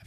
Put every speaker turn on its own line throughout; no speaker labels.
hab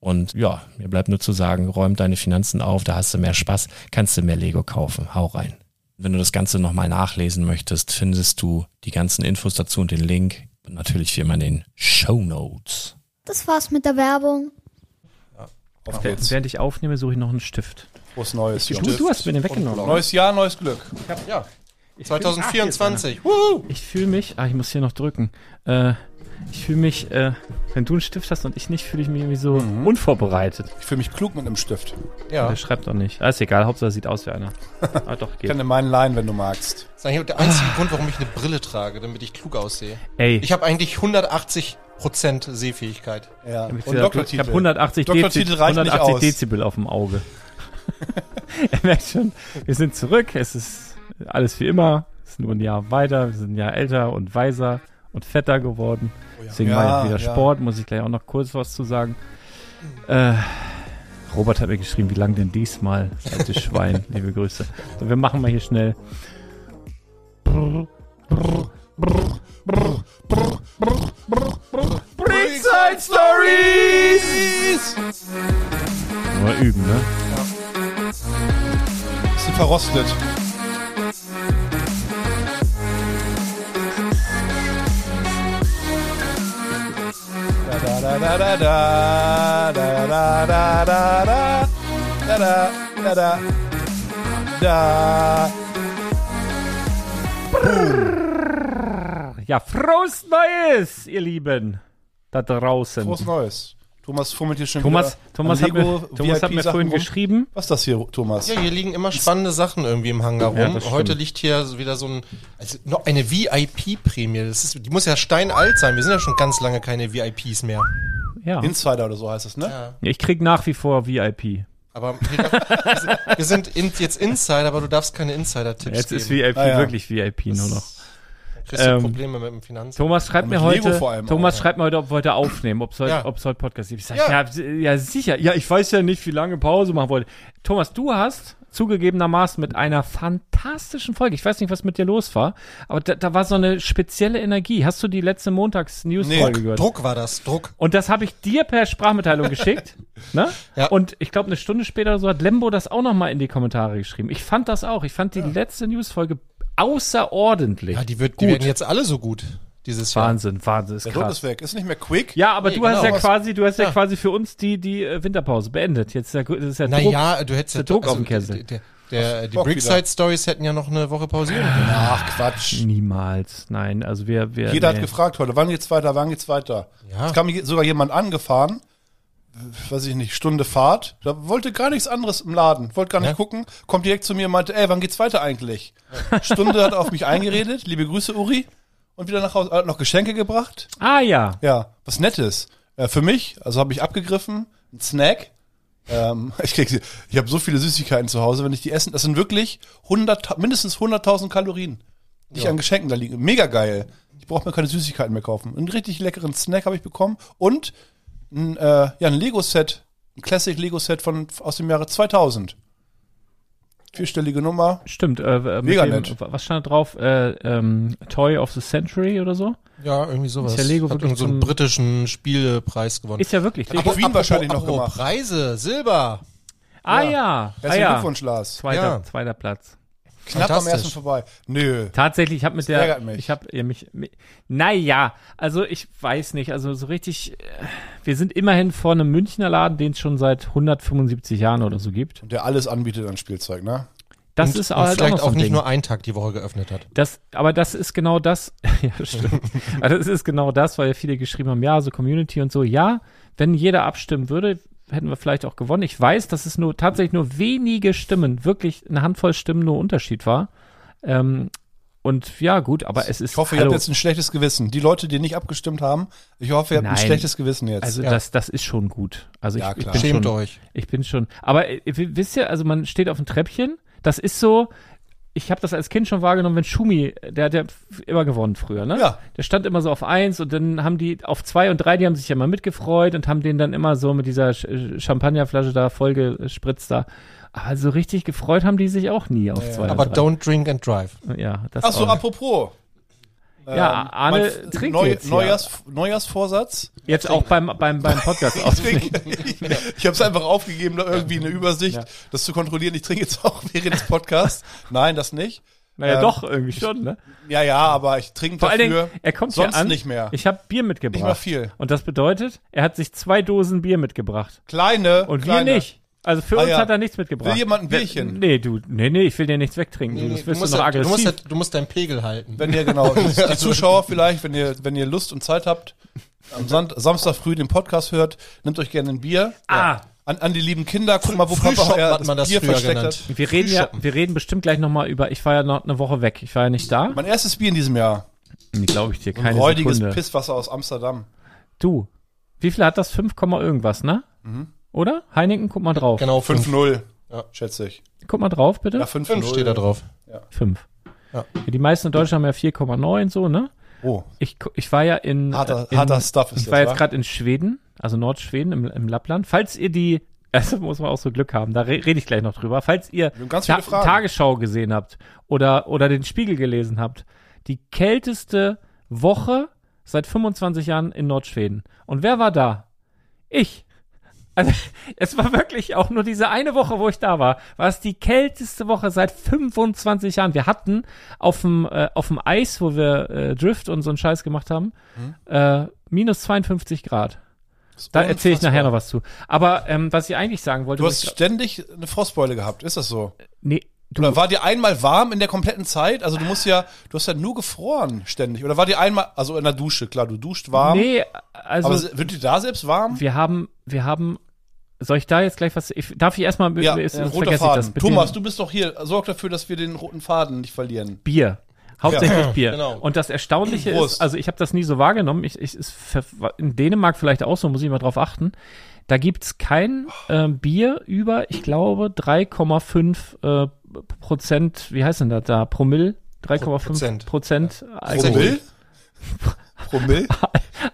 Und ja, mir bleibt nur zu sagen, räum deine Finanzen auf, da hast du mehr Spaß, kannst du mehr Lego kaufen. Hau rein. Wenn du das Ganze nochmal nachlesen möchtest, findest du die ganzen Infos dazu und den Link und natürlich wie immer in den Show Notes.
Das war's mit der Werbung.
Auf geht's.
Während ich aufnehme, suche ich noch einen Stift.
Frohes Neues.
Du, du hast mir den weggenommen.
Neues Jahr, neues Glück. ja.
Ich fühl- Ah,
2024.
hier
Wuhu!
ist einer. ich fühle mich, ah, ich muss hier noch drücken. Äh, ich fühle mich, äh, wenn du einen Stift hast und ich nicht, fühle ich mich irgendwie so unvorbereitet.
Ich fühle mich klug mit einem Stift. Ja.
Der
Ich
schreibt doch nicht. Ah, ist egal, Hauptsache sieht aus wie einer. ah, doch, geht.
kenne meinen Line, wenn du magst.
Das ist eigentlich auch der einzige Grund, warum ich eine Brille trage, damit ich klug aussehe.
Ey,
Ich habe eigentlich 180% Sehfähigkeit.
Ja.
hab ich gesagt, du- ich habe 180,
Doktortitel
Dezi
reicht nicht
180
aus.
Dezibel auf dem Auge. er merkt schon, wir sind zurück, es ist alles wie immer. Es ist nur ein Jahr weiter, wir sind ein Jahr älter und weiser und fetter geworden. Deswegen
Oh Ja,
mal wieder
ja.
Sport, muss ich gleich auch noch kurz was zu sagen. Äh, Robert hat mir geschrieben, wie lang denn diesmal? Das alte Schwein, liebe Grüße. So, wir machen mal hier schnell.
Brickside Stories!
Mal üben, ne?
Bisschen verrostet. Da, da, da, da, da, da, da, da, da, da. Da, da, da, da. Da.
Ja, frohes Neues, ihr Lieben. Da draußen.
Frohes Neues. Thomas fummelt hier schon
Thomas,
wieder
Thomas,
an
hat mir,
Lego,
Thomas hat mir
VIP-Sachen
vorhin
rum.
geschrieben.
Was ist das hier, Thomas?
Ja, hier liegen immer spannende Sachen irgendwie im Hangar
Ja,
rum.
das stimmt.
Heute liegt hier so wieder so ein, also noch eine VIP-Prämie. Das ist, die muss ja steinalt sein. Wir sind ja schon ganz lange keine VIPs mehr.
Ja.
Insider oder so heißt es, ne?
Ja.
Ich krieg nach wie vor VIP.
Aber wir, wir sind in, jetzt Insider, aber du darfst keine Insider-Tipps
Jetzt
geben.
ist VIP
Ah, ja.
wirklich VIP nur noch.
Kriegst du
ähm,
Probleme mit dem Finanzamt.
Thomas schreibt
mit
mir heute,
Lego vor allem
Thomas
auch, ja.
schreibt mir heute, ob wir heute aufnehmen, ob es heute,
Ja.
ob's heute Podcast gibt. Ich sag,
Ja.
ja. Ja, sicher. Ja, ich weiß ja nicht, wie lange Pause machen wollte. Thomas, du hast zugegebenermaßen mit einer fantastischen Folge, ich weiß nicht, was mit dir los war, aber da, da war so eine spezielle Energie. Hast du die letzte Montags-News-Folge gehört?
Druck war das, Druck.
Und das habe ich dir per Sprachmitteilung geschickt. ne?
Ja.
Und ich glaube, eine Stunde später oder so hat Lembo das auch nochmal in die Kommentare geschrieben. Ich fand das auch. Ich fand die letzte Newsfolge außerordentlich.
Ja, die, wird, die werden jetzt alle so gut dieses Jahr.
Wahnsinn, Wahnsinn, ist
Der Druck
krass.
ist weg. Ist nicht mehr quick.
Ja, aber
Nee,
du
genau.
hast ja
Was-
quasi, du hast ja, quasi für uns die, die äh, Winterpause beendet. Jetzt ist ja, das ist ja Druck.
Naja, du hättest ja also
Der Druck auf dem Kessel.
Der, der, die
Bock wieder.
Brickside Stories hätten ja noch eine Woche pausieren können.
Ach, Quatsch.
Niemals. Nein, also wir, wir.
Jeder
Hm, nee.
hat gefragt heute, wann geht's weiter, wann geht's weiter.
Ja.
Es kam je- sogar jemand angefahren, äh, weiß ich nicht, Stunde Fahrt, da wollte gar nichts anderes im Laden, wollte gar nicht
Ja.
gucken, kommt direkt zu mir und meinte, ey, wann geht's weiter eigentlich? Stunde hat auf mich eingeredet, liebe Grüße Uri, und wieder nach Hause, hat noch Geschenke gebracht.
Ah ja.
Ja, was Nettes. Äh, für mich, also habe ich abgegriffen, ein Snack. Ähm, ich krieg, ich habe so viele Süßigkeiten zu Hause, wenn ich die essen, das sind wirklich 100, mindestens 100.000 Kalorien, die ich an Geschenken da liegen. Mega geil. Ich brauche mir keine Süßigkeiten mehr kaufen. Einen richtig leckeren Snack habe ich bekommen und ein, äh, ja, ein Lego-Set, ein Classic-Lego-Set von aus dem Jahre 2000. Vierstellige Nummer.
Stimmt. Äh, äh, mit
Mega
dem,
nett.
Was stand da drauf? Äh, ähm, Toy of the Century oder so?
Ja, irgendwie sowas.
Ist ja Lego
Hat
wirklich
irgend so einen
zum-
britischen Spielpreis gewonnen.
Ist ja wirklich.
Apropos- Queen wahrscheinlich noch gemacht.
Preise, Silber.
ah ja. Ah,
Herzlichen
ja.
Glückwunsch, Lars.
Zweiter,
Ja.
zweiter Platz.
Knapp am
Fantastisch.
ersten vorbei. Nö.
Tatsächlich, ich habe mit der,
ärgert mich.
ich habe ja, mich, mi- naja, also ich weiß nicht, also so richtig, äh, wir sind immerhin vor einem Münchner Laden, den es schon seit 175 Jahren oder so gibt.
Der alles anbietet an Spielzeug, ne?
Das
Und-
ist
und
auch, halt auch
vielleicht
noch
auch,
so ein
nicht
Ding.
nur einen Tag die Woche geöffnet hat.
Das, aber das ist genau das. ja, stimmt. Also das ist genau das, weil ja viele geschrieben haben, ja, so Community und so. Ja, wenn jeder abstimmen würde, hätten wir vielleicht auch gewonnen. Ich weiß, dass es nur tatsächlich nur wenige Stimmen, wirklich eine Handvoll Stimmen nur Unterschied war. Ähm, und ja, gut, aber es ist.
Ich hoffe, ihr
hallo,
habt jetzt ein schlechtes Gewissen. Die Leute, die nicht abgestimmt haben, ich hoffe, ihr habt
Nein.
ein schlechtes Gewissen jetzt.
also
ja.
das, das ist schon gut. Also
Ja,
ich, ich
klar.
bin
Schämt
schon,
euch.
ich bin schon. Aber äh, w- wisst ihr, also man steht auf dem Treppchen. Das ist so. Ich habe das als Kind schon wahrgenommen, wenn Schumi, der hat ja f- immer gewonnen früher, ne?
Ja.
Der stand immer so auf eins und dann haben die auf zwei und drei, die haben sich ja mal mitgefreut und haben den dann immer so mit dieser Sch äh, Champagnerflasche da vollgespritzt da. Aber so richtig gefreut haben die sich auch nie auf zwei
Aber
und drei.
don't drink and drive.
Ja, das
Achso,
auch.
apropos.
Oh. Ja,
Ähm,
Arne
mein F-
trinkt
Neu,
jetzt hier.
Neujahrs, Neujahrsvorsatz.
Jetzt auch beim, beim, beim Podcast aufnehmen.
ich habe es einfach aufgegeben, da irgendwie eine Übersicht,
Ja.
das zu kontrollieren. Ich trinke jetzt auch während des Podcasts. Nein, das nicht.
Naja,
Ähm,
doch, irgendwie schon, ne?
Ja, ja, aber ich trinke
Vor allen
dafür
Dingen, er kommt
sonst
hier an.
nicht mehr.
Ich habe Bier mitgebracht.
Nicht mal viel.
Und das bedeutet, er hat sich zwei Dosen Bier mitgebracht.
Kleine.
Und
kleine.
wir nicht. Also für
Ah,
uns
ja.
hat er nichts mitgebracht.
Will jemand ein Bierchen?
Wer- Nee, du, nee, nee, ich will dir nichts wegtrinken. du, das wirst du, noch
ja, du,
aggressiv.
musst ja, du musst deinen Pegel halten.
Wenn ihr genau, die Zuschauer vielleicht, wenn ihr, wenn ihr Lust und Zeit habt, am Sand, Samstag früh den Podcast hört, nehmt euch gerne ein Bier.
Ah.
An, an die lieben Kinder, guck mal, wo
Frühschoppen
Papa her
hat man das früher genannt.
hat.
wir reden ja,
Frühschoppen.
wir reden bestimmt gleich nochmal über, ich war ja noch eine Woche weg. Ich war ja nicht da.
Mein erstes Bier in diesem Jahr.
Nee, glaube ich dir,
Ein
keine
räudiges
Sekunde.
Pisswasser aus Amsterdam.
Du, wie viel hat das? 5, Komma irgendwas, ne?
Mhm.
Oder? Heineken, guck mal drauf.
Genau, 5
5-0,
Ja.
schätze ich.
Guck mal drauf, bitte.
Ja,
5 steht da drauf.
5.
Ja.
Die meisten in Deutschland haben ja 4,9 so, ne?
Oh,
Ich, gu- ich war ja in.
harter,
in,
harter Stuff ist
Ich war
das,
jetzt
wa?
gerade in Schweden, also Nordschweden im, im Lappland. Falls ihr die, also muss man auch so Glück haben, da re rede ich gleich noch drüber. Falls ihr
haben ganz viele Fragen.
Tagesschau gesehen habt oder, oder den Spiegel gelesen habt, die kälteste Woche seit 25 Jahren in Nordschweden. Und wer war da? Ich. Also, es war wirklich auch nur diese eine Woche, wo ich da war, war es die kälteste Woche seit 25 Jahren. Wir hatten auf dem, äh, auf dem Eis, wo wir äh, Drift und so einen Scheiß gemacht haben, äh, minus 52 Grad. Da erzähle ich nachher noch was zu. Aber ähm, was ich eigentlich sagen wollte,
Du
ich
hast
glaub-
ständig eine Frostbeule gehabt, ist das so?
nee, du,
Oder war dir einmal warm in der kompletten Zeit? Also du musst ja, du hast ja nur gefroren ständig. Oder war dir einmal, also in der Dusche, klar, du duscht warm.
nee, also
aber se- wird dir da selbst warm?
wir haben, wir haben, soll ich da jetzt gleich was? Ich, darf ich erstmal
Ja,
ist-
äh, roter
ist- vergesse ich das
Faden.
mit
Thomas,
dem
du bist doch hier. Sorg dafür, dass wir den roten Faden nicht verlieren.
Bier. Hauptsächlich Bier.
genau.
Und das Erstaunliche
Prost.
ist, also ich habe das nie so wahrgenommen, ich, ich, ist ver- in Dänemark vielleicht auch so, muss ich mal drauf achten. Da gibt es kein ähm, Bier über, ich glaube, 3,5 äh, Prozent, wie heißt denn das da? Promille? 3,5
Prozent.
Prozent Alkohol.
Promille? Promille?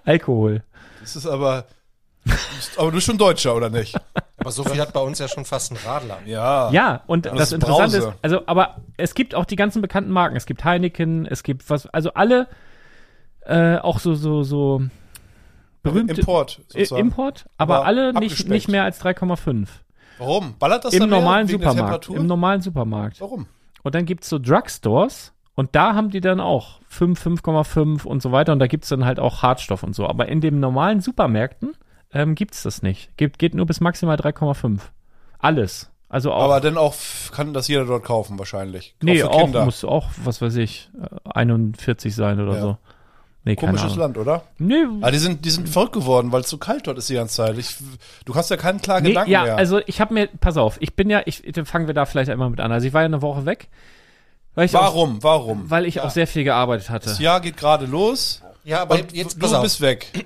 Alkohol.
Das ist aber. Ist, aber du bist schon Deutscher, oder nicht?
Aber so viel hat bei uns ja schon fast ein Radler.
Ja.
Ja, und
das
das
ist
Interessante
Brause.
ist, also, aber es gibt auch die ganzen bekannten Marken. Es gibt Heineken, es gibt was, also alle, äh, auch so, so, so berühmte
Also Import
I-
sozusagen.
Import aber,
Aber
alle nicht,
abgespeckt.
nicht mehr als 3,5.
Warum? Ballert das
Im
dann mehr
normalen
wegen der
Supermarkt.
Temperatur?
Im normalen Supermarkt.
Warum?
Und dann gibt's so Drugstores und da haben die dann auch 5, 5,5 und so weiter und da gibt's dann halt auch Hartstoff und so. Aber in den normalen Supermärkten ähm, gibt's das nicht. Gibt, geht nur bis maximal 3,5. Alles. Also auch.
Aber dann auch f- kann das jeder dort kaufen wahrscheinlich.
nee,
für
auch
Kinder.
muss auch, was weiß ich, äh, 41 sein oder
Ja.
so. Nee, keine
Komisches
Ahnung. Hm.
Land, oder?
Nee,
Aber die sind, die sind verrückt geworden, weil es so kalt dort ist die ganze Zeit. Ich, du kannst ja keinen klaren
Nee,
Gedanken
ja,
mehr.
also ich habe mir, pass auf, ich bin ja, ich, dann fangen wir da vielleicht einmal mit an. Also ich war ja eine Woche weg, weil ich,
warum? Warum?
Auch, weil ich auch sehr viel gearbeitet hatte.
das Jahr geht gerade los.
Ja, aber
Und
jetzt pass
du
auf.
bist weg.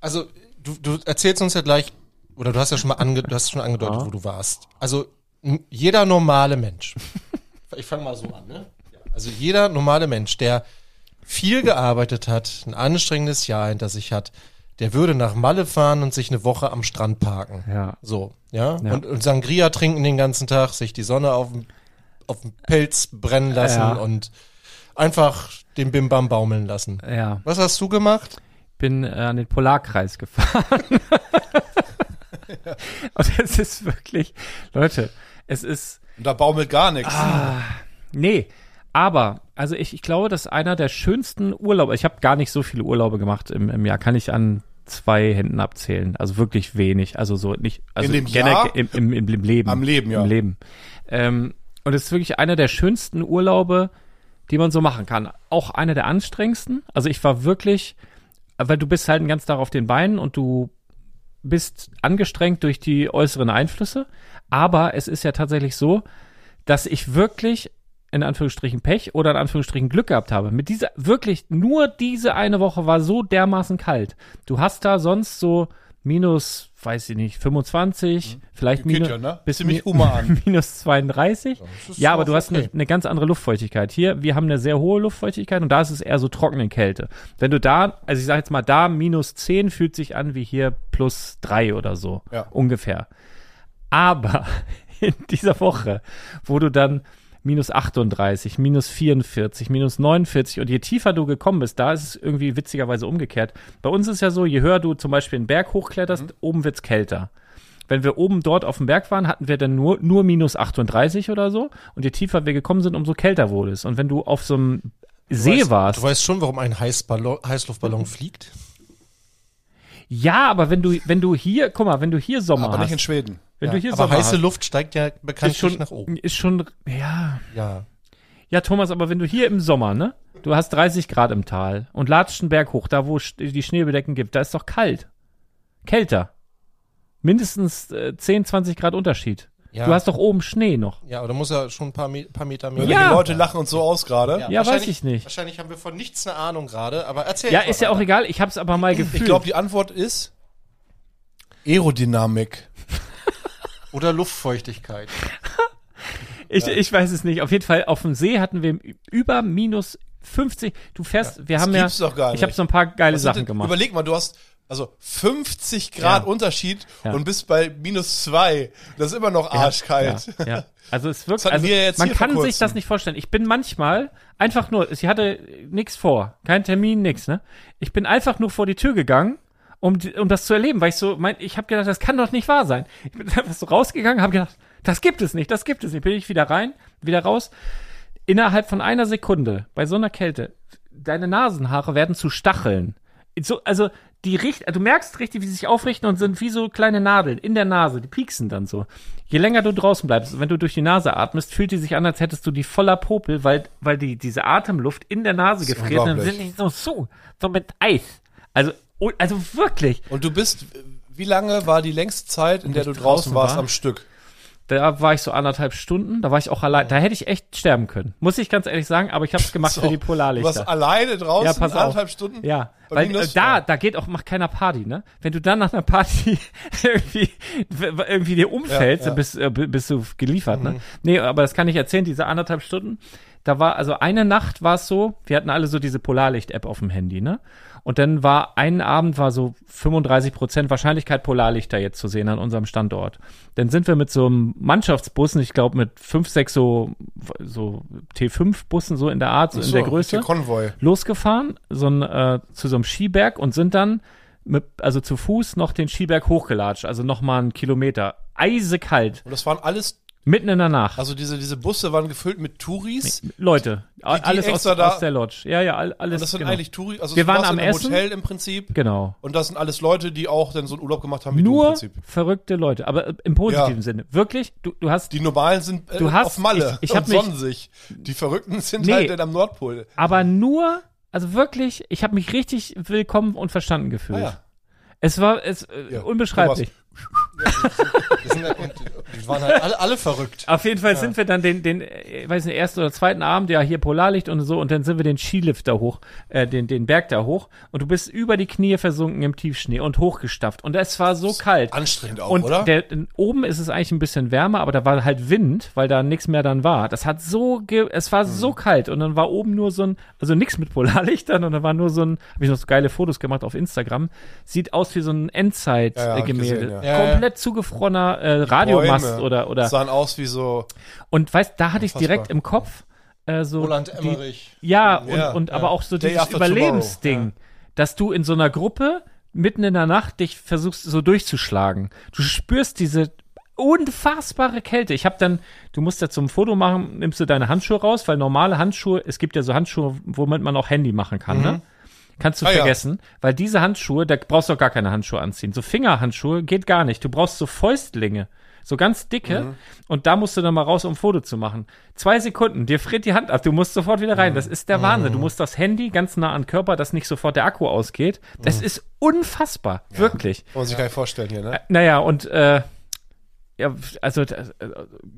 also du, du erzählst uns ja gleich, oder du hast ja schon mal ange, du hast schon angedeutet, wo du warst. Also n- jeder normale Mensch, ich fange mal so an, ne? Ja, Also jeder normale Mensch, der viel gearbeitet hat, ein anstrengendes Jahr hinter sich hat, der würde nach Malle fahren und sich eine Woche am Strand parken.
Ja.
So, ja?
Ja.
Und, und Sangria trinken den ganzen Tag, sich die Sonne auf dem auf dem Pelz brennen lassen
Ja.
und einfach den Bimbam baumeln lassen.
Ja,
Was hast du gemacht?
bin äh, an den Polarkreis gefahren. Und es ist wirklich, Leute, es ist,
Und da baumelt gar nichts.
Ah, Nee, aber, also ich, ich glaube, dass einer der schönsten Urlaube, ich habe gar nicht so viele Urlaube gemacht im, im Jahr, kann ich an zwei Händen abzählen. Also wirklich wenig. Also so nicht, also
In dem
gener-
Jahr?
Im, im, im, im Leben.
Am Leben, ja.
Im Leben. Ähm, und es ist wirklich einer der schönsten Urlaube, die man so machen kann. Auch einer der anstrengendsten. Also ich war wirklich, weil du bist halt den ganzen Tag auf den Beinen und du bist angestrengt durch die äußeren Einflüsse. Aber es ist ja tatsächlich so, dass ich wirklich in Anführungsstrichen Pech oder in Anführungsstrichen Glück gehabt habe. Mit dieser, wirklich nur diese eine Woche war so dermaßen kalt. Du hast da sonst so minus, weiß ich nicht, 25, vielleicht
Mhm. Geht
minus,
ja, ne?
bis
Ziemlich
mi-
human.
minus 32.
ist
Ja, aber
auch
du hast eine,
okay.
eine ganz andere Luftfeuchtigkeit. Hier, wir haben eine sehr hohe Luftfeuchtigkeit und da ist es eher so trockene Kälte. Wenn du da, also ich sag jetzt mal, da minus 10 fühlt sich an wie hier plus 3 oder so.
Ja.
Ungefähr. Aber in dieser Woche, wo du dann minus 38, minus 44, minus 49 und je tiefer du gekommen bist, da ist es irgendwie witzigerweise umgekehrt. Bei uns ist ja so, je höher du zum Beispiel einen Berg hochkletterst,
Mhm.
oben wird's kälter. Wenn wir oben dort auf dem Berg waren, hatten wir dann nur, nur minus 38 oder so. Und je tiefer wir gekommen sind, umso kälter wurde es. Und wenn du auf so einem See
weißt-
warst,
Du weißt schon, warum ein Heißballon,
Mhm.
Heißluftballon fliegt?
ja, aber wenn du, wenn du hier, guck mal, wenn du hier Sommer
aber
hast,
nicht in Schweden.
wenn
Ja,
du hier
aber
Sommer
heiße
hast,
Luft steigt ja
ist
bekanntlich
schon,
nach oben.
ist schon, ja,
Ja.
Ja, Thomas, aber wenn du hier im Sommer, ne? Du hast 30 Grad im Tal und latscht einen Berg hoch, da wo es die Schneebedecken gibt, da ist doch kalt. Kälter. Mindestens äh, 10, 20 Grad Unterschied.
Ja.
Du hast doch oben Schnee noch.
Ja, aber da muss ja schon ein paar, Me paar Meter mehr.
Weil
Ja.
Die Leute lachen uns so aus gerade.
Ja,
wahrscheinlich-
weiß ich nicht.
Wahrscheinlich haben wir von nichts eine Ahnung gerade, aber erzähl.
Ja,
erst mal
ist ja
weiter.
auch egal, ich hab's aber mal gefühlt.
Ich glaube, die Antwort ist Aerodynamik.
Oder Luftfeuchtigkeit.
Ich, ich weiß es nicht. Auf jeden Fall, auf dem See hatten wir über minus 50. Du fährst, wir haben ja.
gibt's doch gar
Ich habe
nicht.
so ein paar geile
Was sind
Sachen
denn-
gemacht.
Überleg mal, du hast also 50 Grad
Ja.
Unterschied
Ja.
und bist bei minus zwei. Das ist immer noch arschkalt.
Ja, ja. Also es wirkt,
Das hatten
also,
wir jetzt
man
hier vor
kann sich
kurzem.
das nicht vorstellen. Ich bin manchmal einfach nur, ich hatte nichts vor, kein Termin, nichts, ne? Ich bin einfach nur vor die Tür gegangen, um, die- um das zu erleben, weil ich so, mein, ich habe gedacht, das kann doch nicht wahr sein. Ich bin einfach so rausgegangen, habe gedacht, das gibt es nicht, das gibt es nicht. Bin ich wieder rein, wieder raus. Innerhalb von einer Sekunde, bei so einer Kälte, deine Nasenhaare werden zu Stacheln. So, also die richt, du merkst richtig, wie sie sich aufrichten und sind wie so kleine Nadeln in der Nase, die pieksen dann so. Je länger du draußen bleibst, wenn du durch die Nase atmest, fühlt die sich an, als hättest du die voller Popel, weil, weil die, diese Atemluft in der Nase
ist
gefriert und dann
unglaublich.
sind die so zu, so mit Eis. Also, oh, also wirklich,
Und du bist, wie lange war die längste Zeit, in der du draußen
draußen
warst
war?
am Stück?
Da war ich so anderthalb Stunden, da war ich auch allein. Da hätte ich echt sterben können. Muss ich ganz ehrlich sagen, aber ich habe es gemacht für die
Du warst
Polarlichter.
alleine draußen,
Ja, pass auf.
anderthalb Stunden. Oh,
Ja,
Bei
weil äh, da,
Minusgrad.
da geht auch, macht keiner Party, ne? Wenn du dann nach einer Party irgendwie, w- irgendwie dir umfällst,
Ja, Mhm. ja.
dann bist, äh, b- bist du geliefert, ne? Nee, aber das kann ich erzählen, diese anderthalb Stunden. Da war, also eine Nacht war es so, wir hatten alle so diese Polarlicht-App auf dem Handy, ne? Und dann war, einen Abend war so 35 Prozent Wahrscheinlichkeit Polarlichter jetzt zu sehen an unserem Standort. Dann sind wir mit so einem Mannschaftsbussen, ich glaube mit fünf, sechs so, so T5-Bussen so in der Art, so, in der Größe
Der Konvoi.
losgefahren so ein, äh, zu so einem Skiberg und sind dann mit, also zu Fuß noch den Skiberg hochgelatscht, also nochmal einen Kilometer. Eisekalt,
Und das waren alles,
mitten in der Nacht.
also diese, diese Busse waren gefüllt mit Touris.
Leute, a-
Also, die
alles aus,
extra da-
aus der Lodge. Ja, ja, all,
Und
alles.
das sind
genau.
eigentlich Touris. Also
Wir
du
waren
warst
am
in einem
Essen.
Hotel im Prinzip.
genau.
Und das sind alles Leute, die auch dann so einen Urlaub gemacht haben wie du im
Nur
Prinzip.
verrückte Leute, aber äh, im positiven
Ja.
Sinne. Wirklich, du, du hast,
Die normalen sind äh,
Du hast-
auf Malle
ich- ich hab
und
mich-
sonnen sich. Die Verrückten sind
Nee.
halt dann am Nordpol.
aber nur, also wirklich, ich habe mich richtig willkommen und verstanden gefühlt.
Ah, ja.
Es war es, äh,
Ja,
unbeschreiblich.
Die, sind halt, und die- die waren halt alle, alle verrückt.
Auf jeden Fall sind wir dann den, den, äh, weiß nicht, ersten oder zweiten Abend, ja, hier Polarlicht und so, und dann sind wir den Skilift da hoch, äh, den, den Berg da hoch, und du bist über die Knie versunken im Tiefschnee und hochgestafft, und es war so kalt.
Anstrengend auch,
Und
oder?
Der, in- oben ist es eigentlich ein bisschen wärmer, aber da war halt Wind, weil da nichts mehr dann war. Das hat so, ge es war
Mhm.
so kalt und dann war oben nur so ein, also nichts mit Polarlichtern und da war nur so ein, habe ich noch so geile Fotos gemacht auf Instagram. Sieht aus wie so
Ja, ja,
ein
hab ich
Endzeit-Gemälde.
gesehen,
ja.
Komplett zugefrorener äh, Radiomast
Bäume
oder oder
sahen aus wie so
und weißt, da hatte ich
Unfassbar.
direkt im Kopf äh, so
Roland
die-
Emmerich.
ja und,
Ja,
und aber auch so
Day
dieses
after tomorrow,
Überlebensding, dass du in so einer Gruppe mitten in der Nacht dich versuchst so durchzuschlagen. Du spürst diese unfassbare Kälte. Ich habe dann, du musst ja zum Foto machen, nimmst du deine Handschuhe raus, weil normale Handschuhe, es gibt ja so Handschuhe, womit man auch Handy machen kann,
Mhm.
ne? Kannst du
Ah, ja.
vergessen, weil diese Handschuhe, da brauchst du auch gar keine Handschuhe anziehen. So Fingerhandschuhe geht gar nicht. Du brauchst so Fäustlinge, so ganz dicke.
Mhm.
Und da musst du dann mal raus, um ein Foto zu machen. Zwei Sekunden, dir friert die Hand ab, du musst sofort wieder
Mhm.
rein. Das ist der Wahnsinn. Du musst das Handy ganz nah an den Körper, dass nicht sofort der Akku ausgeht. Das
Mhm.
ist unfassbar, wirklich.
Kann man sich gar nicht vorstellen hier, ne?
Naja, und äh, ja, also, das, äh,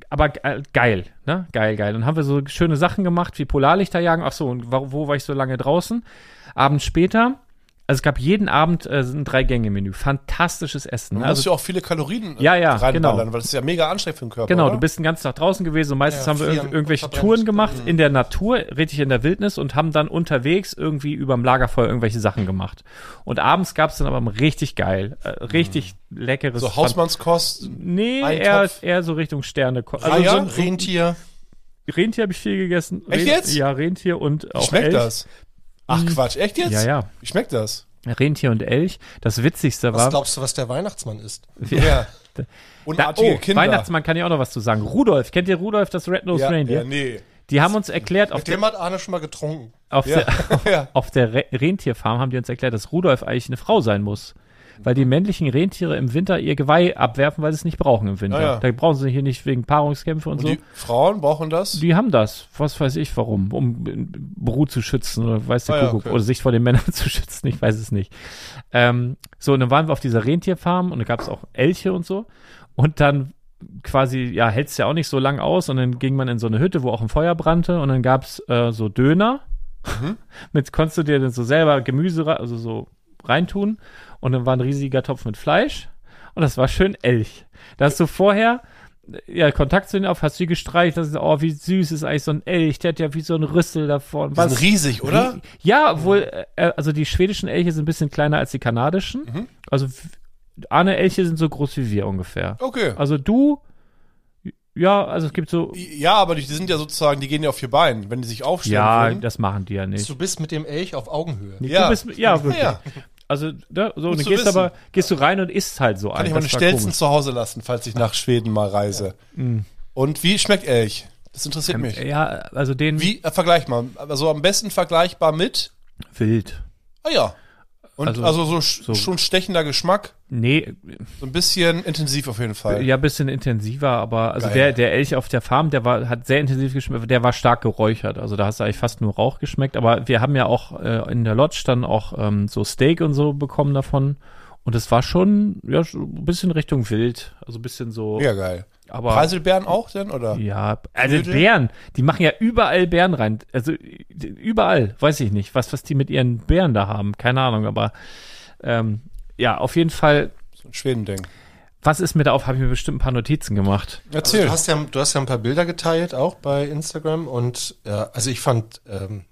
aber ge- äh, geil, ne? Geil, geil. Dann haben wir so schöne Sachen gemacht, wie Polarlichterjagen. Ach so, und wo, wo war ich so lange draußen? Abends später. Also es gab jeden Abend äh, ein Drei-Gänge-Menü. Fantastisches Essen.
Man
ne?
muss
Also,
ja auch viele Kalorien äh,
Ja, ja,
reinballern,
genau.
weil das ist ja mega anstrengend für den Körper.
genau,
oder?
du bist den ganzen Tag draußen gewesen. Und meistens
Ja,
haben wir
frieren
irg- irgendwelche
und verbrennen.
Touren gemacht
Mhm.
in der Natur, richtig in der Wildnis und haben dann unterwegs irgendwie überm Lagerfeuer irgendwelche Sachen gemacht. Und abends gab es dann aber richtig geil, äh, richtig leckeres
Mhm. so
Fan-
Hausmannskost.
Nee,
Einen
eher,
Topf?
eher so Richtung Sterne. Also
Ah, ja?
so
ein Rentier.
Rentier habe ich viel gegessen.
Echt jetzt?
Ja, Rentier und auch
Schmeckt
Elch.
das? Ach Quatsch, echt jetzt?
Hm. Ja, ja.
Schmeckt das?
Rentier und Elch. Das Witzigste
Was
war.
glaubst du, was der Weihnachtsmann ist?
Ja.
Da,
Unartige
oh,
Kinder.
Weihnachtsmann kann ich auch noch was zu sagen. Rudolf, kennt ihr Rudolf, das Red Nose
ja,
Reindeer?
ja, nee.
Die haben uns erklärt, auf
Mit
der,
dem hat Arne schon mal getrunken.
auf,
Ja.
der,
ja.
auf der Re Rentierfarm haben die uns erklärt, dass Rudolf eigentlich eine Frau sein muss. Weil
Mhm.
die männlichen Rentiere im Winter ihr Geweih abwerfen, weil sie es nicht brauchen im Winter.
Ah, ja.
Da brauchen sie hier nicht wegen Paarungskämpfe und,
Und
so.
die Frauen brauchen das?
Die haben das. Was weiß ich warum. Um äh, Brut zu schützen oder weiß der
Ah ja,
Kuckuck.
okay.
Oder sich vor den Männern zu schützen. Ich weiß es nicht. Ähm, so, und dann waren wir auf dieser Rentierfarm und da gab es auch Elche und so. Und dann quasi, ja, hält's ja auch nicht so lang aus. Und dann ging man in so eine Hütte, wo auch ein Feuer brannte. Und dann gab's äh, so Döner. Mit konntest du dir dann so selber Gemüse, re- also so reintun. Und dann war ein riesiger Topf mit Fleisch. Und das war schön Elch. Da hast du vorher ja, Kontakt zu denen auf, hast du die gestreicht, das ist, oh, wie süß ist eigentlich so ein Elch, der hat ja wie so ein Rüssel davon.
Die sind riesig, oder?
Ja, wohl, äh, also die schwedischen Elche sind ein bisschen kleiner als die kanadischen. Also Arne Elche sind so groß wie wir ungefähr.
Okay.
Also du, ja, also es gibt so,
Ja, aber die, die sind ja sozusagen, die gehen ja auf vier Beinen, wenn die sich aufstellen
ja,
würden.
das machen die ja nicht.
Du bist mit dem Elch auf Augenhöhe.
ja.
Du bist, ja, wirklich.
Ja,
Also, da, so, und
Musst
dann
du
gehst
wissen.
aber, gehst du rein und isst halt so
kann
ein.
ich meine
Das war
Stelzen
komisch. Mhm.
zu Hause lassen, falls ich nach Schweden mal reise. Und wie schmeckt Elch? Das interessiert mich.
Ja, also den
Wie, äh, vergleich mal. Also am besten vergleichbar mit,
wild.
ah ja. Und also,
Also,
so, sch-
so-
schon stechender Geschmack,
Nee,
so ein bisschen intensiv auf jeden Fall.
ja, bisschen intensiver, aber also
Geil.
der, der Elch auf der Farm, der war, hat sehr intensiv geschmeckt, der war stark geräuchert. Also da hast du eigentlich fast nur Rauch geschmeckt. Aber wir haben ja auch äh, in der Lodge dann auch ähm, so Steak und so bekommen davon. Und es war schon ja, so ein bisschen Richtung wild. Also ein bisschen so.
Mega geil.
aber
Preiselbeeren auch denn, oder?
Ja, also
Knödel?
Bären, die machen ja überall Bären rein. Also überall, weiß ich nicht, was, was die mit ihren Bären da haben. Keine Ahnung, aber ähm, ja, auf jeden Fall,
So ein Schweden-Ding.
was ist mir da auf, habe ich mir bestimmt ein paar Notizen gemacht.
Erzähl.
Also du, hast ja, du hast ja ein paar Bilder geteilt, auch bei Instagram. Und ja, also ich fand ähm,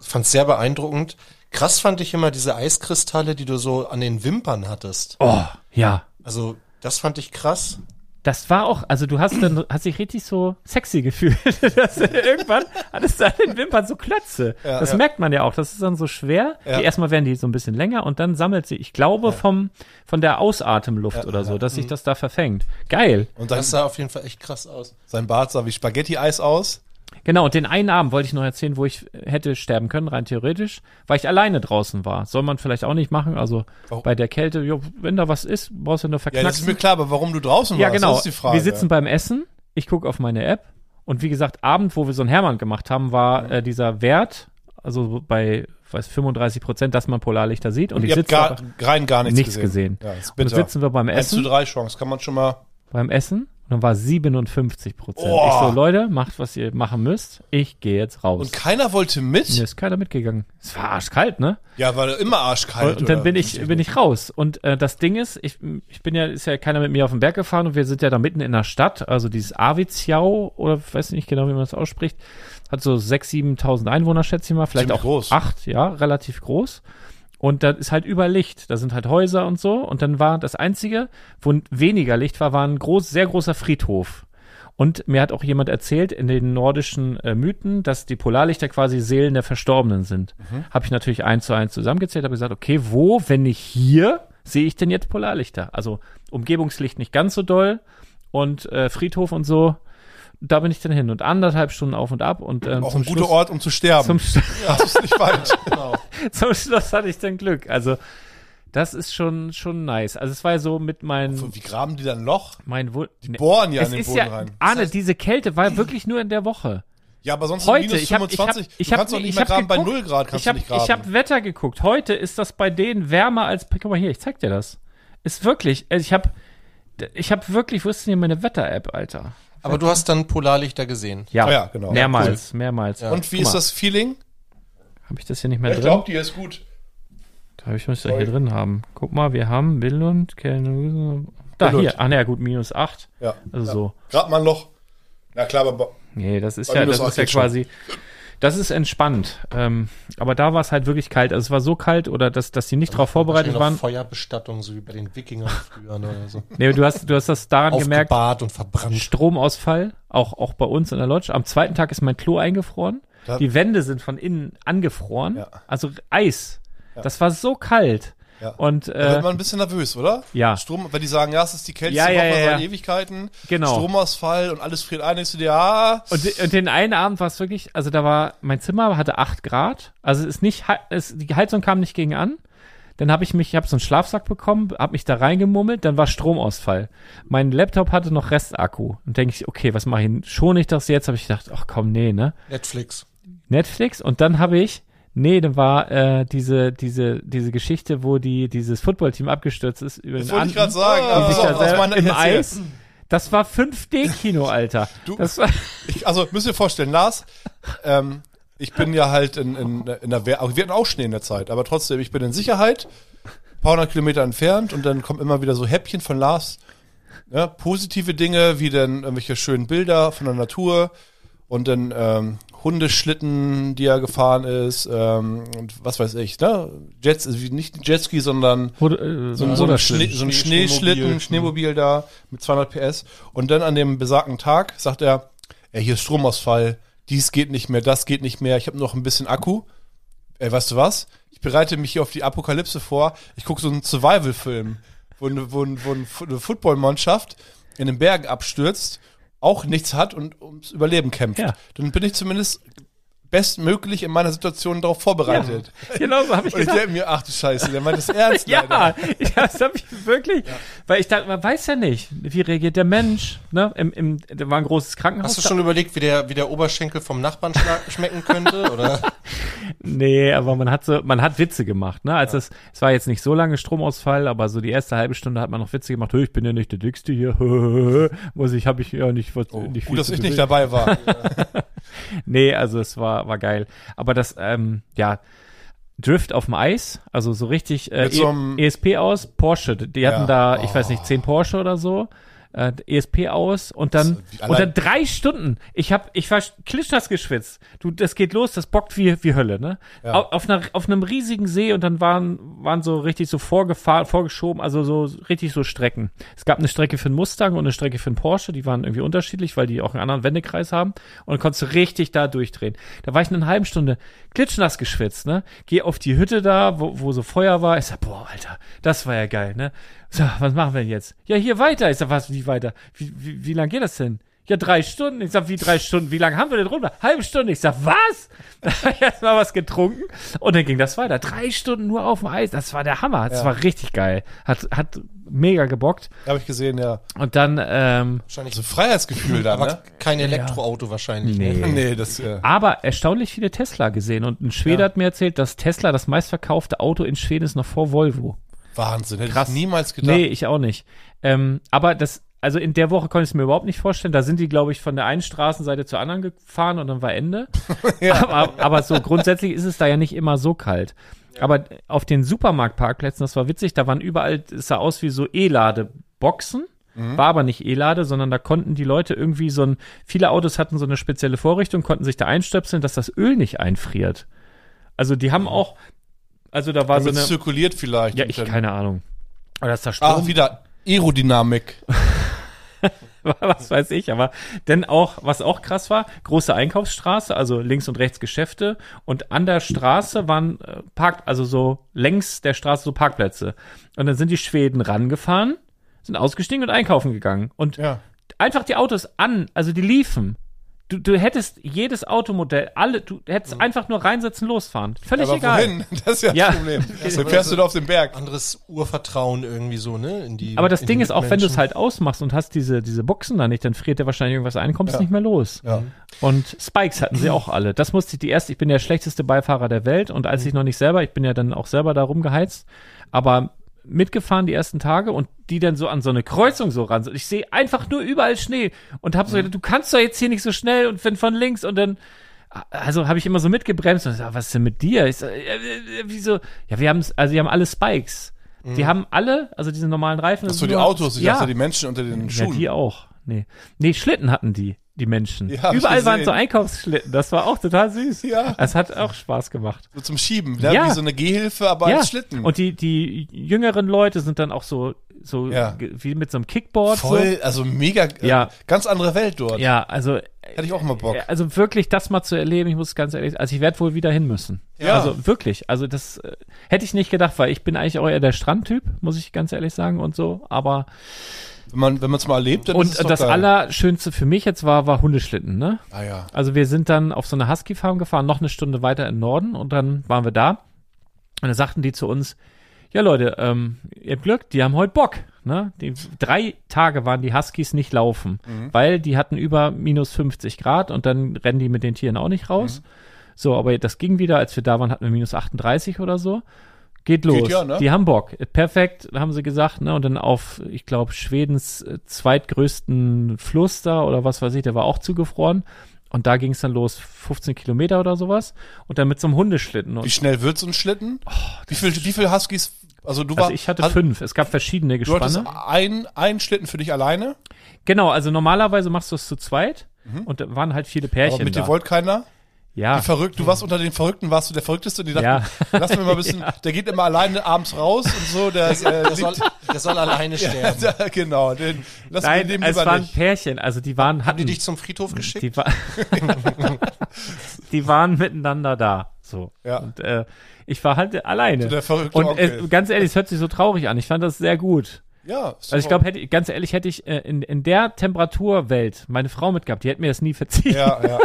fand's sehr beeindruckend. Krass fand ich immer diese Eiskristalle, die du so an den Wimpern hattest.
Oh, ja.
Also das fand ich krass.
Das war auch, also du hast dann, hast dich richtig so sexy gefühlt. dass, irgendwann hattest du an den Wimpern so Klötze. das merkt man ja auch. Das ist dann so schwer. Die, erstmal werden die so ein bisschen länger und dann sammelt sie, ich glaube, vom, von der Ausatemluft oder so, dass sich das da verfängt. Geil.
Und sein,
Das sah auf jeden Fall echt krass aus.
sein Bart sah wie Spaghetti-Eis aus.
Genau, und den einen Abend wollte ich noch erzählen, wo ich hätte sterben können, rein theoretisch, weil ich alleine draußen war. Soll man vielleicht auch nicht machen, also
Warum?
bei der Kälte, jo, wenn da was ist, brauchst du nur
Oh. Ja, das ist
verknacksen.
mir klar, aber warum du draußen
Ja,
warst,
genau.
das ist die Frage.
Wir sitzen beim Essen, ich gucke auf meine App und wie gesagt, Abend, wo wir so einen Hermann gemacht haben, war äh, dieser Wert, also bei weiß 35 Prozent, dass man Polarlichter sieht und
und
ich
ihr habt
sitze
gar,
da-
rein gar nichts,
nichts gesehen.
Ja, ist
und
bitter.
dann sitzen wir beim
1 zu
Essen,
3 Chance, kann man schon mal.
beim Essen und dann war 57 Prozent.
Oh.
Ich so, Leute, macht, was ihr machen müsst, ich gehe jetzt raus.
Und keiner wollte mit?
Mir ist keiner mitgegangen. Es war arschkalt, ne?
Ja, weil immer arschkalt.
Und, und dann
oder?
bin ich, bin ich raus. Und äh, das Ding ist, ich, ich bin ja, ist ja keiner mit mir auf den Berg gefahren und wir sind ja da mitten in der Stadt. Also dieses Aviziau oder ich weiß nicht genau, wie man das ausspricht, hat so 6.000, 7.000 Einwohner, schätze ich mal. Vielleicht
Ziemlich
auch
groß.
acht, ja, relativ groß. Und da ist halt über Licht. Da sind halt Häuser und so. Und dann war das Einzige, wo weniger Licht war, war ein groß, sehr großer Friedhof. Und mir hat auch jemand erzählt in den nordischen äh, Mythen, dass die Polarlichter quasi Seelen der Verstorbenen sind.
Mhm.
Habe ich natürlich eins zu eins zusammengezählt, habe gesagt, okay, wo, wenn nicht hier, sehe ich denn jetzt Polarlichter? Also Umgebungslicht nicht ganz so doll und äh, Friedhof und so. Da bin ich dann hin und anderthalb Stunden auf und ab und ähm,
Auch
zum
ein guter
Schluss-
Ort, um zu sterben.
Zum, Schluss-
ja, das ist nicht falsch. genau.
zum Schluss hatte ich dann Glück. Also das ist schon schon nice. Also es war ja so mit meinen
Wie graben die dann ein Loch?
mein Wul die
Bohren ja
es
in den
ist
Boden
ja,
rein.
Arne, diese Kälte war wirklich nur in der Woche.
Ja, aber sonst
Heute,
minus
ich habe ich hab,
25.
ich
du
hab,
kannst doch nicht
ich
mehr
hab
graben.
geguckt,
Bei 0 Grad kannst
ich hab,
du nicht graben.
Ich habe Wetter geguckt. Heute ist das bei denen wärmer als guck mal hier, ich zeig dir das. Ist wirklich, also ich habe ich habe wirklich, wo ist denn hier meine Wetter-App, Alter?
Aber du hast dann Polarlichter gesehen.
Ja,
Ah ja, genau.
mehrmals, mehrmals.
und wie
Guck
ist
mal,
das Feeling?
Habe ich das hier nicht mehr
Ich
drin?
glaube, die ist gut.
Hab ich müsste hier drin haben. Guck mal, wir haben Billund, Kellner- Da
Billund.
hier. Ah, na ja, gut, minus 8.
Ja.
Also so.
Grab mal ein Loch. Na klar, aber
Nee, das ist
Aber
ja,
minus
das
8
ist ja
geht schon.
quasi. Das ist entspannt. Ähm, aber da war es halt wirklich kalt. Also es war so kalt oder dass, dass die nicht darauf vorbereitet
Wahrscheinlich noch
waren.
Feuerbestattung, so wie bei den Wikingern früher ne, oder so.
Nee, du hast, du hast das daran gemerkt,
Aufgebahrt und verbrannt.
Stromausfall, auch, auch bei uns in der Lodge. Am zweiten Tag ist mein Klo eingefroren.
Da-
die Wände sind von innen angefroren.
Ja.
Also Eis. Das war so kalt.
Ja.
Und
da
äh,
wird man ein bisschen nervös, oder?
Ja.
Strom, weil die sagen, ja, es ist die kälteste
Ah. Ja, ja,
Woche
ja,
seit
ja.
Ewigkeiten.
Genau.
Stromausfall und alles friert ein. Denkst du dir, ah,
Und, de- und den einen Abend war es wirklich, also da war, mein Zimmer hatte 8 Grad, also es ist nicht, hei- es, die Heizung kam nicht gegen an. Dann habe ich mich, ich habe so einen Schlafsack bekommen, habe mich da reingemummelt, dann war Stromausfall. Mein Laptop hatte noch Restakku. Und denke ich, okay, was mache ich? Schon ich das jetzt? Habe ich gedacht, ach komm, nee, ne?
Netflix.
Netflix und dann habe ich, nee, dann war äh, diese, diese, diese Geschichte, wo die, dieses Footballteam abgestürzt ist über
das
den
wollte ich gerade
Anden,
sagen.
die sich
aber
da
was man
selber
denn
im
jetzt hier-
Eis. Das war 5D-Kino, Alter.
Du-
das war,
Ich, also müsst ihr vorstellen, Lars, ähm, ich bin ja halt in, in, in der Wehr, aber wir hatten auch Schnee in der Zeit, aber trotzdem, ich bin in Sicherheit, paar hundert Kilometer entfernt und dann kommen immer wieder so Häppchen von Lars. Ja, positive Dinge, wie dann irgendwelche schönen Bilder von der Natur und dann ähm, Hundeschlitten, die er gefahren ist ähm, und was weiß ich, ne? Jets, also wie- nicht ein Jetski, sondern
Oder, äh,
so, ein- so, ein, Schnee,
Ruderschlitten.
so ein
Schnee-
Schneeschlitten,
Schneemobil.
Schneemobil da mit 200 PS. Und dann an dem besagten Tag sagt er, ey, hier ist Stromausfall, dies geht nicht mehr, das geht nicht mehr, ich habe noch ein bisschen Akku. Ey, weißt du was? Ich bereite mich hier auf die Apokalypse vor. Ich gucke so einen Survival-Film, wo, eine- wo, ein- wo ein Fu- eine Footballmannschaft in den Bergen abstürzt, auch nichts hat und ums Überleben kämpft.
Ja.
Dann bin ich zumindest bestmöglich in meiner Situation darauf vorbereitet.
Genau so habe ich
Und ich
gedacht.
denke mir, ach du Scheiße, der meint das ernst
Ja,
leider.
ich, das habe ich wirklich. Weil ich dachte, man weiß ja nicht, wie reagiert der Mensch. Ne? Im, im, da war ein großes Krankenhaus.
Hast du schon überlegt, wie der, wie der Oberschenkel vom Nachbarn schla- schmecken könnte? Oder?
Nee, aber man hat so, man hat Witze gemacht, ne? Als es, es war jetzt nicht so lange Stromausfall, aber so die erste halbe Stunde hat man noch Witze gemacht. Hö, ich bin ja nicht der Dickste hier. Hö, hö, hö. Muss ich, habe ich ja nicht, was, nicht
Oh, Gut, dass
zu
ich
bewegen.
nicht dabei war.
Nee, also es war, war geil. Aber das, ähm, ja, Drift auf dem Eis, also so richtig äh,
Mit so einem-
E- ESP aus, Porsche. Die hatten
Ja. Oh.
da, ich weiß nicht, 10 Porsche oder so. Äh, ESP aus und dann
Das- wie
und
allein-
dann drei Stunden. Ich hab, ich war klitschnass geschwitzt. Du, das geht los, das bockt wie, wie Hölle, ne? Au- Auf, einer, auf einem riesigen See und dann waren, waren so richtig so vorgefahren, vorgeschoben, also so richtig so Strecken. Es gab eine Strecke für einen Mustang und eine Strecke für einen Porsche, die waren irgendwie unterschiedlich, weil die auch einen anderen Wendekreis haben und dann konntest du richtig da durchdrehen. Da war ich eine halbe Stunde klitschnass geschwitzt, ne? Geh auf die Hütte da, wo, wo so Feuer war. Ich sag, boah, Alter, das war ja geil, ne? So, was machen wir denn jetzt? Ja, hier weiter. Ich sag, was, wie weiter? Wie, wie, wie lang geht das denn? Ja, drei Stunden. Ich sag, wie drei Stunden? Wie lange haben wir denn runter? Halbe Stunde. Ich sag, was? Da hab ich erstmal was getrunken und dann ging das weiter. Drei Stunden nur auf dem Eis. Das war der Hammer. Das war richtig geil. Hat, hat mega gebockt.
Habe ich gesehen, ja.
Und dann, ähm,
Wahrscheinlich.
So ein Freiheitsgefühl da,
Aber
ne?
kein Elektroauto wahrscheinlich. ne?
nee.
Nee, das, äh,
Aber erstaunlich viele Tesla gesehen. Und ein Schwede hat mir erzählt, dass Tesla das meistverkaufte Auto in Schweden ist noch vor Volvo.
Wahnsinn, hätte ich niemals gedacht.
Nee, ich auch nicht. Ähm, aber das, also in der Woche konnte ich es mir überhaupt nicht vorstellen. Da sind die, glaube ich, von der einen Straßenseite zur anderen gefahren und dann war Ende. aber, aber so grundsätzlich ist es da ja nicht immer so kalt. Aber auf den Supermarktparkplätzen, das war witzig, da waren überall, es sah aus wie so E-Ladeboxen.
Mhm.
War aber nicht E-Lade, sondern da konnten die Leute irgendwie so ein, viele Autos hatten so eine spezielle Vorrichtung, konnten sich da einstöpseln, dass das Öl nicht einfriert. Also die haben auch, also da war
Mhm. Damit es
so eine,
zirkuliert vielleicht.
ja, ich,
Und dann-
keine Ahnung. Oder dass da Strom
Ach, wieder Aerodynamik.
was weiß ich, aber denn auch, was auch krass war, große Einkaufsstraße, also links und rechts Geschäfte und an der Straße waren äh, Park, also so längs der Straße so Parkplätze. Und dann sind die Schweden rangefahren, sind ausgestiegen und einkaufen gegangen und
Ja.
einfach die Autos an, also die liefen. Du, du hättest jedes Automodell, alle, du hättest einfach nur reinsetzen, losfahren. Völlig
Mhm. Aber
egal.
wohin? Das ist ja,
Ja.
das Problem. Dann fährst du da auf den Berg.
Anderes Urvertrauen irgendwie so, ne? In die,
Aber das
in
Ding
die
ist, auch wenn du es
Mitmenschen.
halt ausmachst und hast diese, diese Boxen da nicht, dann friert dir wahrscheinlich irgendwas ein, kommst nicht mehr los.
Ja.
Und Spikes hatten sie auch alle. Das musste ich die erste, ich bin der schlechteste Beifahrer der Welt und als ich noch nicht selber, ich bin ja dann auch selber da rumgeheizt, aber mitgefahren die ersten Tage und die dann so an so eine Kreuzung so ran. Ich sehe einfach nur überall Schnee und
Mhm.
hab so gedacht, du kannst doch jetzt hier nicht so schnell und wenn von links und dann also habe ich immer so mitgebremst und gesagt, was ist denn mit dir? Ich so, äh, äh, wieso? Ja, wir haben also die haben alle Spikes. Die haben alle, also diese normalen Reifen.
Mhm. Ach so, die Autos, ich
ja.
dachte, die Menschen unter den
Ja,
Schuhen.
die auch. Nee. Nee, Schlitten hatten die, die Menschen.
Ja, hab ich
Überall waren so
gesehen.
Einkaufsschlitten. Das war auch total süß.
Ja.
Es hat auch Spaß gemacht.
so zum Schieben, ne?
Ja.
wie so eine Gehhilfe, aber
ja.
als Schlitten.
Und die, die jüngeren Leute sind dann auch so, so
Ja.
ge- wie mit so einem Kickboard.
Voll, also mega, äh,
Ja.
ganz andere Welt
So.
dort.
Ja, also,
Hätte ich auch mal Bock.
äh, also wirklich das mal zu erleben, ich muss ganz ehrlich, also ich werde wohl wieder hin müssen.
Ja.
Also wirklich, also das äh, hätte ich nicht gedacht, weil ich bin eigentlich auch eher der Strandtyp, muss ich ganz ehrlich sagen und so, aber
Wenn man wenn man es mal erlebt, dann ist es
und
doch
das
geil.
Allerschönste für mich jetzt war, war Hundeschlitten, ne?
Ah ja.
Also wir sind dann auf so eine Husky-Farm gefahren, noch eine Stunde weiter im Norden und dann waren wir da. Und dann sagten die zu uns, ja Leute, ähm, ihr habt Glück, die haben heute Bock. Ne? Die, drei Tage waren die Huskies nicht laufen,
Mhm.
weil die hatten über minus 50 Grad und dann rennen die mit den Tieren auch nicht raus.
Mhm.
So, aber das ging wieder, als wir da waren, hatten wir minus 38 oder so. Geht los.
ja, ne?
Die haben Bock. Perfekt, haben sie gesagt. Ne? Und dann auf, ich glaube, Schwedens äh, zweitgrößten Fluss da oder was weiß ich, der war auch zugefroren. Und da ging es dann los, 15 Kilometer oder sowas. Und dann mit so einem Hundeschlitten. Und
Wie schnell wird so ein Schlitten? wie viel wie viel Huskies? Also du warst.
Oh, Also ich hatte fünf. Es gab verschiedene
Du hattest
Gespanne.
ein, einen Schlitten für dich alleine,
Genau, also normalerweise machst du es zu zweit und da waren halt viele Pärchen.
Mhm. aber mit
da.
dir wollte keiner.
ja.
Die Verrückt, du warst unter den Verrückten, warst du der Verrückteste und die dachten,
Ah. Ja.
lass mir mal ein bisschen, der geht immer alleine abends raus und so, der, äh,
Der soll, der soll alleine sterben.
liegt, genau, den, lass mir
Nein,
den
es
lieber
waren
nicht.
Pärchen, also die waren
Haben die
hatten
dich zum Friedhof geschickt?
die, wa die waren miteinander da. So.
Ja.
Und äh, ich war halt alleine.
der verrückte
und äh,
Onkel.
es, ganz ehrlich, es hört sich so traurig an. Ich fand das sehr gut.
Ja, ist
Also ich
doch-
glaube, hätte ich- ganz ehrlich, hätte ich äh, in, in der Temperaturwelt meine Frau mitgehabt, die hätte mir das nie verziehen.
Ja, ja.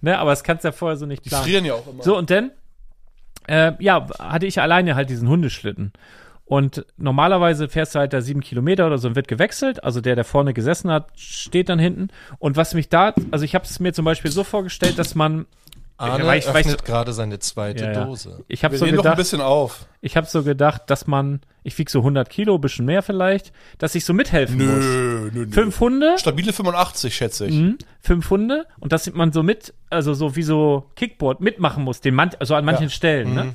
Ne? Aber das kannst du ja vorher so nicht
Die
planen.
frieren ja auch immer.
So, und dann, äh, ja, hatte ich alleine halt diesen Hundeschlitten. Und normalerweise fährst du halt da sieben Kilometer oder so und wird gewechselt. Also der, der vorne gesessen hat, steht dann hinten. Und was mich da, also ich habe es mir zum Beispiel so vorgestellt, dass man,
Arne
weil ich- weil ich-
öffnet gerade seine zweite
Ja, ja.
Dose.
ich
Ah, ne,
habe
Wir
so
nehmen noch ein
gedacht,
bisschen auf.
ich habe so gedacht, dass man, ich wieg so 100 Kilo, bisschen mehr vielleicht, dass ich so mithelfen muss.
nö, nö.
Fünf Hunde,
Stabile 85, schätze ich.
Mhm. fünf Hunde und dass man so mit, also so wie so Kickboard mitmachen muss, den man, also an manchen
Ja. Mhm.
Stellen, ne?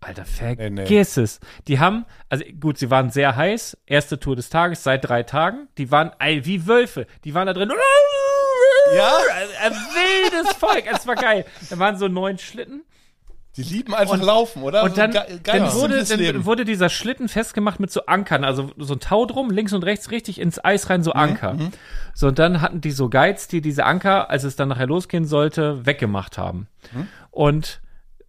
Alter,
Nee, nee.
vergiss es. Die haben, also gut, sie waren sehr heiß, erste Tour des Tages seit drei Tagen. Die waren ey, wie Wölfe. Die waren da drin.
Ja?
Ein wildes Volk, es war geil. Da waren so neun Schlitten.
Die lieben einfach laufen, oder?
Und dann,
so ein ge- geiles,
dann, wurde,
simples
dann
Leben.
wurde dieser Schlitten festgemacht mit so Ankern, also so ein Tau drum, links und rechts richtig ins Eis rein,
Mhm,
so Anker. So, und dann hatten die so Guides, die diese Anker, als es dann nachher losgehen sollte, weggemacht haben.
Mhm.
Und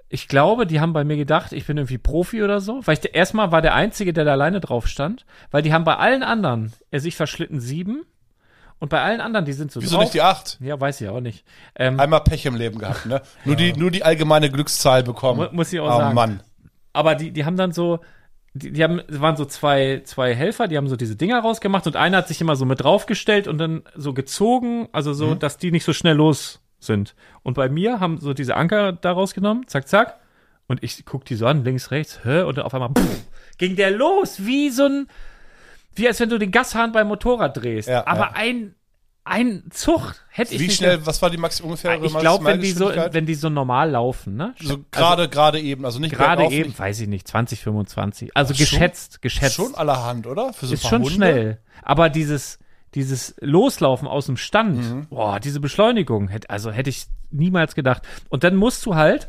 ich glaube, die haben bei mir gedacht, ich bin irgendwie Profi oder so, weil ich erstmal war der Einzige, der da alleine drauf stand, weil die haben bei allen anderen, also ich verschlitten sieben und bei allen anderen, die sind so
Wieso
drauf.
nicht die 8?
ja, weiß ich auch nicht. Ähm,
Einmal Pech im Leben gehabt, ne? Nur, die, nur die allgemeine Glückszahl bekommen.
Mu- muss ich auch
oh,
sagen.
Mann.
aber die, die haben dann so, die, die haben, es waren so zwei, zwei Helfer, die haben so diese Dinger rausgemacht und einer hat sich immer so mit draufgestellt und dann so gezogen, also
Mhm.
so, dass die nicht so schnell los sind. Und bei mir haben so diese Anker da rausgenommen, zack, zack. Und ich guck die so an, links, rechts, hä? Und dann auf einmal pff, ging der los, wie so ein, wie als wenn du den Gashahn beim Motorrad drehst.
Ja,
Aber
ja.
ein, ein Zucht hätte ich
Wie
nicht
schnell, was war die max ungefähr?
Ich glaube, wenn die so, wenn die so normal laufen, ne?
so gerade, gerade eben, also nicht
Gerade
bergauf,
eben,
nicht-
weiß ich nicht, 20, 25. Also
schon-
geschätzt, geschätzt.
Schon Also allerhand, oder? Für so ein
ist
paar
schon
Hunde?
schnell. Aber dieses, dieses Loslaufen aus dem Stand,
Mhm.
boah, diese Beschleunigung, hätt, also hätte ich niemals gedacht. Und dann musst du halt,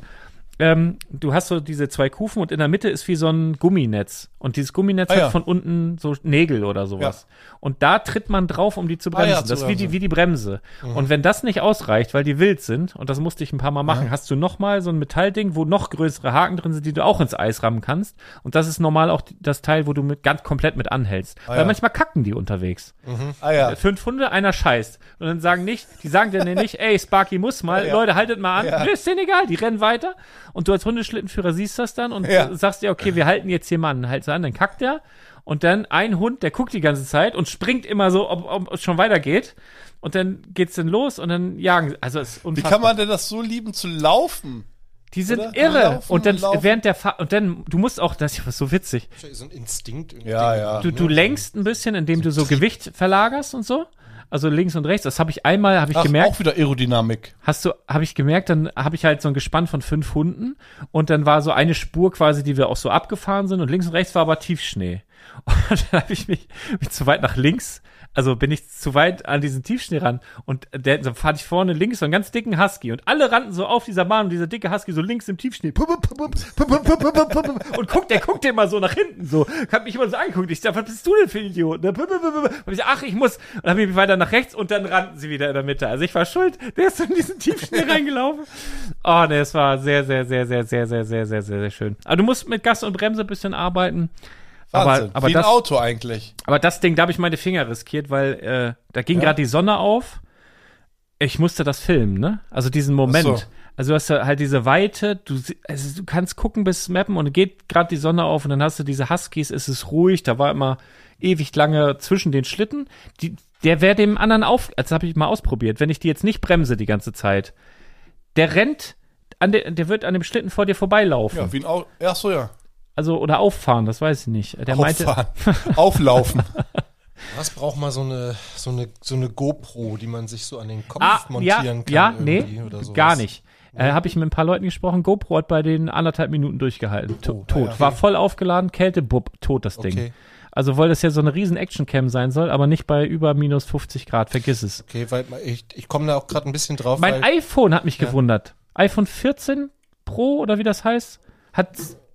ähm, du hast so diese zwei Kufen und in der Mitte ist wie so ein Gumminetz. Und dieses Gumminetz
Ah,
hat
ja.
von unten so Nägel oder sowas. Und da tritt man drauf, um die zu
Ah, ja,
bremsen.
zu
das ist wie die,
bremsen. Mhm.
wie die Bremse. Und wenn das nicht ausreicht, weil die wild sind, und das musste ich ein paar Mal machen, hast du nochmal so ein Metallding, wo noch größere Haken drin sind, die du auch ins Eis rammen kannst. Und das ist normal auch die- das Teil, wo du mit, ganz komplett mit anhältst. weil
Ah ja.
manchmal kacken die unterwegs.
Ah ja.
Äh, Fünf Hunde, einer scheißt. Und dann sagen nicht, die sagen dann nicht, ey, Sparky muss mal, Leute, haltet mal an. Nö, ist denen egal, die rennen weiter. Und du als Hundeschlittenführer siehst das dann und
Ja.
sagst dir, okay, wir halten jetzt hier mal an, halt so an, dann kackt der. Und dann ein Hund, der guckt die ganze Zeit und springt immer so, ob, ob es schon weitergeht. Und dann geht's dann los und dann jagen. sie. Also es ist
Wie
unfassbar.
kann man denn das so lieben zu laufen?
die sind
oder?
irre.
Laufen,
und dann
laufen.
während der Fahrt, und dann, du musst auch, das ist so witzig,
So ein Instinkt. irgendwie.
Ja, ja.
Du, du lenkst ein bisschen, indem du so Gewicht verlagerst und so. Also links und rechts. Das habe ich einmal, habe ich
Ach,
gemerkt.
auch wieder Aerodynamik.
Hast du, habe ich gemerkt, dann habe ich halt so ein Gespann von fünf Hunden und dann war so eine Spur quasi, die wir auch so abgefahren sind und links und rechts war aber Tiefschnee. Und dann habe ich mich, mich zu weit nach links, also bin ich zu weit an diesen Tiefschnee ran und der, dann fahrt ich vorne links so einen ganz dicken Husky und alle rannten so auf dieser Bahn und dieser dicke Husky so links im Tiefschnee pup, pup, pup, pup, pup, pup, pup, pup, pup, pup. und guckt, der guckt immer so nach hinten so, hat mich immer so angeguckt. Ich dachte, was bist du denn für ein Idiot? Ne? Pup, pup, pup, pup. Und ich, ach, ich muss und dann bin ich weiter nach rechts und dann rannten sie wieder in der Mitte. Also ich war schuld, der ist so in diesen Tiefschnee reingelaufen. Oh, ne, es war sehr, sehr, sehr, sehr, sehr, sehr, sehr, sehr, sehr, sehr schön. Aber du musst mit Gas und Bremse ein bisschen arbeiten.
Wahnsinn.
aber
Wie ein
das-
Auto eigentlich.
Aber das Ding, da habe ich meine Finger riskiert, weil äh, da ging gerade die Sonne auf. Ich musste das filmen, ne? Also diesen Moment.
Ach so.
Also du hast ja halt diese Weite, du, si- also du kannst gucken bis mappen und geht gerade die Sonne auf und dann hast du diese Huskies, es ist ruhig, da war immer ewig lange zwischen den Schlitten. Die, der wäre dem anderen auf, das habe ich mal ausprobiert, wenn ich die jetzt nicht bremse die ganze Zeit. Der rennt, an der, der wird an dem Schlitten vor dir vorbeilaufen.
Ja, wie ein Auto. Ach so, ja.
Also, oder auffahren, das weiß ich nicht. Der meinte,
Auffahren. Auflaufen.
Was braucht mal so eine, so, eine, so eine GoPro, die man sich so an den Kopf
Ah, ja,
montieren kann?
ja,
irgendwie
nee,
oder sowas?
gar nicht. Äh, Habe ich mit ein paar Leuten gesprochen. GoPro hat bei den anderthalb Minuten durchgehalten. To- tot. War voll aufgeladen, Kälte, bupp, tot das Ding.
Oh, Okay.
Also, weil das ja so eine riesen Action-Cam sein soll, aber nicht bei über minus 50 Grad. Vergiss es.
Okay, weil ich, ich komme da auch gerade ein bisschen drauf.
Mein
weil,
iPhone hat mich gewundert. iPhone 14 Pro oder wie das heißt, hat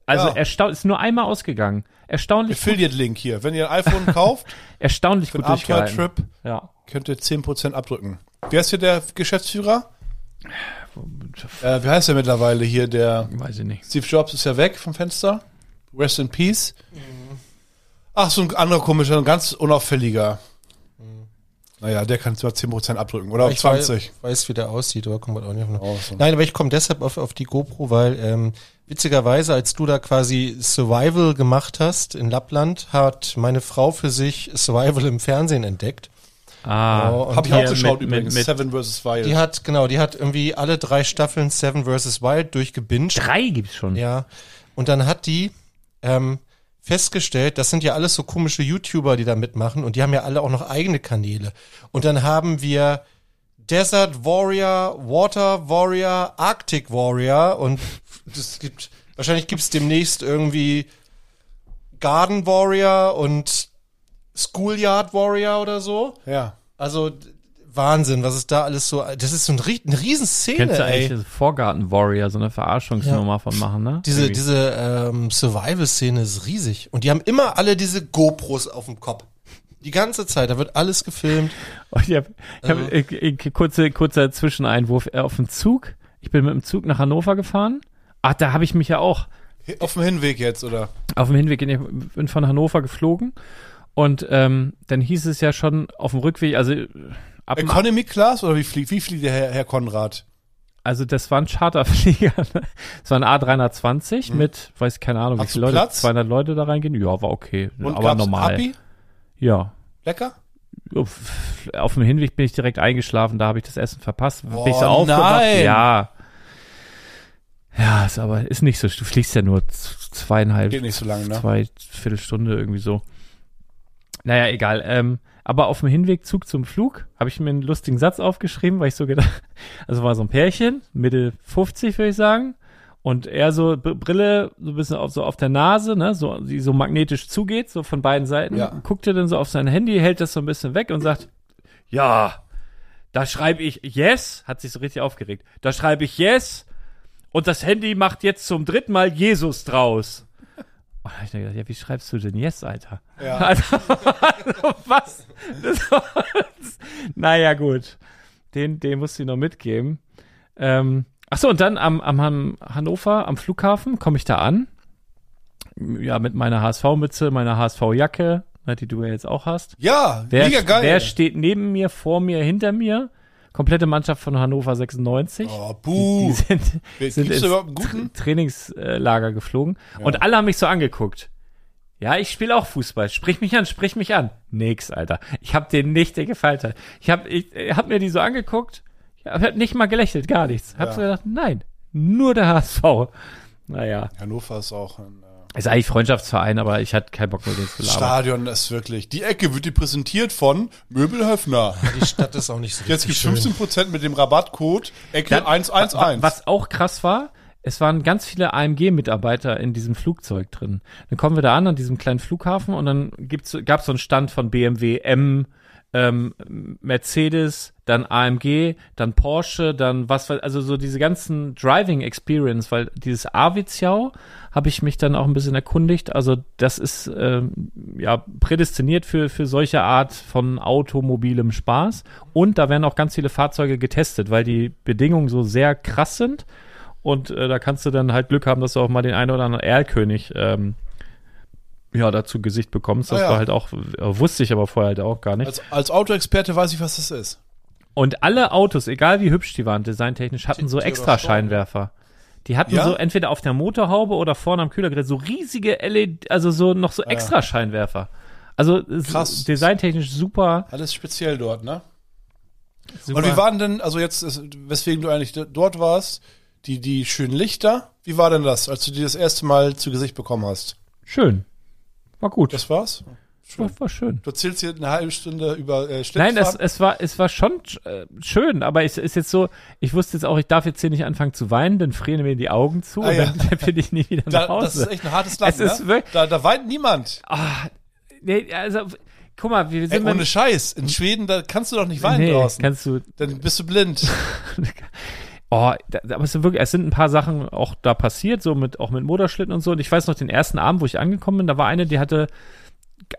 also
Ja.
erstaunt, ist nur einmal ausgegangen. Erstaunlich,
Affiliate-Link hier. Wenn ihr ein iPhone kauft,
erstaunlich
für
gut
einen
durchgehalten.
Abenteuertrip,
Ja.
könnt ihr 10% abdrücken. Wer ist hier der Geschäftsführer? Äh, wie heißt der mittlerweile hier? Der
Weiß ich nicht. Mhm.
Steve Jobs ist ja weg vom Fenster. Rest in Peace. Ach, so ein anderer komischer, ein ganz unauffälliger.
Mhm.
Naja, der kann zwar 10% abdrücken oder
ich
20.
Weiß, weiß, wie der aussieht, aber kommt man auch nicht von.
Oh, so.
Nein, aber ich komme deshalb auf, auf die GoPro, weil ähm, witzigerweise, als du da quasi Survival gemacht hast in Lappland, hat meine Frau für sich Survival im Fernsehen entdeckt.
Ah,
Oh, und
Hab ich
hier
auch geschaut
mit-
übrigens.
mit- mit-
Seven vs. Wild.
Die hat, genau, die hat irgendwie alle drei Staffeln Seven vs. Wild durchgebinged.
drei gibt's schon.
Ja. Und dann hat die ähm, festgestellt, das sind ja alles so komische YouTuber, die da mitmachen und die haben ja alle auch noch eigene Kanäle. Und dann haben wir Desert Warrior, Water Warrior, Arctic Warrior und es gibt, wahrscheinlich gibt's demnächst irgendwie Garden Warrior und Schoolyard Warrior oder so.
ja.
Also d- Wahnsinn, was ist da alles so? Das ist so ein, Rie- eine Riesenszene,
Kennst du
ey.
eigentlich diese Vorgarten Warrior, so eine Verarschungsnummer von machen, ne?
Diese,
Irgendwie.
diese ähm, Survival-Szene ist riesig. Und die haben immer alle diese GoPros auf dem Kopf. Die ganze Zeit, da wird alles gefilmt.
Und Ich hab, ich hab,
Also
ich, ich, kurze, kurzer Zwischeneinwurf äh, auf den Zug. Ich bin mit dem Zug nach Hannover gefahren. Ach, da habe ich mich ja auch
Hi- Auf dem Hinweg jetzt, oder?
auf dem Hinweg, in, ich bin von Hannover geflogen. Und ähm, dann hieß es ja schon auf dem Rückweg, also, äh, ab, dem-
Economy Class oder wie fliegt, wie fliegt der Herr, Herr Konrad?
also das war ein Charterflieger. ne? Das war ein A320 mit, weiß keine Ahnung, wie
Hm. Hast
viele
du
Leute,
Platz?
200 Leute da reingehen. Ja, war okay, aber
gab's
normal.
Api?
Ja.
Lecker?
Uff, Auf dem Hinweg bin ich direkt eingeschlafen, da habe ich das Essen verpasst. bin ich so
Oh,
aufgewacht.
nein.
Ja. Ja, ist aber ist nicht so. Du fliegst ja nur z- zweieinhalb,
Geht nicht so lange, ne?
zwei Viertelstunde irgendwie so. Naja, egal. Ähm, aber auf dem Hinweg Zug zum Flug habe ich mir einen lustigen Satz aufgeschrieben, weil ich so gedacht, also war so ein Pärchen, Mitte 50 würde ich sagen, und er so B- Brille so ein bisschen auf, so auf der Nase, ne, so die so magnetisch zugeht, so von beiden Seiten,
Ja.
guckt er dann so auf sein Handy, hält das so ein bisschen weg und sagt, ja, da schreibe ich yes, hat sich so richtig aufgeregt. Da schreibe ich yes und das Handy macht jetzt zum dritten Mal Jesus draus. Und da hab ich dann gedacht, ja, wie schreibst du denn Yes, Alter?
Ja.
Also, also was? Das war, naja, gut. Den, den musst du noch mitgeben. Ähm, achso, und dann am, am Han Hannover, am Flughafen, komme ich da an. Ja, mit meiner HSV-Mütze, meiner HSV-Jacke, ne, die du ja jetzt auch hast.
Ja,
Wer,
mega geil.
wer steht neben mir, vor mir, hinter mir? Komplette Mannschaft von Hannover 96.
oh,
Die
buh.
sind,
Wer-
sind
Äh, gibt's
ins
überhaupt einen guten?
Tra- Trainingslager geflogen und alle haben mich so angeguckt. Ja, ich spiele auch Fußball. Sprich mich an, sprich mich an. Nix, Alter. Ich hab den nicht der gefaltet. Ich hab, ich, äh, hab mir die so angeguckt. Ich hab hab nicht mal gelächelt, gar nichts. Hab so gedacht, nein, nur der HSV. Naja,
Hannover ist auch ein äh,
ist eigentlich Freundschaftsverein, aber ich hatte keinen Bock mit denen zu labern.
Stadion, das ist wirklich. Die Ecke wird dir präsentiert von Möbelhöfner.
Die Stadt ist auch nicht so
Jetzt
richtig
gibt's 15% mit dem Rabattcode Ecke
Dann-
111.
Was auch krass war, es waren ganz viele AMG-Mitarbeiter in diesem Flugzeug drin. Dann kommen wir da an, an diesem kleinen Flughafen und dann gibt's, gab's so einen Stand von BMW, M, ähm, Mercedes, dann AMG, dann Porsche, dann was, weiß- also so diese ganzen Driving Experience, weil dieses Aviziau habe ich mich dann auch ein bisschen erkundigt. Also das ist ähm, ja prädestiniert für, für solche Art von automobilem Spaß. Und da werden auch ganz viele Fahrzeuge getestet, weil die Bedingungen so sehr krass sind. Und äh, da kannst du dann halt Glück haben, dass du auch mal den einen oder anderen Erlkönig ähm, ja, dazu Gesicht bekommst. Das
Ah ja.
war halt auch, wusste ich aber vorher halt auch gar nicht.
Als, als Autoexperte weiß ich, was das ist.
Und alle Autos, egal wie hübsch die waren, designtechnisch, hatten so
Theodor
extra
Storm,
Scheinwerfer. Die hatten
Ja?
so entweder auf der Motorhaube oder vorne am Kühlergerät so riesige LED, also so noch so extra Scheinwerfer. Also s-
Krass.
designtechnisch super,
Alles speziell dort, ne?
super.
Und wie waren denn, also jetzt, ist- weswegen du eigentlich d- dort warst, die, die schönen Lichter, wie war denn das, als du die das erste Mal zu Gesicht bekommen hast?
schön. War gut.
Das war's?
war, war schön.
Du erzählst hier eine halbe Stunde über äh,
Nein, es,
das
es, war, es war schon äh, schön, aber es ist jetzt so, ich wusste jetzt auch, ich darf jetzt hier nicht anfangen zu weinen, dann frieren mir die Augen zu
Ah,
und
ja.
dann, dann bin ich nie wieder nach
da,
Hause.
das ist echt ein hartes Land,
Es ist
ne?
wirklich-
da, da weint niemand.
nee, also, guck mal, wir
Ey,
sind
ohne Scheiß. In Schweden, da kannst du doch nicht weinen
nee,
draußen.
kannst du
Dann bist du blind.
Oh, da, da- aber es sind wirklich, es sind ein paar Sachen auch da passiert, so mit, auch mit Motorschlitten und so. Und ich weiß noch den ersten Abend, wo ich angekommen bin, da war eine, die hatte,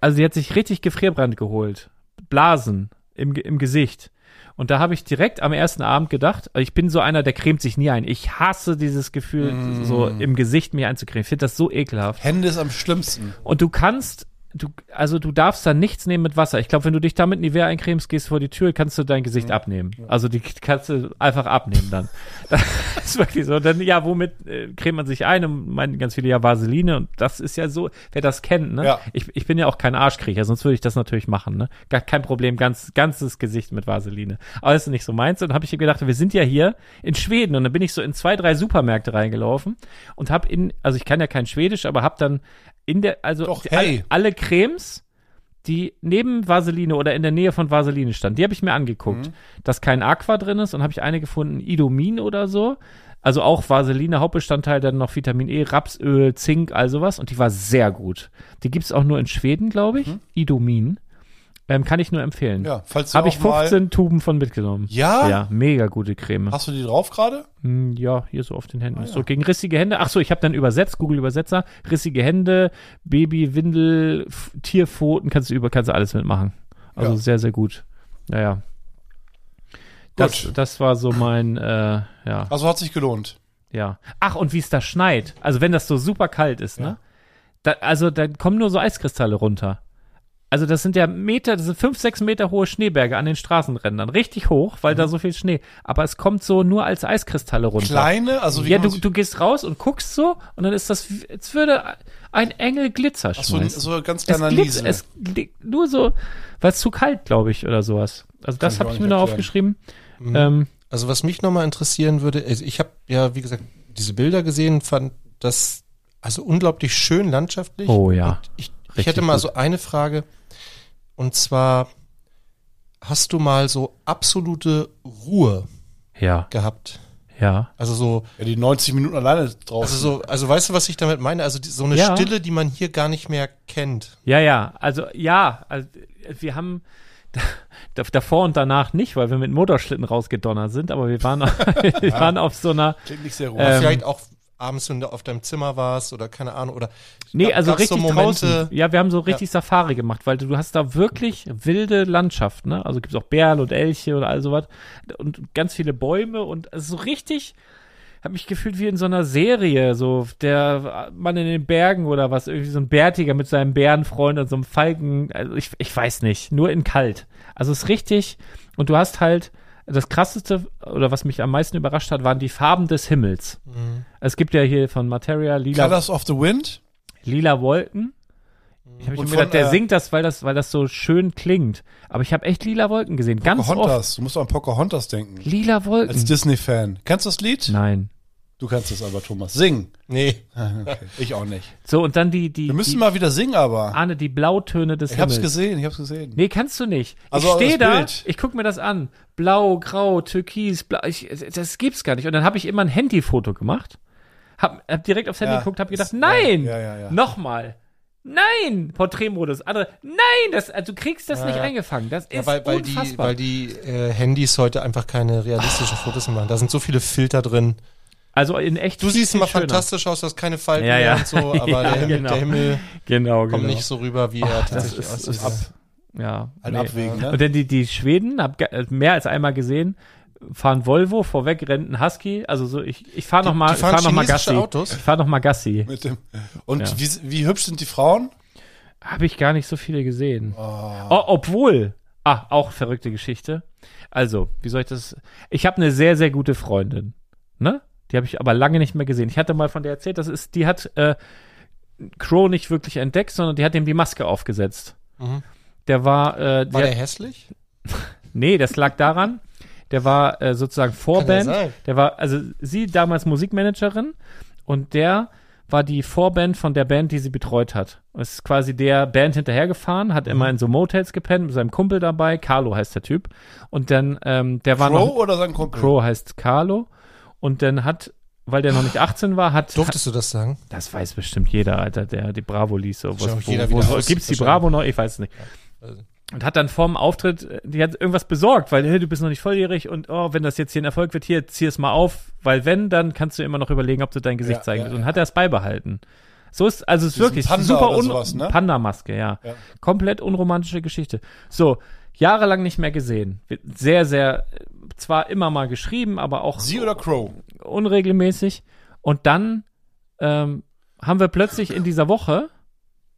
also die hat sich richtig Gefrierbrand geholt. Blasen im, Ge- im Gesicht. Und da habe ich direkt am ersten Abend gedacht, ich bin so einer, der cremt sich nie ein. Ich hasse dieses Gefühl, so im Gesicht mir einzucremen. Ich finde das so ekelhaft.
Hände ist am schlimmsten.
Und du kannst du, also du darfst da nichts nehmen mit Wasser. Ich glaube, wenn du dich damit in die Wehr eincremst, gehst vor die Tür, kannst du dein Gesicht abnehmen. Also die kannst du einfach abnehmen dann. das ist wirklich so. Dann, ja, womit äh, cremt man sich ein? Und meinen ganz viele ja Vaseline und das ist ja so, wer das kennt, ne?
Ja.
Ich, ich bin ja auch kein Arschkriecher, sonst würde ich das natürlich machen, ne? Gar kein Problem, ganz, ganzes Gesicht mit Vaseline. Aber das ist nicht so meins. Und habe ich gedacht, wir sind ja hier in Schweden und dann bin ich so in zwei, drei Supermärkte reingelaufen und habe in, also ich kann ja kein Schwedisch, aber habe dann in der, also
Doch,
die-
hey.
alle, alle Cremes, die neben Vaseline oder in der Nähe von Vaseline standen, die habe ich mir angeguckt,
Mhm.
dass kein Aqua drin ist und habe ich eine gefunden, Idomin oder so. Also auch Vaseline, Hauptbestandteil, dann noch Vitamin E, Rapsöl, Zink, all sowas. Und die war sehr gut. Die gibt es auch nur in Schweden, glaube ich. Idomin. Ähm, kann ich nur empfehlen.
Mhm. Ja, falls du
Habe ich
auch mal-
15 Tuben von mitgenommen.
Ja?
Ja, mega gute Creme.
Hast du die drauf gerade?
Hm, Ja, hier so auf den
Ah,
Händen. So gegen rissige Hände. Ach so, ich habe dann übersetzt, Google Übersetzer. Rissige Hände, Babywindel, F Tierpfoten, kannst du über, kannst du alles mitmachen. Also
Ja.
sehr, sehr gut. Naja. Das,
Gut.
das war so mein, äh, ja,
Also hat sich gelohnt.
ja. Ach, und wie es da schneit. Also wenn das so super kalt ist, ne? Da, also da kommen nur so Eiskristalle runter. Also das sind ja Meter, das sind fünf, sechs Meter hohe Schneeberge an den Straßenrändern. Richtig hoch, weil
Mhm.
da so viel Schnee. Aber es kommt so nur als Eiskristalle runter.
Kleine, also wie
Ja,
kann man
du,
sich-
du gehst raus und guckst so und dann ist das, wie- als würde ein Engel Glitzer
Ach so,
schmeißen.
so ein ganz ne?
es
kleiner
glitzt,
Niesel.
es liegt nur so, weil es zu kalt, glaube ich, oder sowas. Also das
ich
habe
auch
ich
nicht
mir noch
erklären. Mhm.
aufgeschrieben. Ähm,
Also was mich nochmal interessieren würde, also ich habe ja, wie gesagt, diese Bilder gesehen, fand das also unglaublich schön landschaftlich.
Oh ja,
Und ich, ich
richtig
hätte mal
gut.
so eine Frage. Und zwar, hast du mal so absolute Ruhe
ja,
gehabt?
ja.
Also so,
ja, die 90 Minuten alleine drauf.
also so, also weißt du, was ich damit meine? Also die, so eine
Ja.
Stille, die man hier gar nicht mehr kennt.
Ja, ja, also ja, also, wir haben da- davor und danach nicht, weil wir mit Motorschlitten rausgedonnert sind, aber wir waren, wir waren auf so einer,
Klingt nicht sehr ruhig.
Ähm,
Vielleicht auch abends, wenn du auf deinem Zimmer warst oder keine Ahnung oder
Nee,
gab-
also
gab's
richtig
so Momente-
draußen. Ja, wir haben so richtig Safari gemacht, weil du, du hast da wirklich wilde Landschaft, ne? Also gibt's auch Bären und Elche und all sowas und ganz viele Bäume und also so richtig habe mich gefühlt wie in so einer Serie, so der Mann in den Bergen oder was, irgendwie so ein Bärtiger mit seinem Bärenfreund und so einem Falken, also ich, ich weiß nicht, nur in kalt. Also es ist richtig und du hast halt das krasseste oder was mich am meisten überrascht hat, waren die Farben des Himmels.
Mhm.
Es gibt ja hier von Materia lila
Colors of the Wind?
lila Wolken. Ich habe
Und
schon
von,
gedacht, der
äh,
singt das, weil das, weil das so schön klingt. Aber ich habe echt lila Wolken gesehen. Ganz oft
Pocahontas. Du musst auch an Pocahontas denken.
lila
Als
Wolken.
Disney-Fan. Kennst du das Lied?
Nein.
Du kannst es aber, Thomas. Singen.
Nee.
Okay. Ich auch nicht.
So und dann die die
Wir müssen
die,
mal wieder singen, aber.
Ahne, die Blautöne des
Ich
Himmels.
hab's gesehen, ich hab's gesehen.
Nee, kannst du nicht.
Also
ich stehe
das
da,
Bild.
ich gucke mir das an. Blau, grau, türkis, blau, ich, das gibt's gar nicht. Und dann habe ich immer ein Handyfoto gemacht. Hab, hab direkt aufs Handy
Ja,
geguckt, hab gedacht,
das-
nein,
ja, ja, ja, ja.
nochmal. Nein, Porträtmodus. Andere, nein, das, also du kriegst das nicht eingefangen. Das ist
Ja, weil, weil die,
unfassbar.
weil die äh, Handys heute einfach keine realistischen Fotos mehr machen. Da sind so viele Filter drin.
Also in echt.
Du
viel,
siehst
viel
immer
schöner.
fantastisch aus, du hast keine Falten
Ja,
mehr
ja.
und so, aber
Ja,
der, Himmel,
genau.
der Himmel
Genau, genau.
kommt nicht so rüber, wie er
das
tatsächlich
ist,
aussieht.
ist ja.
Ein
nee.
Abwägen, ne?
Und dann die, die Schweden, hab ge- äh, mehr als einmal gesehen, fahren Volvo, vorweg rennt ein Husky. Also so, ich, ich fahre nochmal,
die
ich
fahren
fahre nochmal
chinesische
Gassi.
Autos?
Ich fahre nochmal Gassi.
Mit dem und
Ja.
wie, wie hübsch sind die Frauen?
Habe ich gar nicht so viele gesehen. Oh, obwohl. Ah, auch verrückte Geschichte. Also, wie soll ich das? Ich habe eine sehr, sehr gute Freundin. Ne? Die habe ich aber lange nicht mehr gesehen. Ich hatte mal von der erzählt, das ist, die hat äh, Crow nicht wirklich entdeckt, sondern die hat ihm die Maske aufgesetzt.
Mhm.
Der war, äh, die
War
hat,
der hässlich?
Nee, das lag daran, der war äh, sozusagen
ja
Vorband.
sein.
der war, also sie damals Musikmanagerin und der war die Vorband von der Band, die sie betreut hat. Es ist quasi der Band hinterhergefahren,
Mhm.
hat immer in so Motels gepennt mit seinem Kumpel dabei. Carlo heißt der Typ. Und dann, ähm, der war
Crow
noch.
oder sein Kumpel?
Crow heißt Carlo. Und dann hat, weil der noch nicht 18 war, hat.
Durftest du das sagen?
Das weiß bestimmt jeder, Alter, der die Bravo liest. So,
Wahrscheinlich
was, wo,
jeder
wo,
wieder
wo,
aus-
gibt's die
wahrscheinlich.
Bravo noch? Ich weiß es nicht.
Also.
Und hat dann vorm Auftritt, äh, die hat irgendwas besorgt, weil hey, du bist noch nicht volljährig und oh, wenn das jetzt hier ein Erfolg wird, hier zieh es mal auf, weil wenn, dann kannst du immer noch überlegen, ob du dein Gesicht
Ja,
zeigen
ja,
willst. Und hat er es beibehalten. So ist, also es ist
Diesen
wirklich
Panda
super
oder
un
sowas, ne?
Panda-Maske, ja.
Ja.
Komplett unromantische Geschichte. So, jahrelang nicht mehr gesehen. Sehr, sehr, äh, zwar immer mal geschrieben, aber auch
Sie oder Crow?
unregelmäßig. Und dann ähm, haben wir plötzlich in dieser Woche,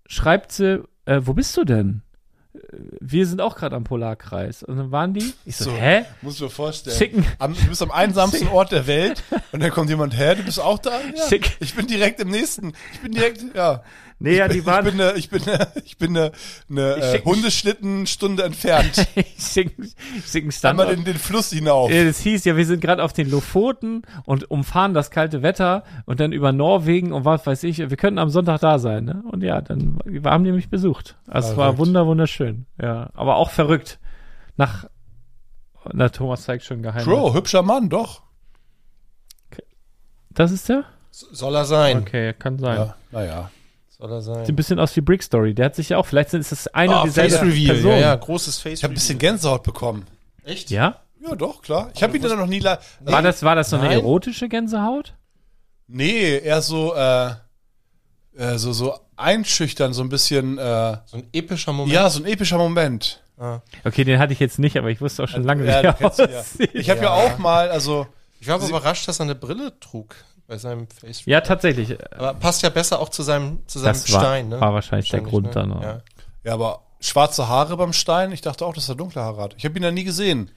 schreibt sie, äh, äh, wo bist du denn? Äh, Wir sind auch gerade am Polarkreis. Und dann waren die, ich so,
So.
hä?
Musst du dir vorstellen.
Schicken.
Am, du bist am einsamsten Ort der Welt und dann kommt jemand her, du bist auch da? Ja.
Schick.
Ich bin direkt im nächsten. Ich bin direkt, ja.
Nee, ja, die
Ich
waren,
bin eine, ich bin eine, ich bin eine, eine
Ich
äh,
schick-
Hundeschlittenstunde entfernt.
ich schicken, ich schicken
Einmal
Standort.
den, den Fluss hinauf.
Ja, das Äh, hieß ja, wir sind gerade auf den Lofoten und umfahren das kalte Wetter und dann über Norwegen und was weiß ich. Wir könnten am Sonntag da sein, ne? Und ja, dann haben die mich besucht. Also es war
Verrückt.
wunder, wunderschön. Ja, aber auch verrückt. Nach, na, Thomas zeigt schon geheim.
Bro, hübscher Mann, doch.
Das ist der?
Soll er sein.
Okay, kann sein.
Ja, naja.
Soll er
Sieht ein
sein.
bisschen aus wie Brick Story. Der hat sich ja auch, vielleicht ist es
Ah,
eine und dieselbe Person.
Ja, ja, großes Face
Ich habe ein bisschen Gänsehaut bekommen.
Echt?
Ja?
Ja, doch, klar. Ich habe ihn dann noch nie. la-
War das, war das so eine
Nein.
erotische Gänsehaut?
Nee, eher so, äh, äh, so, so einschüchtern, so ein bisschen. Äh,
So ein epischer Moment.
ja, so ein epischer Moment.
Okay, den hatte ich jetzt nicht, aber ich wusste auch schon lange,
Ja,
wie
du
er
kennst ihn ja.
aussieht.
Ich habe ja. auch mal, also.
Ich war aber überrascht, dass er eine Brille trug bei seinem Face.
Ja, tatsächlich.
Aber passt ja besser auch zu seinem, zu seinem
Das war,
Stein. ne?
war wahrscheinlich der Grund
ne?
dann. auch.
Ja.
Ja, aber schwarze Haare beim Stein, ich dachte auch, dass er dunkle Haare hat. Ich habe ihn ja nie gesehen.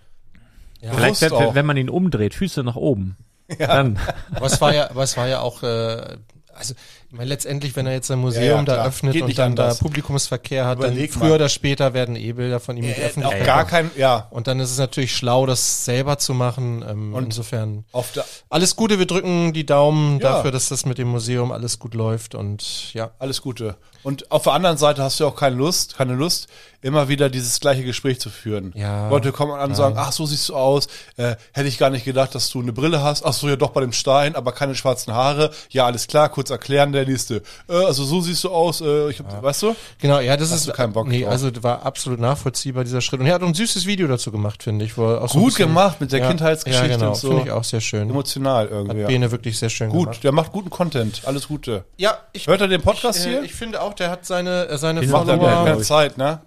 Ja.
Vielleicht,
Bewusst
wenn,
auch.
wenn man ihn umdreht, Füße nach oben. Dann.
Aber es war ja, aber es war ja auch, äh, also ich meine, letztendlich, wenn er jetzt ein Museum
Ja, ja,
da
klar.
öffnet
Geht
und
nicht
dann
anders.
da Publikumsverkehr hat,
Überleg
dann
mal. Äh,
früher oder später werden eh Bilder von ihm in die
Auf
Öffentlichkeit.
gar
kommen.
kein, ja.
Und dann ist es natürlich schlau, das selber zu machen. Ähm, insofern
Auf der,
alles Gute, wir drücken die Daumen
Ja.
dafür, dass das mit dem Museum alles gut läuft und ja.
alles Gute. Und auf der anderen Seite hast du auch keine Lust, keine Lust, immer wieder dieses gleiche Gespräch zu führen.
Ja.
Leute kommen an und sagen, ach, so siehst du aus, äh, hätte ich gar nicht gedacht, dass du eine Brille hast. Ach so, ja doch bei dem Stein, aber keine schwarzen Haare. Ja, alles klar, kurz erklären, der nächste. Äh, also so siehst du aus, äh, ich hab, weißt du?
Genau, ja, das ist
du keinen Bock
nee,
drauf?
also war absolut nachvollziehbar dieser Schritt und er hat auch ein süßes Video dazu gemacht, finde ich. Wo er auch so ein
Gut
bisschen-
gemacht mit der
Ja,
Kindheitsgeschichte
ja, genau,
und so.
Finde ich auch sehr schön. Hat
Emotional irgendwie. Ja.
Bene wirklich sehr schön
Gut,
gemacht.
der macht guten Content. Alles Gute.
Ja, ich
Hört er den Podcast
Ich, äh,
hier?
Ich finde auch, der hat seine, äh, seine
Macht
Macht er
Follower-
wieder
glaub
keine
Follower.
ich.
Zeit, ne?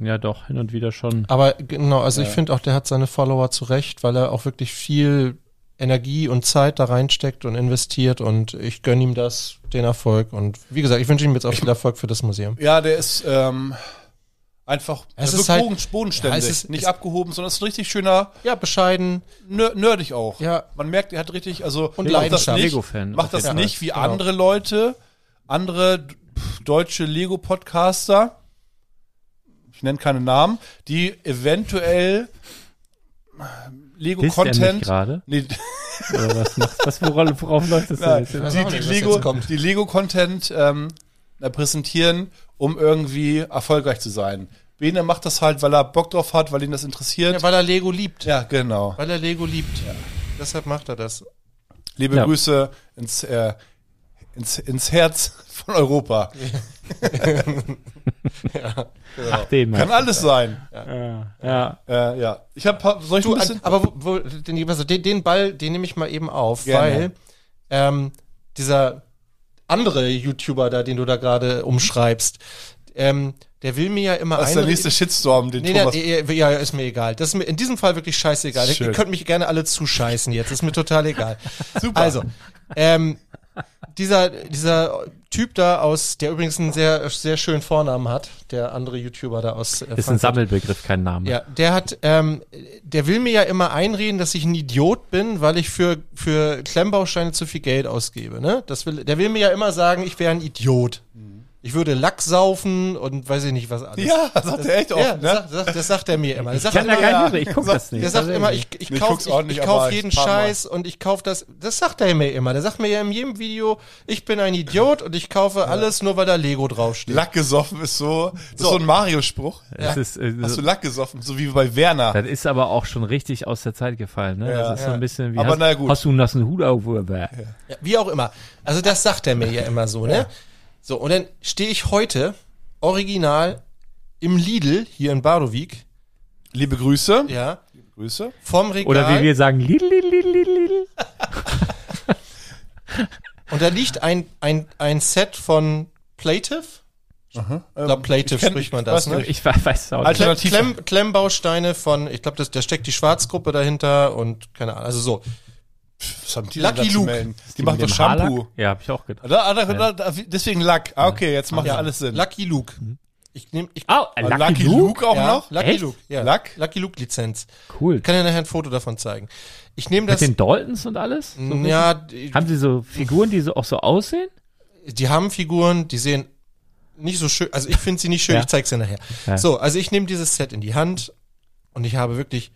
Ja, doch, hin und wieder schon.
Aber genau, also ich finde auch, der hat seine Follower zurecht, weil er auch wirklich viel Energie und Zeit da reinsteckt und investiert und ich gönne ihm das, den Erfolg. Und wie gesagt, ich wünsche ihm jetzt auch viel Erfolg für das Museum.
Ja, der ist ähm, einfach
Es
er wirkt
ist halt-
boden- bodenständig,
Ja, es ist-
nicht
es-
abgehoben, sondern ist ein richtig schöner,
Ja, bescheiden.
ner nerdig auch.
Ja.
Man merkt, er hat richtig, also macht
Und
das
Leidenschaft.
nicht,
Lego-Fan.
macht das
Ja,
nicht wie
genau.
andere Leute, andere pff, deutsche Lego-Podcaster, ich nenne keine Namen, die eventuell
Ist er nicht
Lego-Content
gerade?
Nee,
Oder was machst was, worauf, worauf läuft das denn
Nein,
jetzt?
weiß
die,
auch
die,
nicht, was
Lego,
jetzt kommt.
die Lego-Content ähm, äh, präsentieren, um irgendwie erfolgreich zu sein. Bene macht das halt, weil er Bock drauf hat, weil ihn das interessiert.
Ja,
Ja,
weil er Lego liebt.
genau.
Weil er Lego liebt. Deshalb macht er das.
Liebe
Ja.
Grüße ins, äh, ins, ins Herz von Europa.
Ach, den
Kann
mal.
alles sein.
Ja, ja.
Äh, ja. Ich habe soll ich ein
Du,
bisschen.
aber wo, wo, den, also den, den Ball, den nehme ich mal eben auf,
Gerne.
weil ähm, dieser andere YouTuber da, den du da gerade umschreibst, ähm, der will mir ja immer
Das ist der nächste Shitstorm, den
Nee, nee,
Thomas.
nee, ja, ist mir egal. Das ist mir in diesem Fall wirklich scheißegal.
Schön.
Ihr könnt mich gerne alle zuscheißen jetzt. Ist mir total egal.
Super.
Also, ähm, dieser, dieser Typ da aus, der übrigens einen sehr, sehr schönen Vornamen hat, der andere YouTuber da aus. äh,
Ist ein
Frankfurt.
Sammelbegriff, kein Name.
Ja, der hat, ähm, der will mir ja immer einreden, dass ich ein Idiot bin, weil ich für, für Klemmbausteine zu viel Geld ausgebe. Ne? Das will, der will mir ja immer sagen, ich wäre ein Idiot. Ich würde Lack saufen und weiß ich nicht was anderes.
ja, sagt er echt oft,
Ja,
ne?
das, sagt, das sagt er mir immer. Der
Ich
sagt,
kann da
immer,
gar nicht
ja.
mitreden, ich gucke das nicht.
der sagt immer, ich, ich
Also Ich guck's
kaufe
auch
ich,
nicht,
ich kauf
aber
jeden
ich paar Mal.
Scheiß und ich kaufe das. Das sagt er mir immer. Der sagt mir ja in jedem Video, ich bin ein Idiot und ich kaufe alles nur, weil da Lego draufsteht.
Lack gesoffen ist so. Das ist so ein Mario-Spruch.
das, ist, äh,
Hast du
so,
Lack gesoffen, so wie bei Werner.
das ist aber auch schon richtig aus der Zeit gefallen. Ne?
Ja.
das ist so ein bisschen wie,
Aber
hast,
na gut.
hast du einen nassen Hut auf? Ja.
Ja, wie auch immer. Also das sagt er mir ja immer so, ne? So, und dann stehe ich heute original im Lidl hier in Badowik,
Liebe Grüße.
ja,
Grüße.
vorm Regal.
Oder wie wir sagen, lidl, lidl, lidl, lidl.
und da liegt ein, ein, ein Set von Plative. Ich glaube, Plative
Ähm, ich kenn-
spricht man
ich
das,
weiß
ne?
nicht.
Ich weiß auch nicht.
Alter,
Klemm,
Alternative.
Klemm, Klemmbausteine von, ich glaube, da steckt die Schwarzgruppe dahinter und keine Ahnung. Also so.
Was haben die
Lucky
denn da zu
Luke.
melden? Die
Mit
macht doch
dem
Shampoo.
Haarlack? Ja, habe ich auch gedacht.
Ah, Da, da, da, da, deswegen Lack. Ah, okay, jetzt macht ja alles Sinn.
Lucky Luke. Ich nehme, ich,
Ah, äh,
Lucky,
Lucky,
Luke?
Luke?
auch
ja,
noch?
Lucky
Echt?
Luke, ja.
Luck?
Lucky Luke Lizenz.
Cool.
Ich kann dir nachher ein Foto davon zeigen. Ich nehme
Mit
das.
den Daltons und alles?
Mm,
So
ja, die,
Haben sie so Figuren, die so auch so aussehen?
die haben Figuren, die sehen nicht so schön. Also ich finde sie nicht schön,
Ja.
ich zeig's dir nachher.
Ja.
So, also ich nehme dieses Set in die Hand und ich habe wirklich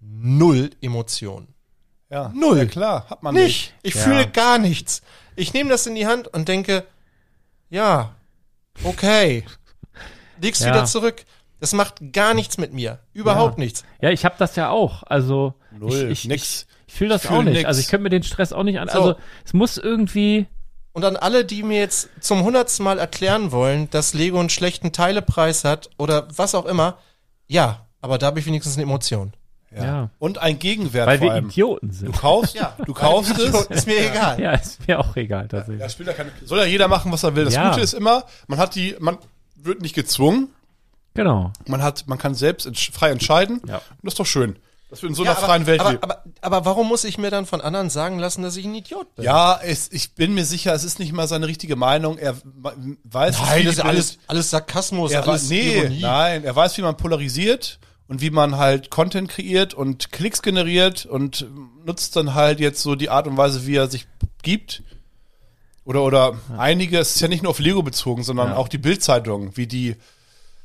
null Emotionen.
Ja.
Null.
Ja, klar, hat man nicht.
nicht. Ich fühle gar nichts. Ich nehme das in die Hand und denke, ja, okay. Liegst
Ja.
wieder zurück. Das macht gar nichts mit mir. Überhaupt
Ja.
nichts.
Ja, ich habe das ja auch. Also
Null,
ich, ich,
nix.
Ich, ich fühle das
Ich
auch
fühl
nicht.
nix.
Also ich könnte mir den Stress auch nicht an.
So.
Also es muss irgendwie.
Und an alle, die mir jetzt zum hundertsten Mal erklären wollen, dass Lego einen schlechten Teilepreis hat oder was auch immer, ja, aber da habe ich wenigstens eine Emotion.
Ja.
Ja.
Und ein Gegenwert
Weil
vor
wir
allem.
Idioten
Du
sind.
kaufst, du kaufst es.
Ist mir egal.
Ja, ist mir auch egal tatsächlich.
Ja, spielt ja keine, soll ja jeder machen, was er will. Das
Ja.
Gute ist immer, man hat die, man wird nicht gezwungen,
Genau.
man hat, man kann selbst entsch frei entscheiden.
Ja.
Und das ist doch schön, dass wir in so
Ja,
einer freien Welt
aber,
leben.
aber, aber warum muss ich mir dann von anderen sagen lassen, dass ich ein Idiot bin?
ja, es, ich bin mir sicher, es ist nicht mal seine richtige Meinung. Er ma- weiß,
Nein,
wie
das ist
man-
alles, alles Sarkasmus,
Er
alles
weiß, nee,
Ironie.
nein, er weiß, wie man polarisiert und wie man halt Content kreiert und Klicks generiert und nutzt dann halt jetzt so die Art und Weise, wie er sich gibt. Oder, oder einige, es ist ja nicht nur auf Lego bezogen, sondern auch die Bildzeitung, wie die,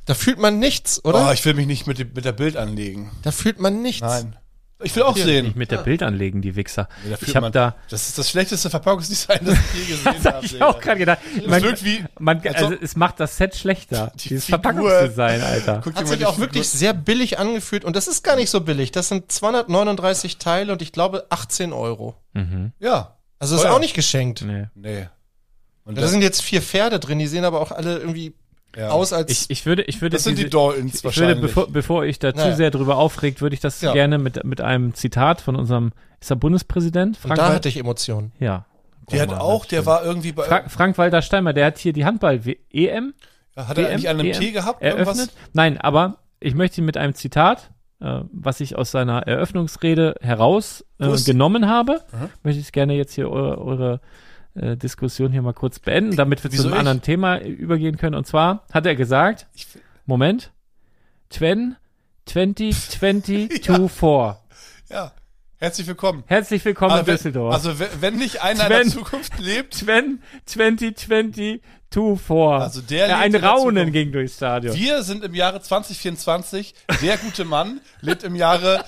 Da fühlt man nichts, oder?
oh, ich will mich nicht mit, dem- mit der Bild anlegen.
da fühlt man nichts.
Nein. Ich will auch
Nicht
sehen.
mit der Bild anlegen, die Wichser.
Da fühlt
ich habe
man-
da.
das ist das schlechteste Verpackungsdesign, das ich je gesehen
Das hab
habe.
ich auch gerade gedacht. Man,
wirkt wie-
man,
als
also
ob-
es macht das Set schlechter.
Die
Dieses
Figur.
Verpackungsdesign, Alter.
Guck dir
Hat
mal
sich
die
auch
Figur-
wirklich sehr billig angefühlt und das ist gar nicht so billig. Das sind 239 Teile und ich glaube 18 Euro.
Ja.
Also das ist
Teuer.
auch nicht geschenkt.
Nee.
Nee. Und
Da
das,
sind jetzt vier Pferde drin, die sehen aber auch alle irgendwie
Ja.
aus als.
Ich, ich würde, ich würde
das sind die
diese-
Daltons
Ich würde,
wahrscheinlich.
bevor, bevor ich da
Naja.
zu sehr drüber aufregt, würde ich das
Ja.
gerne mit, mit einem Zitat von unserem, ist er Bundespräsident?
und
Frank
da
Wal-
hatte ich Emotionen.
Ja.
der hat
Guck mal,
auch,
das
der
stimmt.
war irgendwie bei,
Frank, Frank-Walter Steinmeier, der hat hier die Handball-EM
hat er eigentlich an einem Tee gehabt?
Eröffnet? Nein, aber ich möchte ihn mit einem Zitat, äh, was ich aus seiner Eröffnungsrede heraus äh,
Wo ist-
genommen habe,
Aha.
möchte ich gerne jetzt hier eure, eure äh, Diskussion hier mal kurz beenden, damit wir
Wieso
zu einem
ich?
anderen Thema übergehen können. Und zwar hat er gesagt,
Ich f-
Moment, Twen 2022 4.
Ja. Herzlich willkommen.
Herzlich willkommen in
wenn-
Düsseldorf.
also we- wenn nicht einer in der
Sven.
Zukunft lebt,
Twen 2022 4.
Also der
ja,
lebt in
ein
der
Raunen
Zukunft.
ging durchs Stadion.
wir sind im Jahre 2024. Der gute Mann lebt im Jahre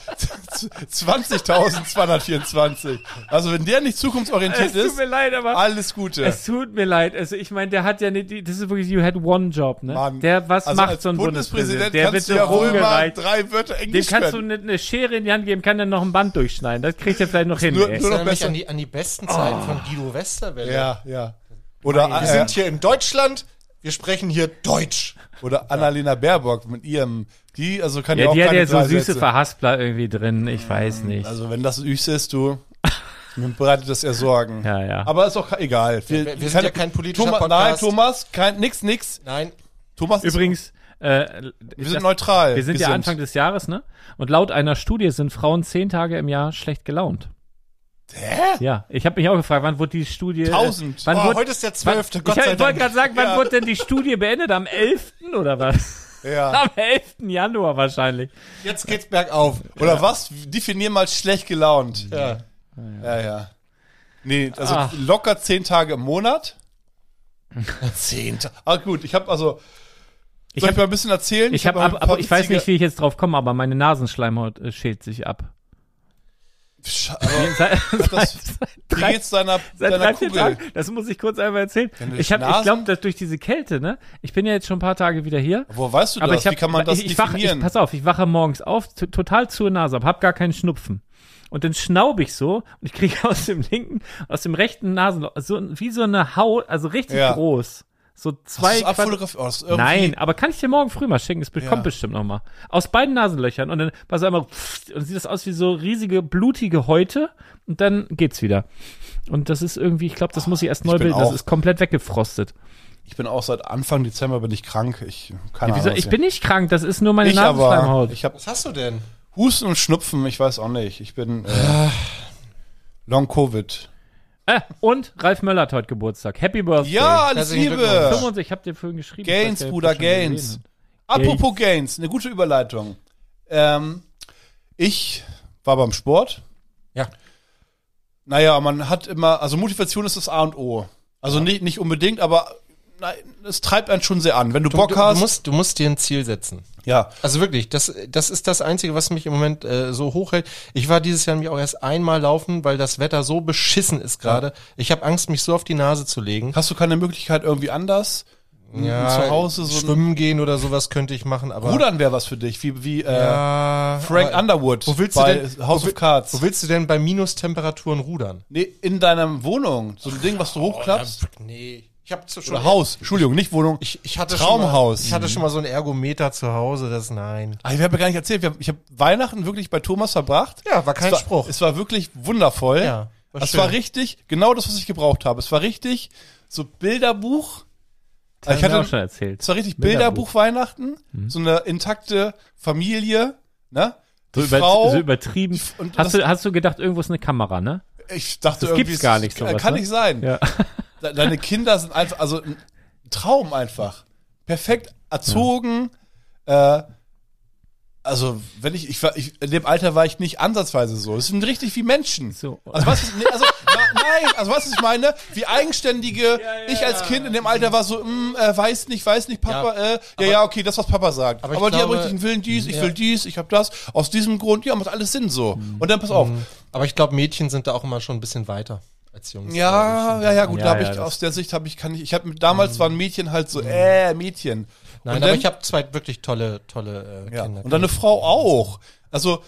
20.224. Also wenn der nicht zukunftsorientiert
es tut
ist,
mir leid, aber
alles Gute.
Es tut mir leid. Also ich meine, der hat ja ne, die- das ist wirklich you had one job, ne?
Mann.
der was
Also
macht
als
so ein Bundespräsident? Der wird
kannst
so
du ja wohl mal
rumgereicht.
drei Wörter Englisch
Dem kannst du
können.
eine ne Schere in die Hand geben, kann dann noch ein Band durchschneiden. Das kriegt er vielleicht noch hin.
nur-
ey.
nur noch-
Ich erinnere mich
besser.
an die, an die besten Zeiten von Guido Westerwelle.
Ja, ja. Oder,
Wir
äh,
sind hier in Deutschland, wir sprechen hier Deutsch.
oder Annalena Baerbock mit ihrem, die, also kann ja,
ja,
auch
die hat
keine
ja so
drei
süße
Sätze.
Verhaspler irgendwie drin. Ich weiß nicht.
Also wenn das süß ist, du, mir bereitet das eher Sorgen.
Ja, ja.
Aber ist auch ke- egal.
wir sind ja kein politischer
Thomas,
Podcast.
Nein, Thomas, kein, nix, nix.
Nein,
Thomas ist-
Übrigens, äh,
wir sind
das-
neutral.
wir sind ja Anfang des Jahres, ne? Und laut einer Studie sind Frauen zehn Tage im Jahr schlecht gelaunt.
Hä?
Ja, ich habe mich auch gefragt, wann wurde die Studie. äh,
Tausend.
Wann
oh,
wurde,
heute ist der
wann,
12.
ich
Gott sei
wollte
Dank.
gerade sagen, wann
Ja.
wurde denn die Studie beendet? Am 11. oder was?
Ja.
Am 11. Januar wahrscheinlich.
Jetzt geht's bergauf.
Oder was? Definier mal schlecht gelaunt.
Ja.
Ja, ja. Nee, also
Ach.
locker zehn Tage im Monat. zehn Tage. Ah, gut, ich habe also.
Ich
soll ich
hab-
mal ein bisschen erzählen?
Ich, hab
hab
ab,
ein paar
aber ich weiß
witzige-
nicht, wie ich jetzt drauf komme, aber meine Nasenschleimhaut äh, schält sich ab.
Sch- aber
Seit,
das- Wie
drei-
geht's deiner,
seit
deiner
drei, vier
Kugel?
Tagen. Das muss ich kurz einmal erzählen.
Wenn du
Ich, hab- ich
Nasen-
glaube, dass durch diese Kälte, ne? Ich bin ja jetzt schon ein paar Tage wieder hier.
Wo weißt du
Aber
das?
ich hab,
wie kann man das
ich, ich wach, ich,
definieren?
pass auf, ich wache morgens auf, t- total zur Nase, ab, hab gar keinen Schnupfen. Und dann schnaube ich so und ich kriege aus dem linken, aus dem rechten Nasenloch, so ein- wie so eine Haut, also richtig
Ja.
groß. So
Hast
zwei
du's abfotografiert? Oh, das ist irgendwie-
Nein, aber kann ich dir morgen früh mal schicken? Es be-
Ja.
kommt bestimmt noch mal. Aus beiden Nasenlöchern und dann pass einmal pfft, und sieht das aus wie so riesige blutige Häute und dann geht's wieder. Und das ist irgendwie, ich glaube, das muss ich erst neu
bin
bilden.
auch-
Das ist komplett weggefrostet.
Ich bin auch seit Anfang Dezember bin ich krank. Ich keine
Wieso?
Ahnung.
Ich bin nicht krank, das ist nur meine
ich aber.
Nasenschleimhaut.
Ich habe
Was hast du denn?
Husten und Schnupfen. Ich weiß auch nicht. Ich bin äh, Long Covid.
Äh, und Ralf Möller hat heute Geburtstag. Happy Birthday.
Ja, alles
Herzlichen
Liebe.
25, ich hab dir vorhin geschrieben.
Gains,
dass der
Bruder,
schon gesehen
Gains.
hat.
Apropos Gains, eine gute Überleitung. Ähm, ich war beim Sport.
Ja.
Naja, man hat immer, also Motivation ist das A und O. Also nicht, nicht unbedingt, aber nein, es treibt einen schon sehr an. Wenn du,
Du,
Bock
du,
hast,
du, musst, du musst dir ein Ziel setzen.
ja,
Also wirklich, das, das ist das Einzige, was mich im Moment äh, so hochhält. Ich war dieses Jahr nämlich auch erst einmal laufen, weil das Wetter so beschissen ist gerade. Ich habe Angst, mich so auf die Nase zu legen.
hast du keine Möglichkeit irgendwie anders? hm, zu Hause so ein-
schwimmen gehen oder sowas könnte ich machen, aber
Rudern wäre was für dich, wie, wie äh,
ja,
Frank
aber,
Underwood
Wo willst du
bei
denn-
House of Cards.
Wo willst du denn bei Minustemperaturen rudern?
nee, in deiner Wohnung, so ein Ding, was du hochklappst.
Nee, ich habe schon
Oder Haus, Entschuldigung, nicht Wohnung.
Ich, ich hatte
Traumhaus.
Schon mal, ich hatte schon mal so ein Ergometer zu Hause, das nein.
Ah, ich habe ja gar nicht erzählt, wir- ich habe Weihnachten wirklich bei Thomas verbracht.
Ja, war kein
es war,
Spruch.
Es war wirklich wundervoll.
Ja, war
es
schön.
war richtig, genau das, was ich gebraucht habe. Es war richtig so Bilderbuch. Also ich
Ich hatte auch
hatte,
schon erzählt.
es war richtig
Bilderbuch. Mhm.
Bilderbuch Weihnachten, so eine intakte Familie, ne? Die
So, über,
Frau,
so übertrieben.
und
hast,
das-
du, hast du gedacht, irgendwo ist eine Kamera, ne?
ich dachte
das
irgendwie,
gibt's gar nicht
so
sowas,
kann
ne?
nicht sein.
Ja.
De- Deine Kinder sind einfach, also ein Traum einfach. Perfekt erzogen. Äh, also, wenn ich, ich, war, ich, in dem Alter war ich nicht ansatzweise so. Es sind richtig wie Menschen.
So.
Also, was ist, nee, also, na, nein, also, was ich meine, wie eigenständige, ich als Kind in dem Alter war so, mm, äh, weiß nicht, weiß nicht, Papa,
Ja,
ja, äh, ja, ja, okay, das, was Papa sagt.
aber
Aber,
ich
die haben
glaube- mhm,
richtig einen Willen, dies, ich
Ja. Mhm.
will dies, ich hab das. Aus diesem Grund, ja, macht alles Sinn so. Und dann, pass auf,
Aber ich glaube, Mädchen sind da auch immer schon ein bisschen weiter als Jungs.
ja, ja, ja, gut,
Ja,
da habe
ja,
ich
das-
aus der Sicht habe ich kann ich ich habe damals waren Mädchen halt so äh Mädchen.
Mhm. Nein,
und
aber
dann,
ich habe zwei wirklich tolle, tolle äh,
ja,
Kinder.
und dann eine Frau auch. Also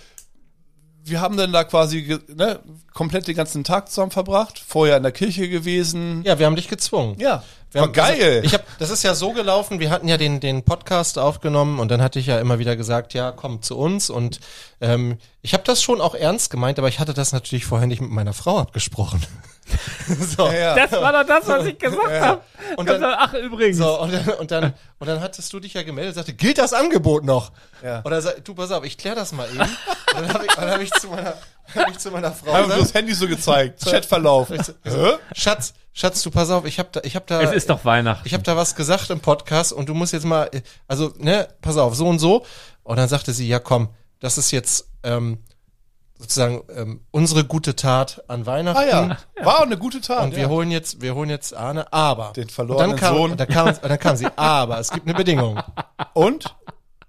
wir haben dann da quasi ge- ne, komplett den ganzen Tag zusammen verbracht, vorher in der Kirche gewesen.
ja, wir haben dich gezwungen.
Ja,
Wir
war
haben,
geil.
Also, ich hab, das ist ja so gelaufen, wir hatten ja den, den Podcast aufgenommen und dann hatte ich ja immer wieder gesagt, ja, komm zu uns. Und ähm, ich habe das schon auch ernst gemeint, aber ich hatte das natürlich vorher nicht mit meiner Frau abgesprochen. so.
ja, ja.
Das war doch das, was ich gesagt habe.
Und
Ganz-
dann-
ach, übrigens.
So, und dann, und dann, und dann hattest du dich ja gemeldet, sagte, gilt das Angebot noch?
Ja.
Oder sa- du, pass auf, ich klär das mal eben. Und dann habe ich, dann hab ich zu meiner, hab ich zu meiner Frau
Haben wir das
gesagt,
Handy so gezeigt, Chatverlauf. Hä?
Schatz, Schatz, du, pass auf, ich habe da, ich habe da,
es ist doch Weihnachten.
ich habe da was gesagt im Podcast und du musst jetzt mal, äh, also, ne, pass auf, so und so. Und dann sagte sie, ja komm, das ist jetzt, ähm, sozusagen, ähm, unsere gute Tat an Weihnachten.
Ah ja, war eine gute Tat.
Und
ja.
wir holen jetzt, wir holen jetzt Arne, aber.
Den
und
verlorenen
dann kam,
Sohn.
Und dann, kam, und dann kam sie, aber es gibt eine Bedingung.
und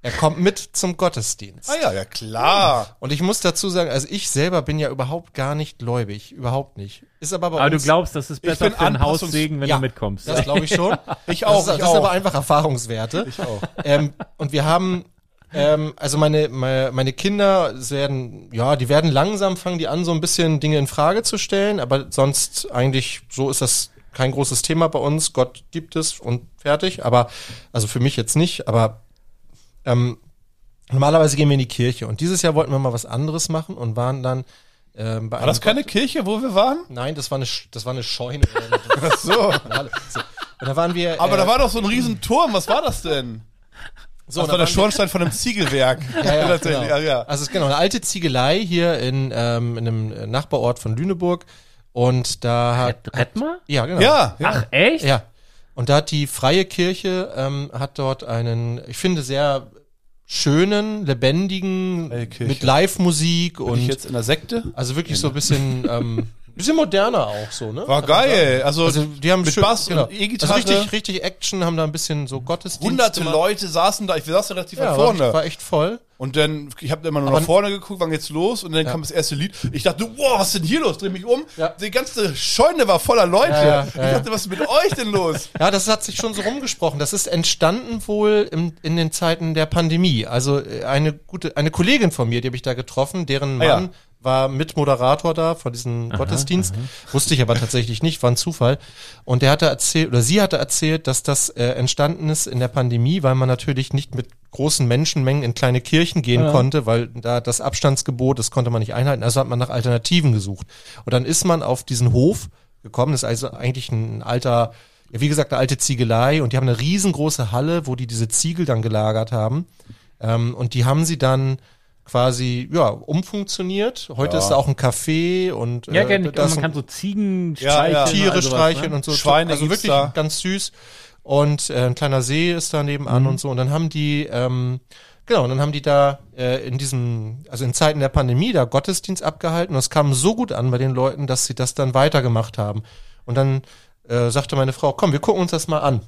Er kommt mit zum Gottesdienst.
Oh
ah ja, ja klar.
Und ich muss dazu sagen, also ich selber bin ja überhaupt gar nicht gläubig, überhaupt nicht. Ist aber bei
Aber du
uns,
glaubst, das ist besser
bin
für den
anpassungs-
Haussegen, wenn
Ja,
du mitkommst.
Das glaube ich schon.
Ich auch,
Das ist,
ich
das
auch.
ist aber einfach Erfahrungswerte. Ich auch. Ähm, und wir haben, ähm, also meine, meine, meine Kinder es werden, ja, die werden langsam fangen die an, so ein bisschen Dinge in Frage zu stellen, aber sonst eigentlich, so ist das kein großes Thema bei uns. Gott gibt es und fertig. Aber, also für mich jetzt nicht, aber ähm, normalerweise gehen wir in die Kirche. Und dieses Jahr wollten wir mal was anderes machen und waren dann ähm, bei
War das keine Kirche, wo wir waren?
Nein, das war eine, Sch- das war eine Scheune. Ach
so.
Und da waren wir.
Aber
äh,
da war doch so ein riesen Turm, was war das denn? das
so, da
war der
waren wir-
Schornstein von einem Ziegelwerk.
Ja, ja,
Tatsächlich,
genau.
ja, ja.
Also es ist genau eine alte Ziegelei hier in, ähm, in einem äh, Nachbarort von Lüneburg. Und da hat.
Rettmer?
Ja, genau.
Ja, ja.
Ach, echt?
Ja. Und da hat die Freie Kirche, ähm, hat dort einen, ich finde, sehr schönen, lebendigen,
Freie Kirche.
mit Live-Musik
Bin ich
und
jetzt Genau. in der Sekte?
also wirklich so ein bisschen, ähm, bisschen moderner auch so, ne?
War
Kann man sagen.
geil. Also,
Also die haben
mit
schön,
Bass
genau.
und E-Gitarre.
Also richtig, richtig Action, haben da ein bisschen so Gottesdienst
hunderte
gemacht.
Leute saßen da. Ich saß ja relativ
ja,
weit
vorne. War,
vorne.
war echt voll.
und dann, ich habe immer nur
Aber-
nach vorne geguckt, wann geht's los? Und dann kam das erste Lied. Ich dachte, wow, was ist denn hier los? Dreh mich um.
Ja.
Die ganze Scheune war voller Leute.
Ja, ja, ja,
ich
ja.
dachte, was ist mit euch denn los?
Ja, das hat sich schon so rumgesprochen. Das ist entstanden wohl im, in den Zeiten der Pandemie. Also äh, eine gute, eine Kollegin von mir, die habe ich da getroffen, deren
Ah, ja.
Mann war Mitmoderator da von diesem Gottesdienst. Wusste ich aber tatsächlich nicht, war ein Zufall. Und der hatte erzählt, oder sie hatte erzählt, dass das äh, entstanden ist in der Pandemie, weil man natürlich nicht mit großen Menschenmengen in kleine Kirchen gehen konnte, weil da das Abstandsgebot, das konnte man nicht einhalten. Also hat man nach Alternativen gesucht. Und dann ist man auf diesen Hof gekommen. Das ist also eigentlich ein alter, ja, wie gesagt, eine alte Ziegelei. Und die haben eine riesengroße Halle, wo die diese Ziegel dann gelagert haben. Ähm, und die haben sie dann quasi ja umfunktioniert. Heute ist da auch ein Café und
Ja, gerne.
da ist
Man
ein-
kann so Ziegen
Ja,
streicheln.
ja. also
oder
Tiere
sowas,
streicheln
ne?
und so.
Schweine
also
gibt's
wirklich
da.
ganz süß. Und äh, ein kleiner See ist da
Mhm.
nebenan und so. Und dann haben die, ähm, genau, und dann haben die da äh, in diesem, also in Zeiten der Pandemie da Gottesdienst abgehalten. Und das kam so gut an bei den Leuten, dass sie das dann weitergemacht haben. Und dann äh, sagte meine Frau, komm, wir gucken uns das mal an.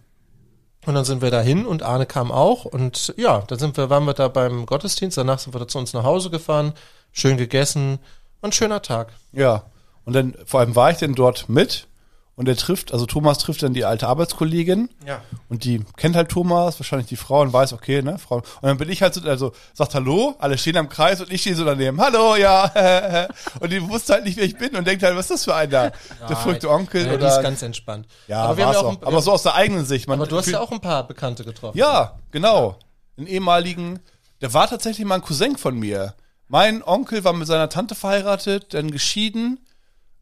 Und dann sind wir dahin und Arne kam auch und ja, dann sind wir, waren wir da beim Gottesdienst, danach sind wir da zu uns nach Hause gefahren, schön gegessen und schöner Tag.
Ja. Und dann, vor allem war ich denn dort mit und er trifft, also Thomas trifft dann die alte Arbeitskollegin
Ja.
und die kennt halt Thomas, wahrscheinlich die Frau und weiß, okay, ne, Frau. Und dann bin ich halt so, also sagt Hallo, alle stehen am Kreis und ich stehe so daneben, Hallo, ja. und die wusste halt nicht, wer ich bin und denkt halt, was ist das für einer? Der verrückte Onkel
Ah, Ja,
oder.
die ist ganz entspannt.
ja,
aber wir haben ja
war's
auch,
auch,
Ein,
aber so aus der eigenen Sicht. Man
aber du hast
fühlt-
ja auch ein paar Bekannte getroffen.
Ja, genau. Einen ehemaligen, der war tatsächlich mal ein Cousin von mir. Mein Onkel war mit seiner Tante verheiratet, dann geschieden.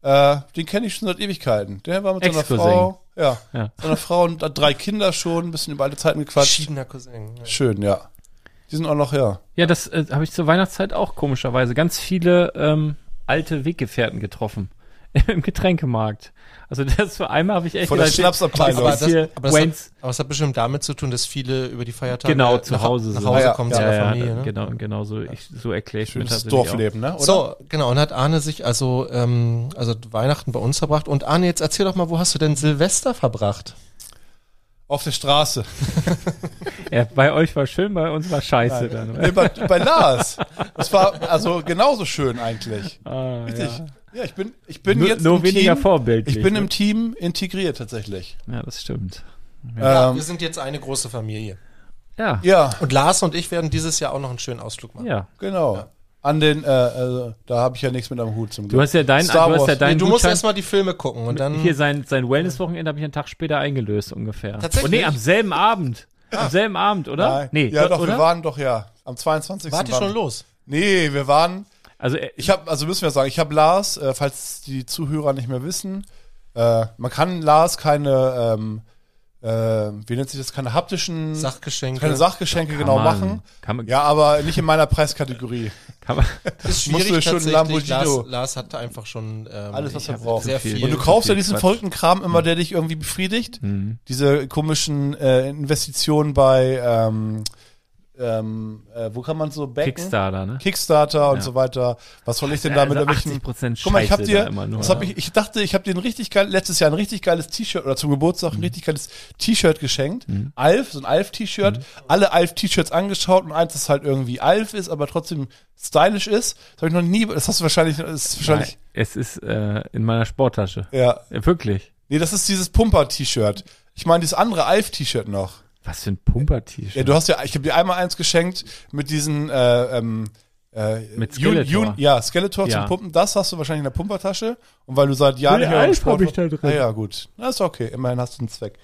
Äh, den kenne ich schon seit Ewigkeiten. Der war mit seiner
Ex-Cousin.
Frau. Ja.
Ja.
Seiner Frau und hat drei Kinder schon, ein bisschen über alte Zeiten gequatscht.
Verschiedener Cousin. Ja.
Schön, ja. Die sind auch noch, ja.
Ja, das äh, habe ich zur Weihnachtszeit auch komischerweise ganz viele ähm, alte Weggefährten getroffen im Getränkemarkt. Also das für einmal habe ich echt
Von der
gedacht,
Schnapsabteilung.
Aber das, hier
aber, das
Wayne's
hat, aber das hat bestimmt damit zu tun, dass viele über die Feiertage
Genau, zu
nach,
Hause
nach
sind.
Hause
Ah, Ja,
kommen
ja.
zu
ja,
der
ja,
Familie. Ne?
genau, genau so, ich, so erkläre ich mir
Schönes
tatsächlich auch.
Dorfleben, ne? Oder?
So, genau. Und hat Arne sich also ähm, also Weihnachten bei uns verbracht. Und Arne, jetzt erzähl doch mal, wo hast du denn Silvester verbracht?
Auf der Straße.
Ja, bei euch war schön, bei uns war scheiße dann.
Nee, bei, bei Lars. Das war also genauso schön eigentlich.
Ah,
Richtig. Ja, ich bin, ich bin
Nur-
jetzt
nur
im
weniger
Team,
vorbildlich,
Ich bin
ne?
im Team integriert tatsächlich.
Ja. ja, das stimmt.
Ja.
wir
Ähm,
sind jetzt eine große Familie.
Ja,
ja.
Und Lars und ich werden dieses Jahr auch noch einen schönen Ausflug machen.
ja.
Genau. An den, äh, also, da habe ich ja nichts mit am Hut zum Glück.
Du hast ja dein,
Star
du hast ja
Wars.
dein
Nee, du musst
Gutschein-
erstmal die Filme gucken und dann.
Hier sein, sein Wellness-Wochenende habe ich einen Tag später eingelöst ungefähr.
Tatsächlich?
Und nee, am selben Abend. Am selben Abend, oder?
Nein.
Nee,
ja, doch,
oder?
wir waren doch ja. Am 22.
Wart ihr
waren-
schon los?
Nee, wir waren.
also äh,
Ich habe, also müssen wir sagen, ich habe Lars, äh, falls die Zuhörer nicht mehr wissen, äh, man kann Lars keine, ähm, äh, wie nennt sich das, keine haptischen,
Sachgeschenke.
keine Sachgeschenke genau
man.
machen.
Kann man-
ja, aber nicht in meiner Preiskategorie.
kann man,
ist
Musst du
schwierig
schon
tatsächlich.
Lamborghini.
Lars, Lars hat einfach schon ähm,
Alles, was
ich
wir
hab
brauchen.
Sehr viel.
Und du kaufst ja diesen verrückten Kram immer, der dich irgendwie befriedigt.
Mhm.
Diese komischen äh, Investitionen bei, ähm, ähm, äh, wo kann man so backen?
Kickstarter, ne?
Kickstarter und
Ja.
so weiter. Was soll ich denn
Also
damit?
80%
Guck mal, ich hab
Scheiße
dir,
da immer nur,
was hab
ne?
ich, ich dachte, ich habe dir ein richtig geil, letztes Jahr ein richtig geiles T-Shirt oder zum Geburtstag
Mhm.
ein richtig geiles T-Shirt geschenkt. Alf, so ein Alf-T-Shirt.
Mhm.
Alle Alf-T-Shirts angeschaut und eins, das halt irgendwie Alf ist, aber trotzdem stylisch ist. Das habe ich noch nie, das hast du wahrscheinlich, das ist wahrscheinlich,
Es ist äh, in meiner Sporttasche.
ja.
Äh, Wirklich.
Nee, das ist dieses Pumper-T-Shirt. Ich meine, dieses andere Alf-T-Shirt noch.
Was für ein Pumper-T-Shirt.
Ja, du hast ja, ich habe dir einmal eins geschenkt mit diesen, äh, ähm, äh,
Mit
Jun-
Skeletor.
Jun- ja, Skeletor
Ja.
zum Pumpen. Das hast du wahrscheinlich in der Pumpertasche. Und weil du seit Jahren
Nee,
nicht mehr
Alf
Sport
hab ich da
warst-
drin.
Ah, ja, gut. Das ist okay. Immerhin hast du einen Zweck.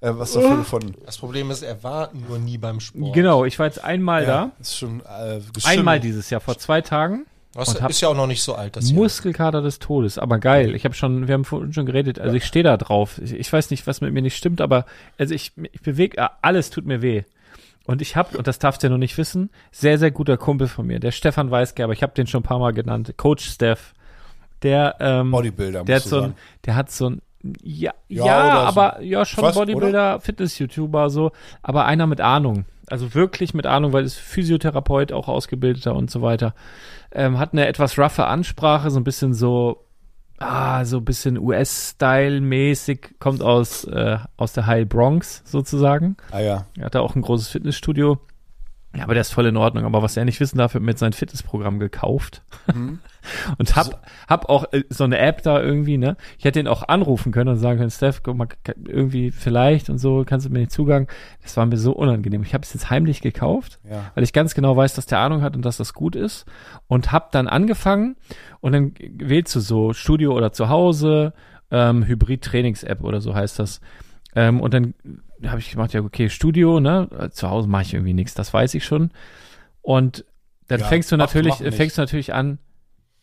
Äh, was dafür gefunden.
Das Problem ist, er war nur nie beim Sport.
Genau, ich war jetzt einmal
Ja,
da.
ist schon äh, gestimmt.
Einmal dieses Jahr, vor zwei Tagen.
Was,
Und hab-
ist ja auch noch nicht so alt, das Jahr.
Muskelkater des Todes, aber geil. Ich habe schon, wir haben vorhin schon geredet. Also ich stehe da drauf. Ich, ich weiß nicht, was mit mir nicht stimmt, aber also ich, ich bewege, ah, alles tut mir weh. Und ich habe, und das darfst du ja noch nicht wissen, sehr, sehr guter Kumpel von mir, der Stefan Weisgerber, ich habe den schon ein paar Mal genannt, Coach Steph, der ähm,
Bodybuilder,
der hat
musst du
so ein,
sagen.
der hat so ein, ja, ja,
Ja, oder so.
aber ja, schon
Fast,
Bodybuilder, Fitness-YouTuber, so, aber einer mit Ahnung. Also wirklich mit Ahnung, weil ist Physiotherapeut, auch Ausgebildeter und so weiter. Ähm, hat eine etwas roughe Ansprache, so ein bisschen so, ah, so ein bisschen US-Style-mäßig, kommt aus, äh, aus der High Bronx sozusagen.
Ah ja.
Er hat da auch ein großes Fitnessstudio. Ja, aber der ist voll in Ordnung. Aber was er nicht wissen darf, ich hab mir jetzt sein Fitnessprogramm gekauft. und hab, hab auch äh, so eine App da irgendwie, ne? Ich hätte ihn auch anrufen können und sagen können, Steph, guck mal, k- irgendwie vielleicht und so, kannst du mir den Zugang. Das war mir so unangenehm. Ich habe es jetzt heimlich gekauft,
Ja.
weil ich ganz genau weiß, dass der Ahnung hat und dass das gut ist. Und hab dann angefangen und dann wählst du so Studio oder zu Hause, ähm, Hybrid-Trainings-App oder so heißt das. Ähm, und dann habe ich gemacht, ja, okay, Studio, ne? Zu Hause mache ich irgendwie nichts, das weiß ich schon. Und dann
Ja,
fängst du
mach-
natürlich,
mach nicht.
fängst du natürlich an,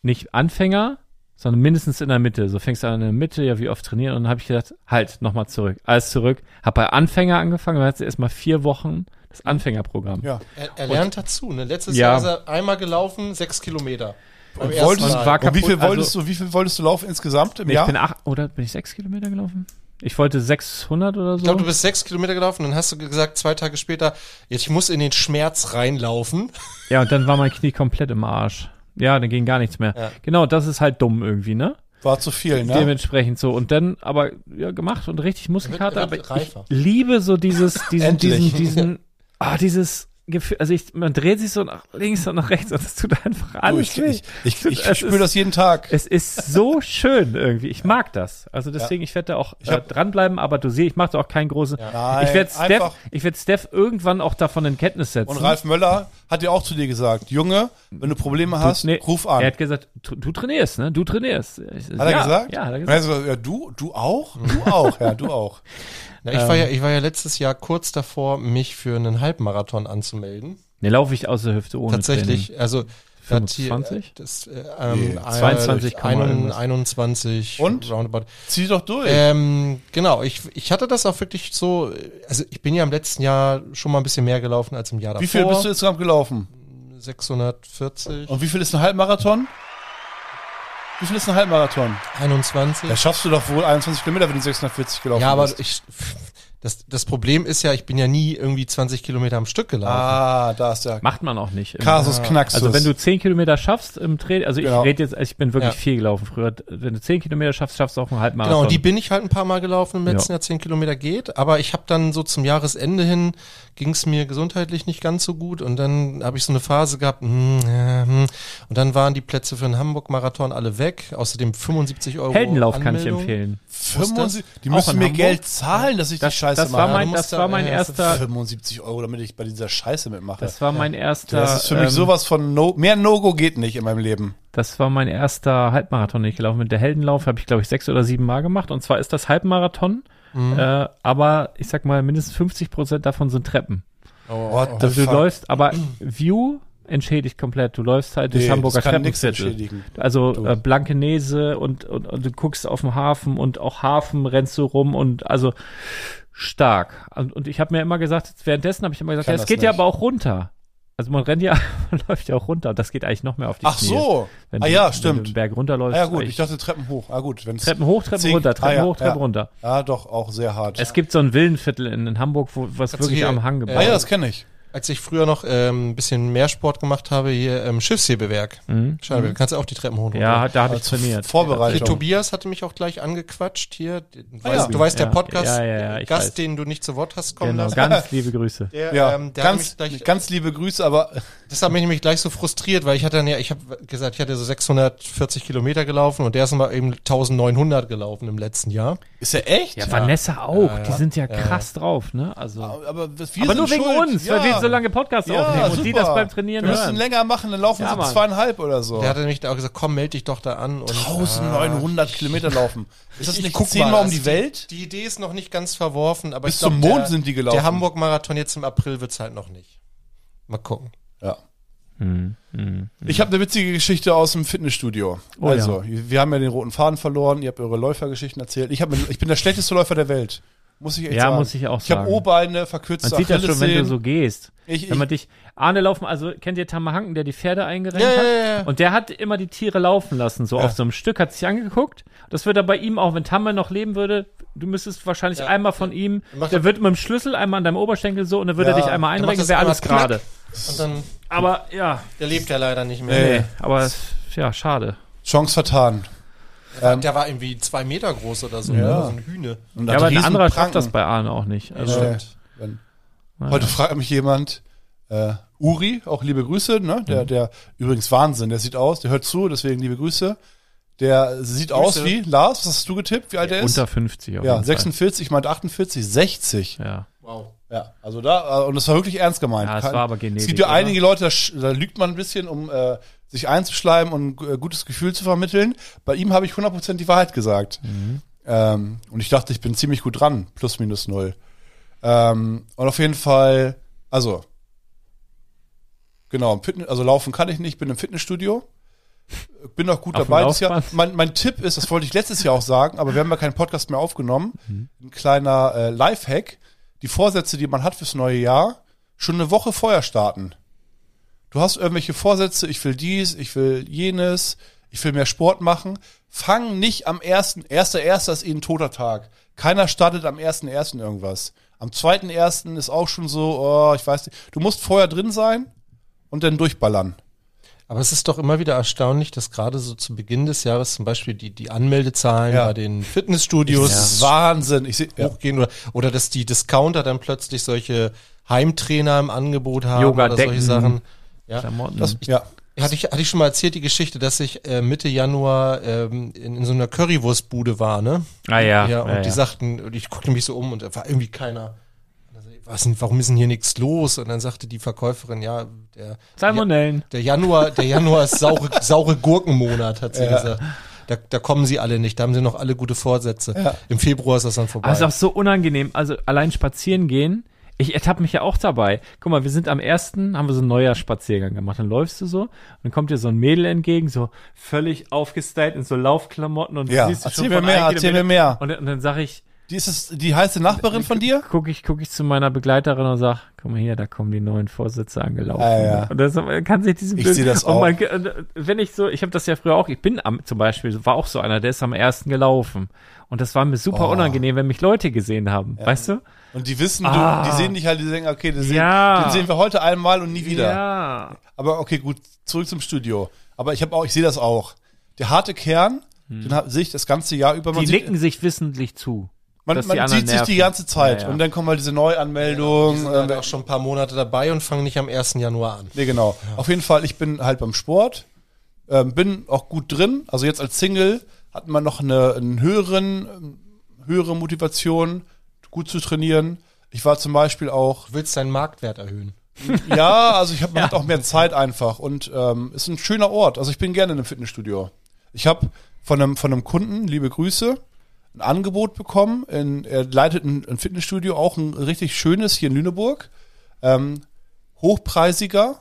nicht Anfänger, sondern mindestens in der Mitte. So fängst du an in der Mitte, ja, wie oft trainieren? Und dann habe ich gedacht, halt, nochmal zurück, alles zurück. Hab bei Anfänger angefangen, dann hat es erstmal vier Wochen Das Anfängerprogramm.
Ja.
Er, er lernt dazu. Ne? Letztes
Ja.
Jahr ist er einmal gelaufen, sechs Kilometer. Beim
Und
ersten
wolltest,
Mal.
war
und wie viel
kaputt,
wolltest
also-
du, wie viel wolltest du laufen insgesamt im
Nee, Ich
Jahr?
bin acht, oder bin ich sechs Kilometer gelaufen? Ich wollte 600 oder so.
Ich glaube, du bist sechs Kilometer gelaufen, dann hast du gesagt, zwei Tage später, jetzt ich muss in den Schmerz reinlaufen.
ja, und dann war mein Knie komplett im Arsch. Ja, dann ging gar nichts mehr. Genau, das ist halt dumm irgendwie, ne?
War zu viel, ne?
Dementsprechend so. Und dann aber ja, gemacht und richtig Muskelkater.
Er wird- er wird
aber ich
reifer.
liebe so dieses, diesen,
Endlich.
diesen, diesen, ah, dieses Gefühl. Also ich, man dreht sich so nach links und nach rechts und es tut einfach
Du,
alles
ich
weh.
ich, ich, ich
Es
spüre
ist-
das jeden Tag.
Es ist so schön irgendwie. Ich mag das. Also deswegen, ich werde da auch äh,
hab-
dranbleiben, aber dosiert. Ich mache da auch keinen großen.
Nein,
ich werde Steph,
einfach.
ich werd Steph irgendwann auch davon in Kenntnis setzen.
Und Ralf Möller hat ja auch zu dir gesagt, Junge, wenn du Probleme hast,
nee,
ruf an.
Er hat gesagt, du, du trainierst, ne? Du trainierst. Ich,
Hat er
ja,
gesagt?
Ja, hat er
Und
gesagt.
hat gesagt, ja, du, du auch? Du auch, ja, du auch.
Na, ich, war
Ähm.
ja, ich war ja letztes Jahr kurz davor, mich für einen Halbmarathon anzumelden.
Ne, laufe ich aus der Hüfte ohne
Tatsächlich, also hat hier,
25?
äh, das, äh, ähm,
Nee,
22,
ein-
irgendwas.
21
Und?
roundabout.
Zieh doch durch.
Ähm, genau, ich, ich hatte das auch wirklich so, also ich bin ja im letzten Jahr schon mal ein bisschen mehr gelaufen als im Jahr davor.
wie viel bist du insgesamt gelaufen?
640,
Und wie viel ist ein Halbmarathon? Wie viel ist ein Halbmarathon?
21.
Da schaffst du doch wohl 21 Kilometer, wenn du 640 gelaufen
ja, aber
bist.
ich, das, das Problem ist ja, ich bin ja nie irgendwie 20 Kilometer am Stück gelaufen.
Ah, da ist der
Macht man auch nicht. Im-
Kasus Knaxus.
Also wenn du 10 Kilometer schaffst im Training, also ich
Genau.
rede jetzt, ich bin wirklich
Ja.
viel gelaufen früher. Wenn du 10 Kilometer schaffst, schaffst du auch einen Halbmarathon.
Genau, und die bin ich halt ein paar Mal gelaufen im letzten
Ja.
Jahr, 10 Kilometer geht, aber ich habe dann so zum Jahresende hin, ging es mir gesundheitlich nicht ganz so gut und dann habe ich so eine Phase gehabt hm, ja, hm. und dann waren die Plätze für den Hamburg-Marathon alle weg, außerdem 75 Euro
Heldenlauf kann ich
Anmeldung.
empfehlen.
75, die
Auch
müssen
in
mir
Hamburg?
Geld zahlen, dass ich die Scheiße
das war
mache.
mein,
du
das
musst
war
da-
mein
ja, das ist
erster,
75 Euro, damit ich bei dieser Scheiße mitmache. Das,
das war mein erster,
ist für mich
ähm,
sowas von no, mehr No-Go geht nicht in meinem Leben.
das war mein erster Halbmarathon, den ich gelaufen bin. Der Heldenlauf habe ich glaube ich sechs oder sieben Mal gemacht. Und zwar ist das Halbmarathon,
Mhm.
äh, aber ich sag mal mindestens 50 Prozent davon sind Treppen.
What the
Also du läufst, aber View entschädigt komplett. Du läufst halt durchs
Nee,
Hamburger
das kann nix
Treppenviertel.
entschädigen.
Also äh, Blankenese und, und, und du guckst auf den Hafen und auch Hafen rennst du rum und also stark. Und, und ich habe mir immer gesagt, währenddessen habe ich immer gesagt,
Kann
ja, es
das
geht ja
nicht.
aber auch runter. Also man rennt ja, man läuft ja auch runter. Und Das geht eigentlich noch mehr auf die
Ach
Knie.
so.
Wenn
ah
du-
ja,
Wenn du
stimmt.
den Berg
Ah
runterläufst.
ja gut,
eigentlich
ich dachte Treppen hoch. Ah gut, wenn's
Treppen hoch, Treppen
Zink-
runter, Treppen
Ah ja,
hoch, Treppen
ja.
runter.
Ja, doch auch sehr hart.
Es gibt so ein Villenviertel in, in Hamburg, wo was
Also
wirklich
hier,
am Hang gebaut
ah ja,
ist.
das kenne ich.
Als ich früher noch ähm, ein bisschen mehr Sport gemacht habe, hier im Schiffshebewerk,
Mhm.
Scheibe, kannst du auch die Treppen hoch.
Ja, da habe ich
Also
trainiert.
Hier,
Vorbereitung.
Tobias hatte mich auch gleich angequatscht hier. Du
Ah,
weißt,
ja.
du weißt
Ja.
der Podcast,
Ja, ja, ja, ich
Gast,
weiß.
den du nicht zu Wort hast kommen
Genau,
lassen.
ganz liebe Grüße.
Der,
ja,
ähm, der
ganz,
hat mich gleich,
ganz liebe Grüße, aber
das hat mich nämlich gleich so frustriert, weil ich hatte dann ja, ich habe gesagt, ich hatte so 640 Kilometer gelaufen und der ist mal eben 1900 gelaufen im letzten Jahr.
ist er echt?
Ja, Vanessa auch. Die sind ja krass drauf, ne? Also. Aber,
Aber, wir sind
nur wegen
schuld.
uns,
ja.
weil wir so lange Podcasts
ja,
aufnehmen und
super.
die das beim Trainieren
Wir müssen
hören.
länger machen, dann laufen
Ja,
sie
Mann.
zweieinhalb oder so.
Der hatte nämlich dann auch gesagt, komm, melde dich doch da an. Und,
1900 Kilometer laufen. Ist das
Ich
nicht
guck
zehnmal
mal,
um
das- Also
die Welt?
Die Idee ist noch nicht ganz verworfen, aber
Bis
ich glaub,
zum Mond
der,
sind die gelaufen.
Der Hamburg-Marathon jetzt im April wird's halt noch nicht. Mal gucken.
Ja.
Hm,
Ich habe eine witzige Geschichte aus dem Fitnessstudio.
Oh ja.
also, wir haben ja den roten Faden verloren, ihr habt eure Läufergeschichten erzählt. Ich, hab, ich bin der schlechteste Läufer der Welt. Muss ich echt
Ja,
sagen.
muss ich auch
Ich habe
sagen.
O-Beine, verkürzte
Man sieht das schon, wenn du
Achillessehnen.
so gehst.
Ich-
wenn man
ich-
dich. Arne laufen, also kennt ihr Tammer Hanken, der die Pferde eingerennt
Ja,
hat?
ja, ja, ja.
Und der hat immer die Tiere laufen lassen, so auf so einem Stück, hat sich angeguckt. Das wird er bei ihm auch, wenn Tamme noch leben würde, du müsstest wahrscheinlich einmal von ihm,
macht-
der wird mit dem Schlüssel einmal an deinem Oberschenkel so und dann würde er
Ja,
dich einmal
der macht
einrenken,
das
wäre
einmal
alles gerade.
Und dann,
Aber ja,
der lebt ja leider nicht mehr.
Nee.
nee, aber ja, schade.
Chance vertan.
Der war irgendwie zwei Meter groß oder so,
Ja.
ne? so ein Hühne.
Und
Ja,
hat
aber ein
riesen
anderer
Pranken.
schafft das bei Arne auch nicht. Also,
Äh, wenn- Heute fragt mich jemand, äh, Uri, auch liebe Grüße, ne?
Mhm.
Der, der übrigens Wahnsinn, der sieht aus, der hört zu, deswegen liebe Grüße. Der sieht aus wie, Lars, was hast du getippt, wie alt er ist?
Unter 50 auf
ja,
jeden
46, meint 48, 60.
Fall. Ja.
Wow.
Ja, also da, äh, und das war wirklich ernst gemeint.
Ja, es
Kein-
war aber Genetik,
Es gibt ja
oder?
einige Leute, da, sch- da lügt man ein bisschen, um äh, sich einzuschleimen und ein gu- äh, gutes Gefühl zu vermitteln. Bei ihm habe ich 100% die Wahrheit gesagt.
Mhm.
Ähm, und ich dachte, ich bin ziemlich gut dran, plus minus null. Ähm, und auf jeden Fall, also, genau, im Fitness, also laufen kann ich nicht, bin im Fitnessstudio. Bin auch gut
Auf dem
dabei dieses Jahr.
Laufband?
Mein, mein Tipp ist, das wollte ich letztes Jahr auch sagen, aber wir haben ja keinen Podcast mehr
Mhm.
aufgenommen. Ein kleiner äh, Lifehack. Die Vorsätze, die man hat fürs neue Jahr, schon eine Woche vorher starten. Du hast irgendwelche Vorsätze, ich will dies, ich will jenes, ich will mehr Sport machen. Fang nicht am ersten, erster, erster ist eh ein toter Tag. Keiner startet am ersten, ersten irgendwas. Am zweiten, ersten ist auch schon so, oh, ich weiß nicht. Du musst vorher drin sein und dann durchballern.
Aber es ist doch immer wieder erstaunlich, dass gerade so zu Beginn des Jahres zum Beispiel die, die Anmeldezahlen
Ja.
bei den
Das
Fitnessstudios
ist Wahnsinn. Ich seh,
Oh.
ja.
hochgehen oder, oder dass die Discounter dann plötzlich solche Heimtrainer im Angebot haben oder
Yoga-Decken.
solche Sachen. Ja.
Klamotten.
Das, ja.
Hatte ich, hatte ich schon mal erzählt, die Geschichte, dass ich äh, Mitte Januar ähm, in, in so einer Currywurstbude war, ne?
ah ja.
ja, und die sagten, und ich guckte mich so um und da war irgendwie keiner. Und dann so, Was denn, warum ist denn hier nichts los? Und dann sagte die Verkäuferin, ja, der,
Salmonellen.
der Januar, der Januar ist saure, saure Gurkenmonat, hat sie gesagt. Da, da kommen sie alle nicht, da haben sie noch alle gute Vorsätze. Im Februar ist das dann vorbei.
Aber es Ah, ist auch so unangenehm. Also allein spazieren gehen. Ich ertappe mich ja auch dabei. Guck mal, wir sind am ersten, haben wir so einen Neujahrspaziergang gemacht. Dann läufst du so und dann kommt dir so ein Mädel entgegen, so völlig aufgestylt in so Laufklamotten und
Ja,
siehst du
erzähl
schon
mir
von
mehr,
einem
erzähl
Kilometer-
mir mehr.
Und, und dann sage ich,
Die ist es, die heiße Nachbarin von dir?
gucke ich, guck ich zu meiner Begleiterin und sag, guck mal hier, da kommen die neuen Vorsätze angelaufen.
Ah, ja.
Und das man kann sich diesen
Ich
blöden-
seh das
und man, und Wenn ich so, ich habe das ja früher auch, ich bin am, zum Beispiel, war auch so einer, der ist am ersten gelaufen. Und das war mir super
Oh.
unangenehm, wenn mich Leute gesehen haben. Weißt du?
Und die wissen,
Ah.
du, die sehen dich halt, die denken, okay, den sehen,
Ja.
den sehen wir heute einmal und nie wieder.
Ja.
Aber okay, gut, zurück zum Studio. Aber ich habe auch, ich sehe das auch. Der harte Kern, den hab- sehe ich das ganze Jahr über.
Hm.
Man
Die
sieht,
äh,
nicken sich wissentlich zu.
man,
dass die
man
anderen
sieht sich die
nerven.
ganze Zeit.
Ja, ja.
Und dann kommen halt diese Neuanmeldungen.
sind
ähm,
halt
äh,
auch schon ein paar Monate dabei und fangen nicht am 1. Januar an.
nee, genau. Auf jeden Fall, ich bin halt beim Sport, ähm, bin auch gut drin. Also jetzt als Single hat man noch eine, einen höheren, ähm, höhere Motivation, gut zu trainieren. Ich war zum Beispiel auch
Du willst deinen Marktwert erhöhen.
Ja, also ich habe man hat auch mehr Zeit einfach und ähm, ist ein schöner Ort. Also ich bin gerne in einem Fitnessstudio. Ich habe von einem von einem Kunden, liebe Grüße, ein Angebot bekommen. In, er leitet ein, ein Fitnessstudio, auch ein richtig schönes hier in Lüneburg, ähm, hochpreisiger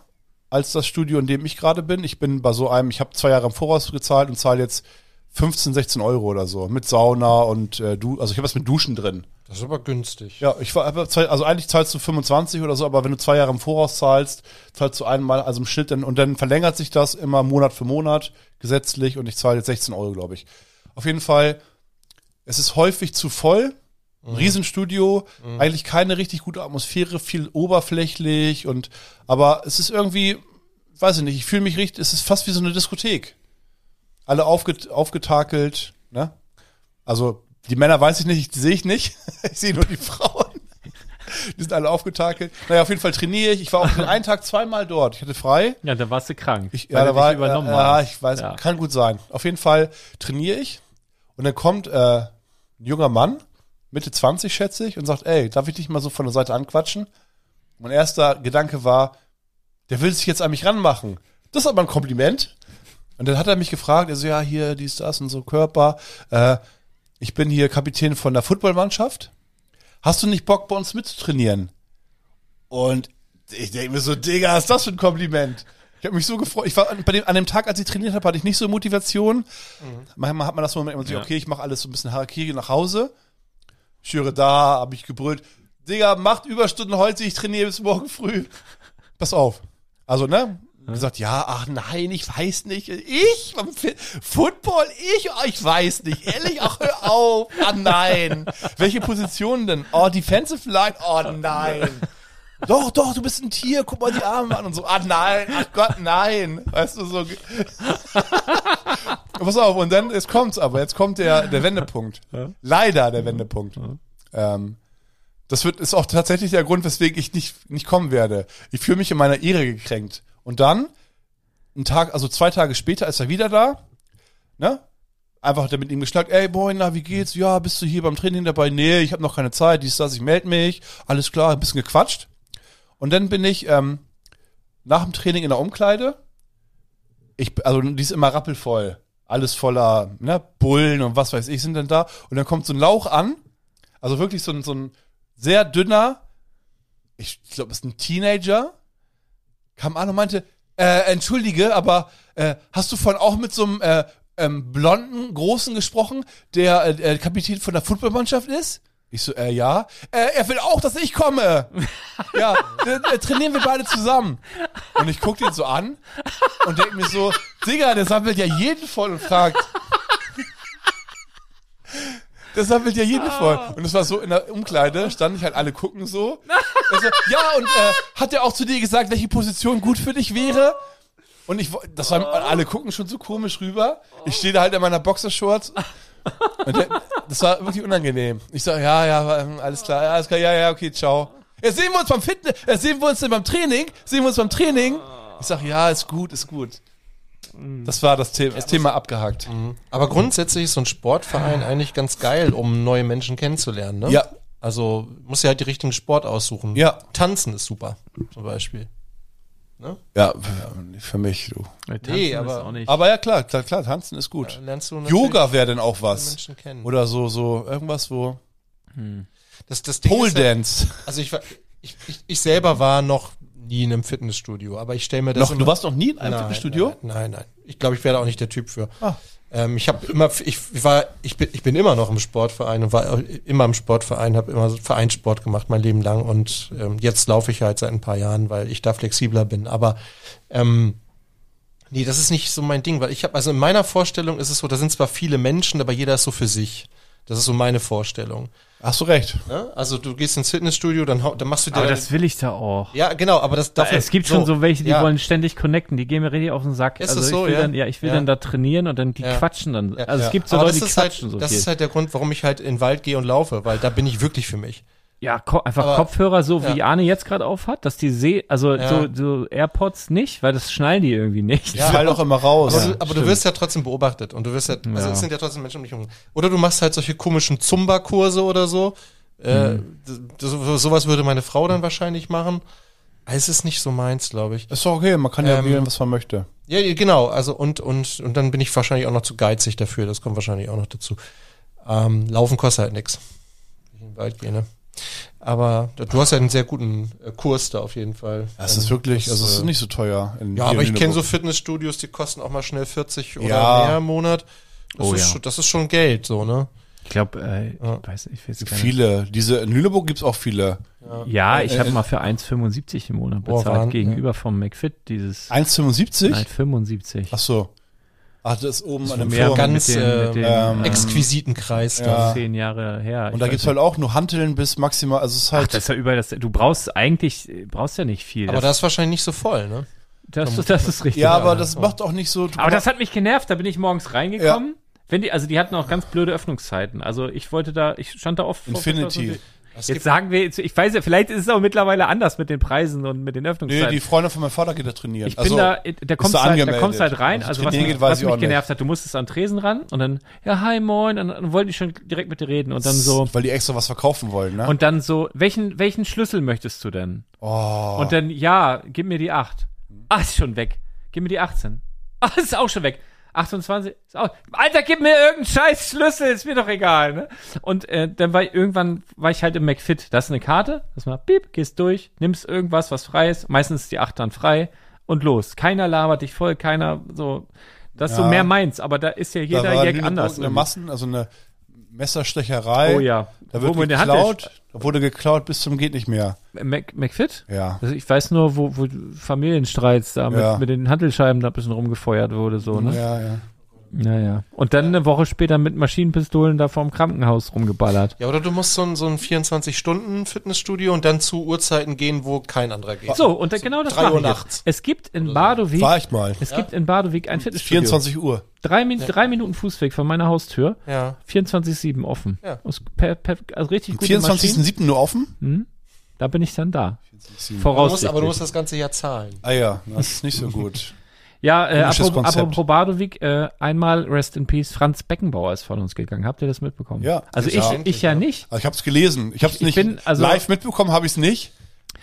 als das Studio, in dem ich gerade bin. Ich bin bei so einem, ich habe zwei Jahre im Voraus gezahlt und zahle jetzt 15, 16 Euro oder so mit Sauna und äh, du, also ich habe was mit Duschen drin.
Das ist aber günstig.
Ja, ich war, aber zwei- also eigentlich zahlst du 25 oder so, aber wenn du zwei Jahre im Voraus zahlst, zahlst du einmal, also im Schnitt, dann, und dann verlängert sich das immer Monat für Monat gesetzlich und ich zahle jetzt 16 Euro, glaube ich. Auf jeden Fall, es ist häufig zu voll, ein Riesenstudio, eigentlich keine richtig gute Atmosphäre, viel oberflächlich und, aber es ist irgendwie, weiß ich nicht, ich fühle mich richtig, es ist fast wie so eine Diskothek. Alle aufget aufgetakelt, ne? Also die Männer weiß ich nicht, die sehe ich nicht. Ich sehe nur die Frauen. Die sind alle aufgetakelt. Naja, auf jeden Fall trainiere ich. Ich war auch den einen Tag zweimal dort. Ich hatte frei.
Ja, da warst du krank.
Ich,
weil
ja,
du
da
dich
war,
übernommen
äh, ja,
hast.
ich weiß,
Ja.
kann gut sein. Auf jeden Fall trainiere ich. Und dann kommt äh, ein junger Mann, Mitte 20 schätze ich, und sagt, ey, darf ich dich mal so von der Seite anquatschen? Mein erster Gedanke war, der will sich jetzt an mich ranmachen. Das ist aber ein Kompliment. Und dann hat er mich gefragt, also ja, hier, dies, das und so, Körper. Äh, ich bin hier Kapitän von der Footballmannschaft. Hast du nicht Bock, bei uns mitzutrainieren? Und ich denke mir so, Digga, ist das für ein Kompliment? Ich habe mich so gefreut. Ich war an- bei dem, an dem Tag, als ich trainiert habe, hatte ich nicht so Motivation. Manchmal hat man das Moment, wo man sich, okay, ich mache alles so ein bisschen Harakiri nach Hause. Schüre da, habe ich gebrüllt. Digga, macht Überstunden heute, ich trainiere bis morgen früh. Pass auf. Also, ne? Gesagt, ja, ach nein, ich weiß nicht. Ich? Am Fi- Football? Ich? Oh, ich weiß nicht. Ehrlich? Ach, hör auf. Ah, nein. Welche Positionen denn? Oh, Defensive Line? Oh, nein. Doch, doch, du bist ein Tier, guck mal die Arme an und so. Ah, nein, ach Gott, nein. Weißt du, so. Pass auf, und dann, jetzt kommt's aber, jetzt kommt der, der Wendepunkt. Leider der Wendepunkt. Ähm, das wird, ist auch tatsächlich der Grund, weswegen ich nicht, nicht kommen werde. Ich fühle mich in meiner Ehre gekränkt. Und dann, ein Tag, also zwei Tage später ist er wieder da, ne? Einfach hat er mit ihm geschnackt, ey Boy, na, wie geht's? Ja, bist du hier beim Training dabei? Nee, ich habe noch keine Zeit, dies, das, ich melde mich. Alles klar, ein bisschen gequatscht. Und dann bin ich ähm, nach dem Training in der Umkleide. Ich, also die ist immer rappelvoll. Alles voller ne, Bullen und was weiß ich sind dann da. Und dann kommt so ein Lauch an. Also wirklich so ein, so ein sehr dünner, ich glaube, es ist ein Teenager, kam an und meinte, äh, entschuldige, aber äh, hast du vorhin auch mit so einem äh, ähm, blonden Großen gesprochen, der äh, äh, Kapitän von der Footballmannschaft ist? Ich so, äh, ja. Äh, er will auch, dass ich komme. ja, äh, äh, trainieren wir beide zusammen. Und ich guck den so an und denk mir so, Digga, der sammelt ja jeden voll und fragt. Das sammelt ja jeden voll. Und es war so, in der Umkleide standen ich halt alle gucken so. Und so ja, und äh, hat er auch zu dir gesagt, welche Position gut für dich wäre? Und ich, wo- das war, alle gucken schon so komisch rüber. Ich stehe da halt in meiner Boxershorts und der, das war wirklich unangenehm. Ich sag, ja, ja, ähm, alles klar, ja, alles klar, ja, ja, okay, ciao. Ja, sehen wir uns beim Fitness, ja, sehen wir uns denn beim Training, sehen wir uns beim Training. Ich sag, ja, ist gut, ist gut. Das war das Thema, das Thema abgehakt.
Aber grundsätzlich ist so ein Sportverein eigentlich ganz geil, um neue Menschen kennenzulernen, ne?
Ja.
Also muss ja halt die richtigen Sport aussuchen.
Ja.
Tanzen ist super, zum Beispiel.
Ja, für mich, du.
Nee,
Nee, aber-
auch nicht.
Aber ja, klar, klar, klar, tanzen ist
Da
gut.
Lernst du natürlich
Yoga wäre denn auch was.
Menschen kennen.
Oder so, so, irgendwas, wo.
das, das Ding
Pole
ist ja-
Dance.
Also ich, war- ich, ich, ich selber war noch nie in einem Fitnessstudio, aber ich stelle mir das
Noch,
immer-
du warst noch nie in einem
Nein,
Fitnessstudio?
Nein, nein, nein. Ich glaube, ich wäre da auch nicht der Typ für. Ähm, ich habe immer, ich war, ich bin, ich bin immer noch im Sportverein und war immer im Sportverein, habe immer so Vereinssport gemacht mein Leben lang und ähm, jetzt laufe ich halt seit ein paar Jahren, weil ich da flexibler bin. Aber ähm, nee, das ist nicht so mein Ding, weil ich habe, also in meiner Vorstellung ist es so, da sind zwar viele Menschen, aber jeder ist so für sich. Das ist so meine Vorstellung.
Hast du recht.
Ne? Also du gehst ins Fitnessstudio, dann, hau- dann machst du dir
Aber
deine-
das will ich da auch.
ja, genau, aber das dafür,
es gibt schon so welche, die wollen ständig connecten, die gehen mir richtig auf den Sack.
Ist
also
es so,
ich will
ja?
dann, ja, ich will
Ja.
dann da trainieren und dann die
Ja.
quatschen dann.
Ja.
Also
Ja.
es gibt so
Aber
Leute, die
das ist halt,
quatschen so
Das
viel.
ist halt der Grund, warum ich halt in den Wald gehe und laufe, weil da bin ich wirklich für mich.
ja, ko einfach
Aber-
Kopfhörer so, wie
ja.
Arne jetzt gerade auf hat, dass die seh, also
Ja.
so, so AirPods nicht, weil das schnallen die irgendwie nicht.
Ich fall doch immer raus.
Aber, du, aber du wirst ja trotzdem beobachtet und du wirst ja, also es sind ja trotzdem Menschen um dich herum. Oder du machst halt solche komischen Zumba-Kurse oder so. Äh,
Hm.
das, so- sowas würde meine Frau dann wahrscheinlich machen. Aber Es ist nicht so meins, glaube ich.
Ist doch okay, man kann ja
Ähm,
wählen, was man möchte.
Ja, ja, genau. Also und und und dann bin ich wahrscheinlich auch noch zu geizig dafür. Das kommt wahrscheinlich auch noch dazu. Ähm, Laufen kostet halt nix. Wenn ich in den Wald gehe, ne? Aber da- du hast ja einen sehr guten äh, Kurs da auf jeden Fall.
Das
Ähm,
ist wirklich, also es ist
äh,
nicht so teuer. in-
Ja,
hier
aber
in
ich kenne so
Lüneburg.
Fitnessstudios, die kosten auch mal schnell 40 oder
Ja.
mehr im Monat. Das,
Oh
ist
ja.
schon, das ist schon Geld, so, ne?
Ich glaube, äh,
Ja.
ich weiß nicht, ich will jetzt keine-
viele. Diese in Lüneburg gibt's auch viele.
Ja, ich
Äh,
habe
äh,
mal für 1,75 im Monat
Boah,
bezahlt
Wahnsinn,
gegenüber vom McFit dieses
1,75?
Nein, 75.
Ach so. Ach, das ist oben an
war
dem
mehr
Turm.
Gang-
Ganz
mit den-
äh,
mit den,
ähm,
ähm,
exquisiten Kreis.
Ja.
da.
Das ist zehn Jahre her.
Und da gibt's halt auch nur Hanteln bis maximal, also es ist
Ach,
halt,
das ist ja überall das. Du brauchst eigentlich, äh, brauchst ja nicht viel.
Aber
das,
das ist wahrscheinlich nicht so voll, ne?
das, das, ist richtig.
ja, aber das macht auch nicht so,
Aber das hat mich genervt. Da bin ich morgens reingekommen. Wenn die, also die hatten auch ganz blöde Öffnungszeiten. Also ich wollte da, ich stand da oft. vor-
Infinity.
Es
Jetzt
gibt,
sagen wir, jetzt- ich weiß ja, vielleicht ist es auch mittlerweile anders mit den Preisen und mit den
Nee,
Öffnungszeiten.
die Freunde von meinem Vater geht da trainieren. Also,
Ich bin da, da kommst,
da
halt, da
angemeldet.
kommst halt rein.
Ob
Also
sie
was,
trainieren
mich-
geht, weiß
was
ich
mich
auch nicht.
genervt hat, du musstest an den Tresen ran und dann, ja, hi, moin, und dann wollen die schon direkt mit dir reden und dann so,
Weil die extra was verkaufen wollen, ne?
und dann so, welchen, welchen Schlüssel möchtest du denn?
oh, Mhm.
Und dann, ja, gib mir die 8. Ah, ist schon weg. Gib mir die 18. Ah, ist auch schon weg. 28, ist auch. Alter, gib mir irgendeinen scheiß Schlüssel, ist mir doch egal, ne? Und äh, dann war ich irgendwann, war ich halt im McFit. Da ist eine Karte, das mal, piep, gehst durch, nimmst irgendwas, was frei ist, meistens ist die 8 dann frei und los. Keiner labert dich voll, keiner so. Das ist so
Ja.
mehr meins, aber da ist ja
da
jeder
war
Jack
Lüneburg
anders.
eine
irgendwie.
Massen, also eine Messerstecherei.
Oh ja.
Da
Wo
wird
man die Hand
geklaut, da wurde geklaut bis zum geht nicht mehr.
Mac, McFit?
Ja.
Also ich weiß nur, wo, wo Familienstreits da mit,
Ja.
mit den Handelscheiben da ein bisschen rumgefeuert wurde, so, ne?
Ja, ja.
Naja. Und dann eine Woche später mit Maschinenpistolen da vorm Krankenhaus rumgeballert.
ja, oder du musst so ein, so ein 24-Stunden-Fitnessstudio und dann zu Uhrzeiten gehen, wo kein anderer geht.
So, und da, genau das
drei
mache
Uhr
ich
nachts.
jetzt. Es gibt in Badowig,
War ich mal.
es gibt in Badowig ein Fitnessstudio.
24 Uhr.
Drei, Min drei Minuten Fußweg von meiner Haustür.
Ja.
24-7 offen.
Ja.
Aus- Per, per, also richtig gute Maschinen. Hm.
24.07. nur offen?
Da bin ich dann da.
Du musst,
Voraussichtlich.
aber du musst das ganze Jahr zahlen.
Ah ja, das ist nicht so gut.
ja, äh,
Komisches
apropos,
Konzept.
apropos Badowig, äh, einmal Rest in Peace, Franz Beckenbauer ist von uns gegangen. Habt ihr das mitbekommen?
Ja.
Also ich,
Ja.
ich ja nicht.
Also ich habe es gelesen. Ich habe es
Ich
nicht
bin, also-
live mitbekommen, habe ich es nicht.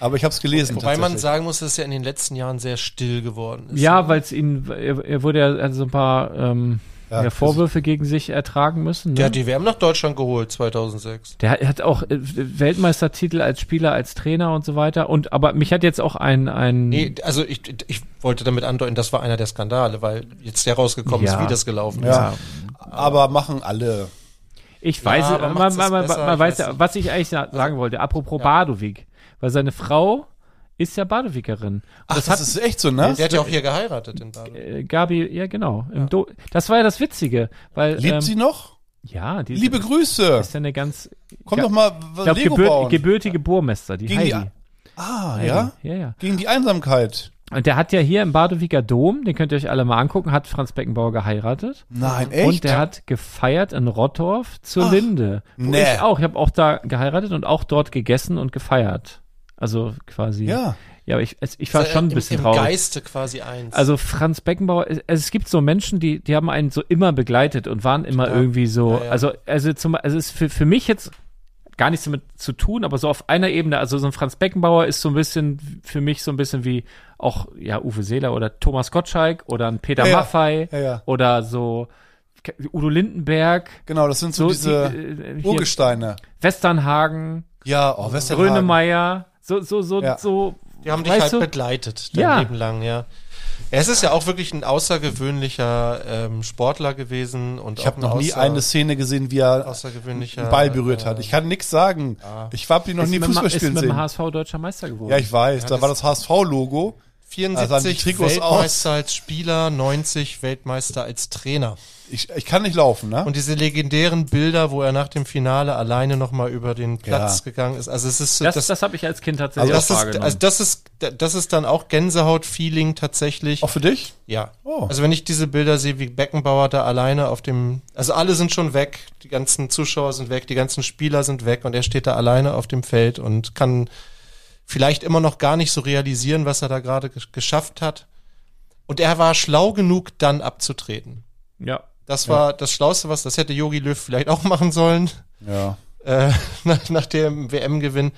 Aber ich habe es gelesen.
Wobei man
tatsächlich.
sagen muss, dass es ja in den letzten Jahren sehr still geworden ist.
Ja, weil es ihn, er, er wurde ja also ein paar ähm,
Ja,
ja, Vorwürfe gegen sich ertragen müssen. Ne?
Der hat die WM nach Deutschland geholt 2006.
Der hat- hat auch äh, Weltmeistertitel als Spieler, als Trainer und so weiter. Und aber mich hat jetzt auch ein ein
Nee, also ich, ich wollte damit andeuten, das war einer der Skandale, weil jetzt der rausgekommen
Ja.
ist, wie das gelaufen
Ja.
ist.
Aber machen alle.
Ich weiß,
aber
man, man,
macht's
man,
das
man,
besser?
weiß
Ich weiß
ja,
nicht.
was ich eigentlich na- sagen wollte, apropos Badowig, weil seine Frau ist ja Badowickerin. Und
Ach, das, ist echt so, ne?
Der hat ja auch hier geheiratet in Baden.
äh, Gabi, ja genau, im Do das war ja das Witzige, weil
Lebt
ähm,
sie noch?
ja, die
Liebe Grüße.
ist ja eine ganz
Komm
Ähm, ja,
doch mal
ich
w-
glaub,
Lego
gebür
bauen.
gebürtige Burmester, die
Gegen
Heidi.
die A- ah,
Heidi.
ja?
Ja, ja.
Gegen die Einsamkeit.
Und der hat ja hier im Badowicker Dom, den könnt ihr euch alle mal angucken, hat Franz Beckenbauer geheiratet.
Nein, echt?
Und der hat gefeiert in Rottorf zur
Ach,
Linde. Wo
nee.
Ich auch. Ich habe auch da geheiratet und auch dort gegessen und gefeiert. Also quasi.
ja.
Ja, aber ich, es- ich war schon ein
Im-
bisschen
Im
traurig.
Geiste quasi eins.
Also Franz Beckenbauer, es- es gibt so Menschen, die, die haben einen so immer begleitet und waren immer irgendwie so.
ja.
Also, also zum, also es ist für, für mich jetzt gar nichts damit zu tun, aber so auf einer Ebene, also so ein Franz Beckenbauer ist so ein bisschen für mich so ein bisschen wie auch ja Uwe Seeler oder Thomas Gottschalk oder ein Peter
Ja, ja.
Maffei
Ja, ja.
oder so Ke- Udo Lindenberg,
Genau, das sind so,
so
diese
die, äh, hier,
Urgesteine.
Westernhagen,
Ja, oh, Westerhagen.
Grönemeyer, so so so
Ja.
so
Die haben dich
weißt
halt
du?
begleitet, dein
Ja.
Leben lang, ja. Es ist ja auch wirklich ein außergewöhnlicher ähm, Sportler gewesen und
Ich
auch
habe
ein
noch nie
außer-
eine Szene gesehen, wie er
außergewöhnlicher Ah.
einen Ball berührt
äh,
hat. Ich kann nix sagen. Ich hab ihn noch
ist
nie
mit, dem-
Fußball
ist
spielen
mit dem
sehen.
HSV deutscher Meister geworden.
Ja, ich weiß. Da war das HSV-Logo. Also an die
74
Trikots
Weltmeister als Spieler, 90 Weltmeister als Trainer.
Ich, ich kann nicht laufen, ne?
Und diese legendären Bilder, wo er nach dem Finale alleine nochmal über den Platz
Ja.
gegangen ist. Also es ist
das,
das,
das, habe ich als Kind tatsächlich
also das,
auch
ist,
wahrgenommen.
also das ist das ist dann auch Gänsehaut-Feeling tatsächlich.
Auch für dich?
Ja.
Oh.
Also wenn ich diese Bilder sehe, wie Beckenbauer da alleine auf dem, also alle sind schon weg, die ganzen Zuschauer sind weg, die ganzen Spieler sind weg und er steht da alleine auf dem Feld und kann vielleicht immer noch gar nicht so realisieren, was er da gerade gesch- geschafft hat. Und er war schlau genug, dann abzutreten.
ja.
Das war das Schlauste, was, das hätte Yogi Löw vielleicht auch machen sollen
Ja.
äh, nach, nach dem WM-Gewinn.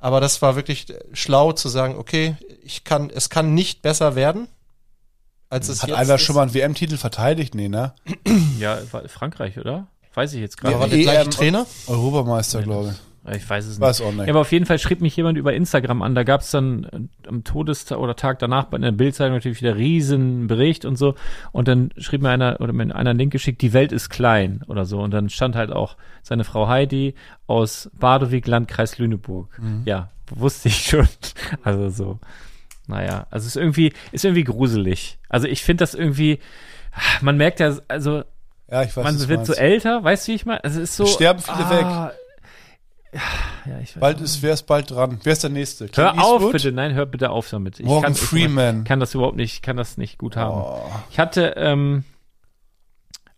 Aber das war wirklich äh, schlau zu sagen, okay, ich kann, es kann nicht besser werden, als es
Hat
jetzt
einer
ist.
schon mal einen WM-Titel verteidigt? Nee, ne?
Ja, war Frankreich, oder? Weiß ich jetzt
Aber
gerade
war
nicht.
der gleiche
EM
Trainer?
E Europameister, glaube ich.
Ich weiß es nicht.
Weiß auch nicht.
Ja, aber auf jeden Fall schrieb mich jemand über Instagram an. Da gab es dann äh, am Todestag oder Tag danach bei einer Bildzeitung natürlich wieder riesen Bericht und so. Und dann schrieb mir einer oder mir einer einen Link geschickt, die Welt ist klein oder so. Und dann stand halt auch seine Frau Heidi aus Badowig, Landkreis Lüneburg.
Mhm.
Ja, wusste ich schon. Also so. Naja, also es ist irgendwie, ist irgendwie gruselig. Also ich finde das irgendwie, man merkt ja, also
Ja, ich weiß
man
was du
wird so
meinst.
älter, weißt du, wie ich meine? Also es ist so.
Es sterben viele
ah, Ja, ich weiß.
Bald ist, wer ist bald dran? Wer ist der Nächste?
Hör
Clint
auf
Eastwood?
bitte, nein, hör bitte auf damit. Ich
Morgan
ich
Freeman.
kann das überhaupt nicht, kann das nicht gut haben.
Mhm. Oh.
Ich hatte, ähm,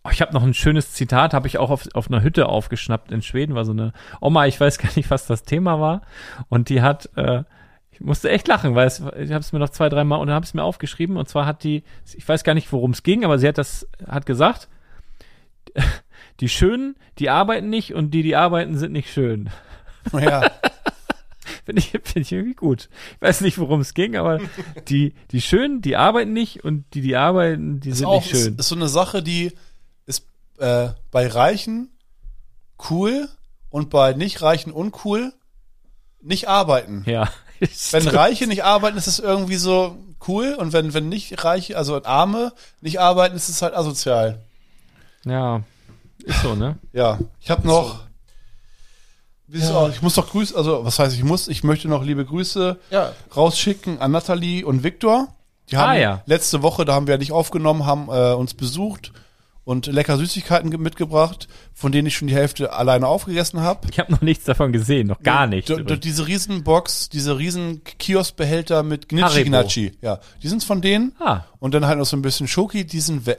oh, ich habe noch ein schönes Zitat, habe ich auch auf, auf einer Hütte aufgeschnappt in Schweden, war so eine Oma, ich weiß gar nicht, was das Thema war. Und die hat, äh, ich musste echt lachen, weil es, ich habe es mir noch zwei, dreimal und dann habe ich es mir aufgeschrieben. Und zwar hat die, ich weiß gar nicht, worum es ging, aber sie hat das, hat gesagt, die Schönen, die arbeiten nicht und die, die arbeiten, sind nicht schön.
Ja.
Finde ich, finde ich irgendwie gut. Ich weiß nicht, worum es ging, aber die, die Schönen, die arbeiten nicht und die, die arbeiten, die sind
auch,
nicht schön.
Ist, ist so eine Sache, die ist äh, bei Reichen cool und bei Nicht-Reichen uncool. Nicht arbeiten.
ja.
Wenn Reiche nicht arbeiten, ist es irgendwie so cool. Und wenn, wenn nicht Reiche, also Arme nicht arbeiten, ist es halt asozial.
ja, ist so, ne?
Ja, ich habe noch. Wie ist es auch? Ich muss doch grüßen, also was heißt ich muss? Ich möchte noch liebe Grüße
Ja.
rausschicken an Nathalie und Viktor. Die haben
Ah, ja.
letzte Woche, da haben wir ja nicht aufgenommen, haben äh, uns besucht und lecker Süßigkeiten ge- mitgebracht, von denen ich schon die Hälfte alleine aufgegessen habe.
Ich habe noch nichts davon gesehen, noch gar nichts.
D- d-
übrigens.
diese Riesenbox, diese riesen Kioskbehälter mit Gnitschi
Haribo.
Gnatschi. Ja, die sind von denen.
Ah.
Und dann halt noch so ein bisschen Schoki, diesen äh,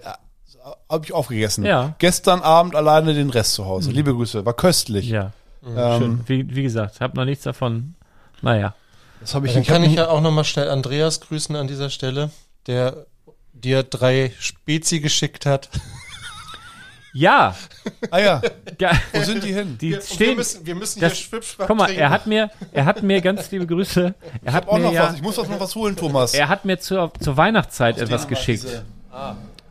habe ich aufgegessen.
Ja. Mhm.
Gestern Abend alleine den Rest zu Hause. Liebe Grüße, war köstlich.
Ja,
Ähm,
schön. Wie, wie gesagt, habe noch nichts davon. Naja.
das habe ich,
Dann
ich, hab
kann ich
nie-
ja auch nochmal schnell Andreas grüßen an dieser Stelle, der dir drei Spezi geschickt hat.
Ja,
Ah ja,
ja
wo sind die hin?
die stehen.
wir müssen
das- Guck mal, er hat mir, er hat mir ganz liebe Grüße. Er hat
hab auch
mir
noch
ja,
was. Ich muss auch noch was holen, Thomas.
er hat mir zur, zur Weihnachtszeit etwas geschickt.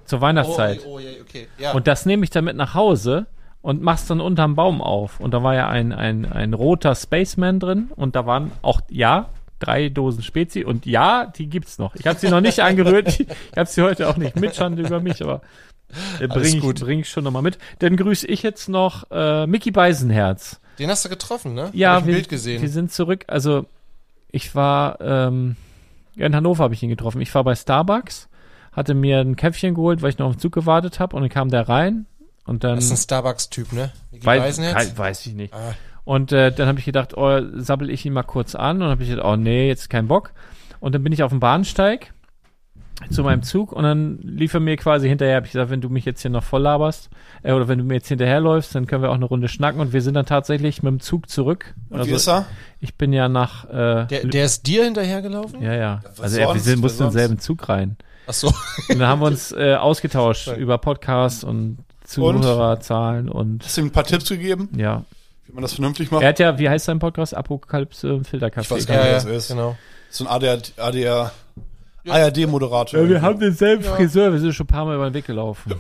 Zur Weihnachtszeit.
Oh, oh, je, okay. Ja.
Und das nehme ich dann mit nach Hause und mach's dann unterm Baum auf. Und da war ja ein, ein, ein roter Spaceman drin und da waren auch, ja, drei Dosen Spezi und ja, die gibt's noch. Ich habe sie noch nicht angerührt. Ich habe sie heute auch nicht mit, Schande über mich, aber Äh, bring,
gut.
Ich, bring ich schon nochmal mit. Dann grüße ich jetzt noch äh, Mickey Beisenherz.
Den hast du getroffen, ne? Hab
Ja,
ich ein
wir,
Bild gesehen.
wir sind zurück. Also, ich war ähm, ja, in Hannover, habe ich ihn getroffen. Ich war bei Starbucks, hatte mir ein Käffchen geholt, weil ich noch auf den Zug gewartet habe. Und dann kam der rein. Und dann.
das ist ein Starbucks-Typ, ne? Micky
weiß,
Beisenherz?
kein- weiß ich nicht.
Ah.
Und äh, dann habe ich gedacht, oh, sabbel ich ihn mal kurz an. Und habe ich gedacht, oh nee, jetzt kein Bock. Und dann bin ich auf dem Bahnsteig zu meinem Zug und dann lief er mir quasi hinterher. Habe ich gesagt, wenn du mich jetzt hier noch voll laberst äh, oder wenn du mir jetzt hinterherläufst, dann können wir auch eine Runde schnacken. Und wir sind dann tatsächlich mit dem Zug zurück. Also
Und wie ist er?
Ich bin ja nach. Äh,
Der, der ist dir hinterhergelaufen?
ja, ja.
was
Also er, wir
sonst,
sind,
was
mussten in
sonst?
denselben Zug rein.
Ach so.
Und dann haben wir uns äh, ausgetauscht über Podcasts und Zuhörerzahlen und
Hast du ihm ein paar Tipps gegeben,
ja,
wie man das vernünftig macht?
Er hat ja, wie heißt sein Podcast? Apokalypse und Filterkaffee.
Ich weiß gar
Ja,
nicht,
ja,
wer das ist.
genau.
So ein ADR, ADR, ARD-Moderator.
Ja, wir haben denselben Friseur, wir sind schon ein paar Mal über den Weg gelaufen.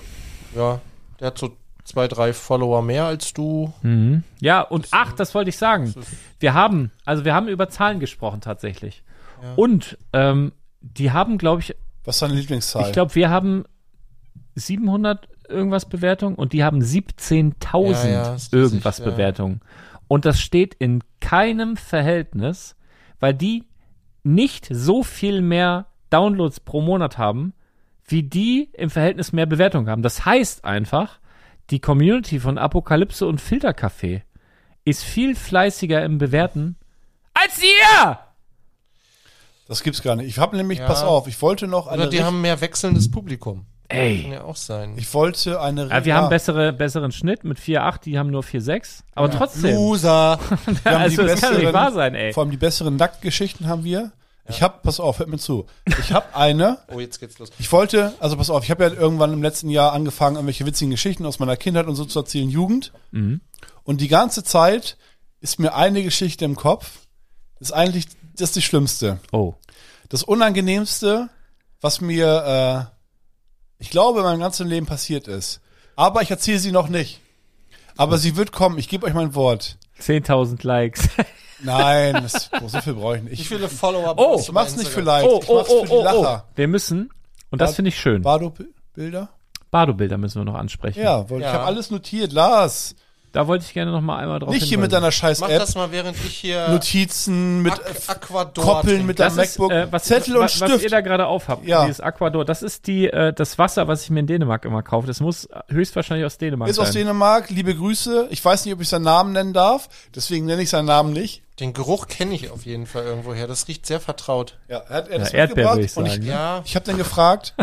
Ja, der hat so zwei, drei Follower mehr als du.
Mhm. Ja, und ach, das wollte ich sagen. Wir haben, also wir haben über Zahlen gesprochen tatsächlich. Und ähm, die haben, glaube ich,
Was ist deine Lieblingszahl?
ich glaube, wir haben 700 irgendwas Bewertungen und die haben 17.000
Ja, ja, ist riesig,
irgendwas
ja.
Bewertungen. Und das steht in keinem Verhältnis, weil die nicht so viel mehr Downloads pro Monat haben, wie die im Verhältnis mehr Bewertungen haben. Das heißt einfach, die Community von Apokalypse und Filterkaffee ist viel fleißiger im Bewerten als ihr!
das gibt's gar nicht. Ich habe nämlich,
Ja.
pass auf, ich wollte noch eine.
Oder die
richt-
haben mehr wechselndes Publikum. Kann
Ey.
ja auch sein.
ich wollte eine.
Ja, wir
ja,
haben bessere, besseren Schnitt mit 4,8, die haben nur 4,6. Aber trotzdem.
Loser.
wir haben
also, das kann doch nicht wahr sein, ey.
Vor allem die besseren Nacktgeschichten haben wir. Ich habe, pass auf, hört mir zu. Ich habe eine.
oh, jetzt geht's los.
Ich wollte, also pass auf, ich habe ja irgendwann im letzten Jahr angefangen, irgendwelche witzigen Geschichten aus meiner Kindheit und so zu erzählen, Jugend.
Mhm.
Und die ganze Zeit ist mir eine Geschichte im Kopf. Ist eigentlich, das ist die schlimmste.
Oh.
Das Unangenehmste, was mir, äh, ich glaube, in meinem ganzen Leben passiert ist. Aber ich erzähle sie noch nicht. Aber sie wird kommen, ich gebe euch mein Wort.
10.000 Likes.
Nein, das, oh, so viel brauche ich nicht.
Wie
Ich,
viele Follower
Oh,
brauchst
ich
du
mach's
bei
nicht für
Instagram?
Likes, ich mach's für die Lacher.
Wir müssen, und das
Ja.
finde ich schön,
Bardo-Bilder?
Bardo-Bilder müssen wir noch ansprechen.
Ja, wollte- ich
Ja.
habe alles notiert, Lars.
Da wollte ich gerne noch mal einmal drauf
Nicht hier mit
hinweisen.
deiner scheiß
Mach
App.
das mal, während ich hier
Notizen mit
Aqu-
äh,
Aquador
Koppeln mit
trinke.
deinem
das ist,
MacBook,
äh, was,
Zettel
wa-
und
was,
Stift.
Was ihr da gerade aufhabt,
Ja.
dieses Aquador, das ist die, äh, das Wasser, was ich mir in Dänemark immer kaufe. Das muss höchstwahrscheinlich aus Dänemark
äh, ist
sein.
aus Dänemark, liebe Grüße. Ich weiß nicht, ob ich seinen Namen nennen darf, deswegen nenne ich seinen Namen nicht.
Den Geruch kenne ich auf jeden Fall irgendwoher. Das riecht sehr vertraut.
Ja, er hat er hat
ja,
das
Erdbeer würde ich
mitgebracht und
sagen.
ich,
ne?
Ja,
ich habe dann gefragt,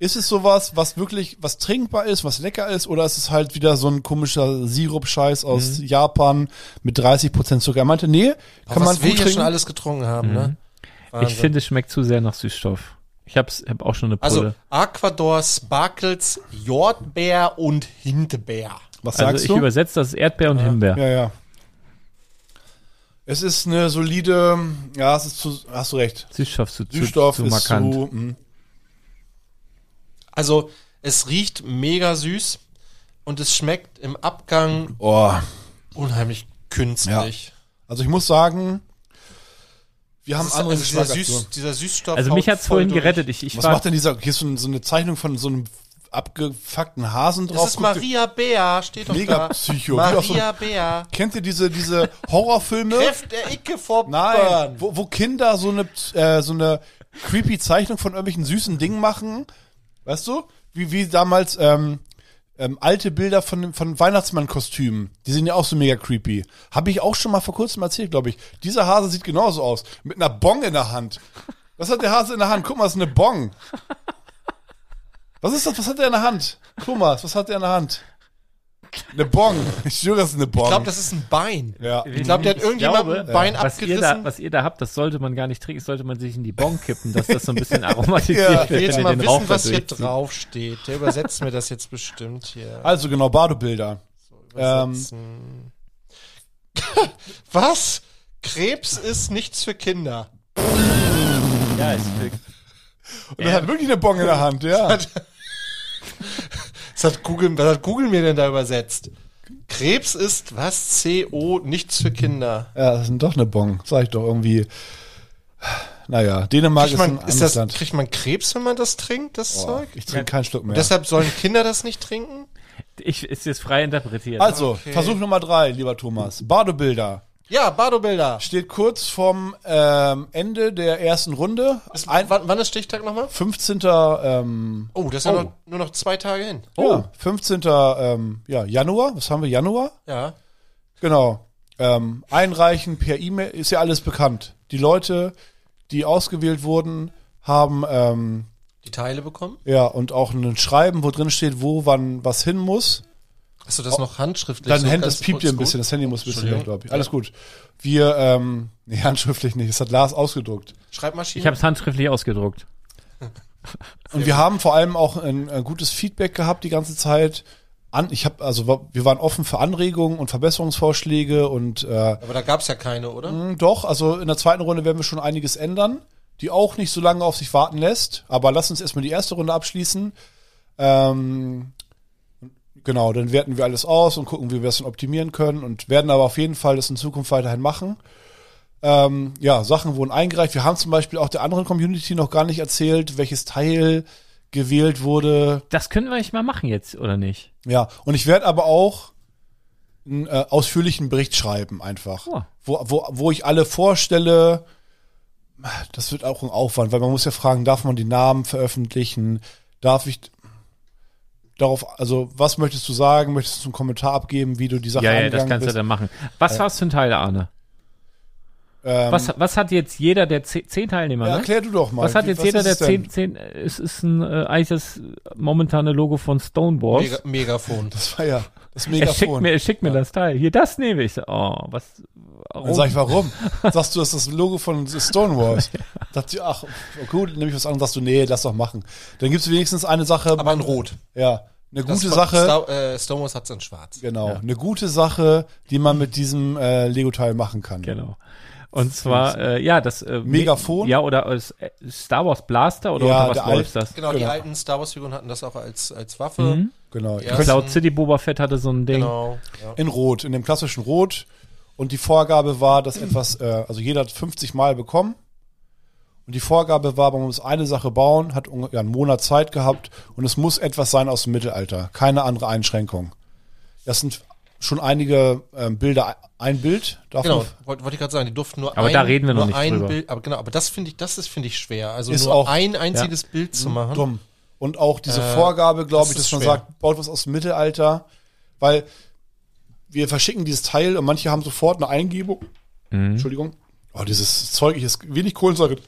ist es sowas, was wirklich, was trinkbar ist, was lecker ist oder ist es halt wieder so ein komischer Sirup-Scheiß aus
Mhm.
Japan mit 30% Zucker? Er meinte, nee,
Aber
kann man
was wir
gut
hier schon
trinken. Mhm.
alles getrunken haben, ne?
ich finde, es schmeckt zu sehr nach Süßstoff. Ich hab's, hab auch schon eine Pulle.
Also Aquador, Sparkles, Jordbeer und Hintebeer.
Was
Also
sagst
ich
du?
übersetze, das ist Erdbeer und Himbeer.
Ja, ja. Es ist eine solide, ja, es ist zu, hast du recht.
Süßstoff zu, zu,
Süßstoff
zu
ist
markant.
zu, hm. mh.
Also es riecht mega süß und es schmeckt im Abgang
oh,
unheimlich künstlich.
Also ich muss sagen, wir haben
Das ist
andere
also dieser,
Geschmack. als
süß,
du.
dieser Süßstoff.
Also mich
haut
hat's
voll
vorhin
durch.
gerettet. Ich, ich
Was
war,
macht denn dieser? Hier ist so, ein- so eine Zeichnung von so einem abgefuckten Hasen drauf.
Das ist
Guck dir-
Maria Bär, steht doch
Mega
da.
Psycho. Wie auf so
Maria
einem-
Bär.
Kennt ihr diese diese Horrorfilme?
Kräft der Icke vor
Nein,
Burn.
wo, wo Kinder so eine äh, so eine creepy Zeichnung von irgendwelchen süßen Dingen machen, weißt du? Wie wie damals ähm, ähm, alte Bilder von von Weihnachtsmannkostümen. Die sind ja auch so mega creepy. Habe ich auch schon mal vor kurzem erzählt, glaube ich. Dieser Hase sieht genauso aus mit einer Bong in der Hand. Was hat der Hase in der Hand? Guck mal, das ist eine Bong. Was ist das? Was hat er in der Hand? Thomas, was hat er in der Hand? Eine Bong. Ich schwöre, das ist eine Bong.
Ich glaube, das ist ein Bein.
ja.
Ich glaube, der hat irgendjemand ein Bein
was ihr,
abgerissen.
da, was ihr da habt, das sollte man gar nicht trinken, das sollte man sich in die Bon kippen, dass das so ein bisschen aromatisiert
Ja,
wird.
ich will jetzt
wenn ihr
mal
den
wissen,
Rauch
was hier
dadurch zieht.
draufsteht. Der übersetzt mir das jetzt bestimmt hier.
Also genau, Badebilder. Ähm,
Übersetzen. was? Krebs ist nichts für Kinder.
Ja, ist für-
Und er hat wirklich eine Bong in der Hand, ja.
Was hat Google, was hat Google mir denn da übersetzt? Krebs ist was? CO, nichts für Kinder.
Ja, das ist doch eine Bong. Sag ich doch irgendwie. Naja, Dänemark
Kriegt
ist ein
man,
anderes
ist das,
Land.
kriegt man Krebs, wenn man das trinkt, das Zeug?
Ich trinke keinen Schluck mehr.
Deshalb sollen Kinder das nicht trinken?
Ich ist jetzt frei interpretiert.
also,
Okay.
Versuch Nummer drei, lieber Thomas. Badebilder.
Ja, Bardo-Bilder.
Steht kurz vorm ähm, Ende der ersten Runde.
Ist- Wann, wann ist Stichtag nochmal?
15. Ähm,
Oh, das ist ja noch, nur noch zwei Tage hin.
Ja, 15. Ähm, ja, Januar. Was haben wir? Januar?
Ja.
Genau. Ähm, einreichen per E-Mail ist ja alles bekannt. Die Leute, die ausgewählt wurden, haben ähm,
Die Teile bekommen?
ja und auch ein Schreiben, wo drin steht, wo wann was hin muss.
Hast du das noch handschriftlich?
Dann
so
Oh. Hand,
ganz
das piept dir ein
kurz
bisschen,
gut?
das Handy muss ein bisschen weg,
Entschuldigung.
glaube ich. Alles gut. Wir, ähm, nee, handschriftlich nicht, das hat Lars ausgedruckt.
Schreibmaschine?
ich habe es handschriftlich ausgedruckt.
Und wir haben vor allem auch ein, ein gutes Feedback gehabt die ganze Zeit. An, ich habe also wa- wir waren offen für Anregungen und Verbesserungsvorschläge und äh,
Aber da gab es ja keine, oder?
mh, doch, also in der zweiten Runde werden wir schon einiges ändern, die auch nicht so lange auf sich warten lässt. Aber lass uns erstmal die erste Runde abschließen. Ähm, genau, dann werten wir alles aus und gucken, wie wir es dann optimieren können und werden aber auf jeden Fall das in Zukunft weiterhin machen. Ähm, ja, Sachen wurden eingereicht. Wir haben zum Beispiel auch der anderen Community noch gar nicht erzählt, welches Teil gewählt wurde.
Das können wir nicht mal machen jetzt, oder nicht?
Ja, und ich werde aber auch einen äh, ausführlichen Bericht schreiben, einfach.
Oh.
Wo, wo, wo ich alle vorstelle, das wird auch ein Aufwand, weil man muss ja fragen, darf man die Namen veröffentlichen? Darf ich darauf, also was möchtest du sagen? Möchtest du einen Kommentar abgeben, wie du die Sache
Ja, ja, das
angegangen
kannst du
bist?
dann machen. Was war's für ein Teil, Arne?
Ähm,
Was, was hat jetzt jeder der zehn, zehn Teilnehmer?
ja,
ne?
erklär du doch mal.
Was hat
Wie-
jetzt jeder
ist
der
es denn?
zehn, zehn, äh, es ist ein, äh, eigentlich das momentane Logo von Stonewalls.
Mega, Megafon.
Das war ja das
er schickt
Megafon.
mir, er schickt mir das Teil. Hier, das nehme ich. Oh, was, warum?
Dann sag ich, warum? Sagst du, das ist das Logo von Stonewalls. Sagt sie, ach, gut, nehme ich was an. Sagst du, nee, lass doch machen. Dann gibt's wenigstens eine Sache.
Aber in Rot.
ja, eine
Das
gute
war-
Sache.
Star, äh, Stonewalls hat es in Schwarz.
Genau, eine gute Sache, die man mit diesem äh, Lego-Teil machen kann.
Genau. Und zwar, äh, ja, das äh,
Megafon?
Ja, oder äh, Star Wars Blaster oder
Ja,
unter
der
was läuft
Al-
das?
Genau, die
Genau.
alten Star Wars-Figuren hatten das auch als, als Waffe.
Mhm.
Genau.
Ja.
Könnt-
Cloud City Boba Fett hatte so ein Ding.
Genau. Ja.
In Rot, in dem klassischen Rot. Und die Vorgabe war, dass etwas, äh, also jeder hat 50 Mal bekommen. Und die Vorgabe war, man muss eine Sache bauen, hat ungefähr einen Monat Zeit gehabt und es muss etwas sein aus dem Mittelalter. Keine andere Einschränkung. Das sind schon einige ähm, Bilder, ein Bild davon.
Genau, wollte wollt ich gerade sagen, die durften nur
Aber
ein,
da reden wir noch
nur
nicht
ein
drüber.
Bild, aber genau, aber das finde ich, das ist finde ich schwer, also
Ist
nur
auch- Mhm.
ein einziges Bild zu machen.
Drum. Und auch diese
Äh,
Vorgabe, glaube
das
ich,
ist
dass man
schwer.
sagt, baut was aus dem Mittelalter, weil wir verschicken dieses Teil und manche haben sofort eine Eingebung.
Mhm.
Entschuldigung. Oh, dieses Zeug, ich ist wenig Kohlensäure drin,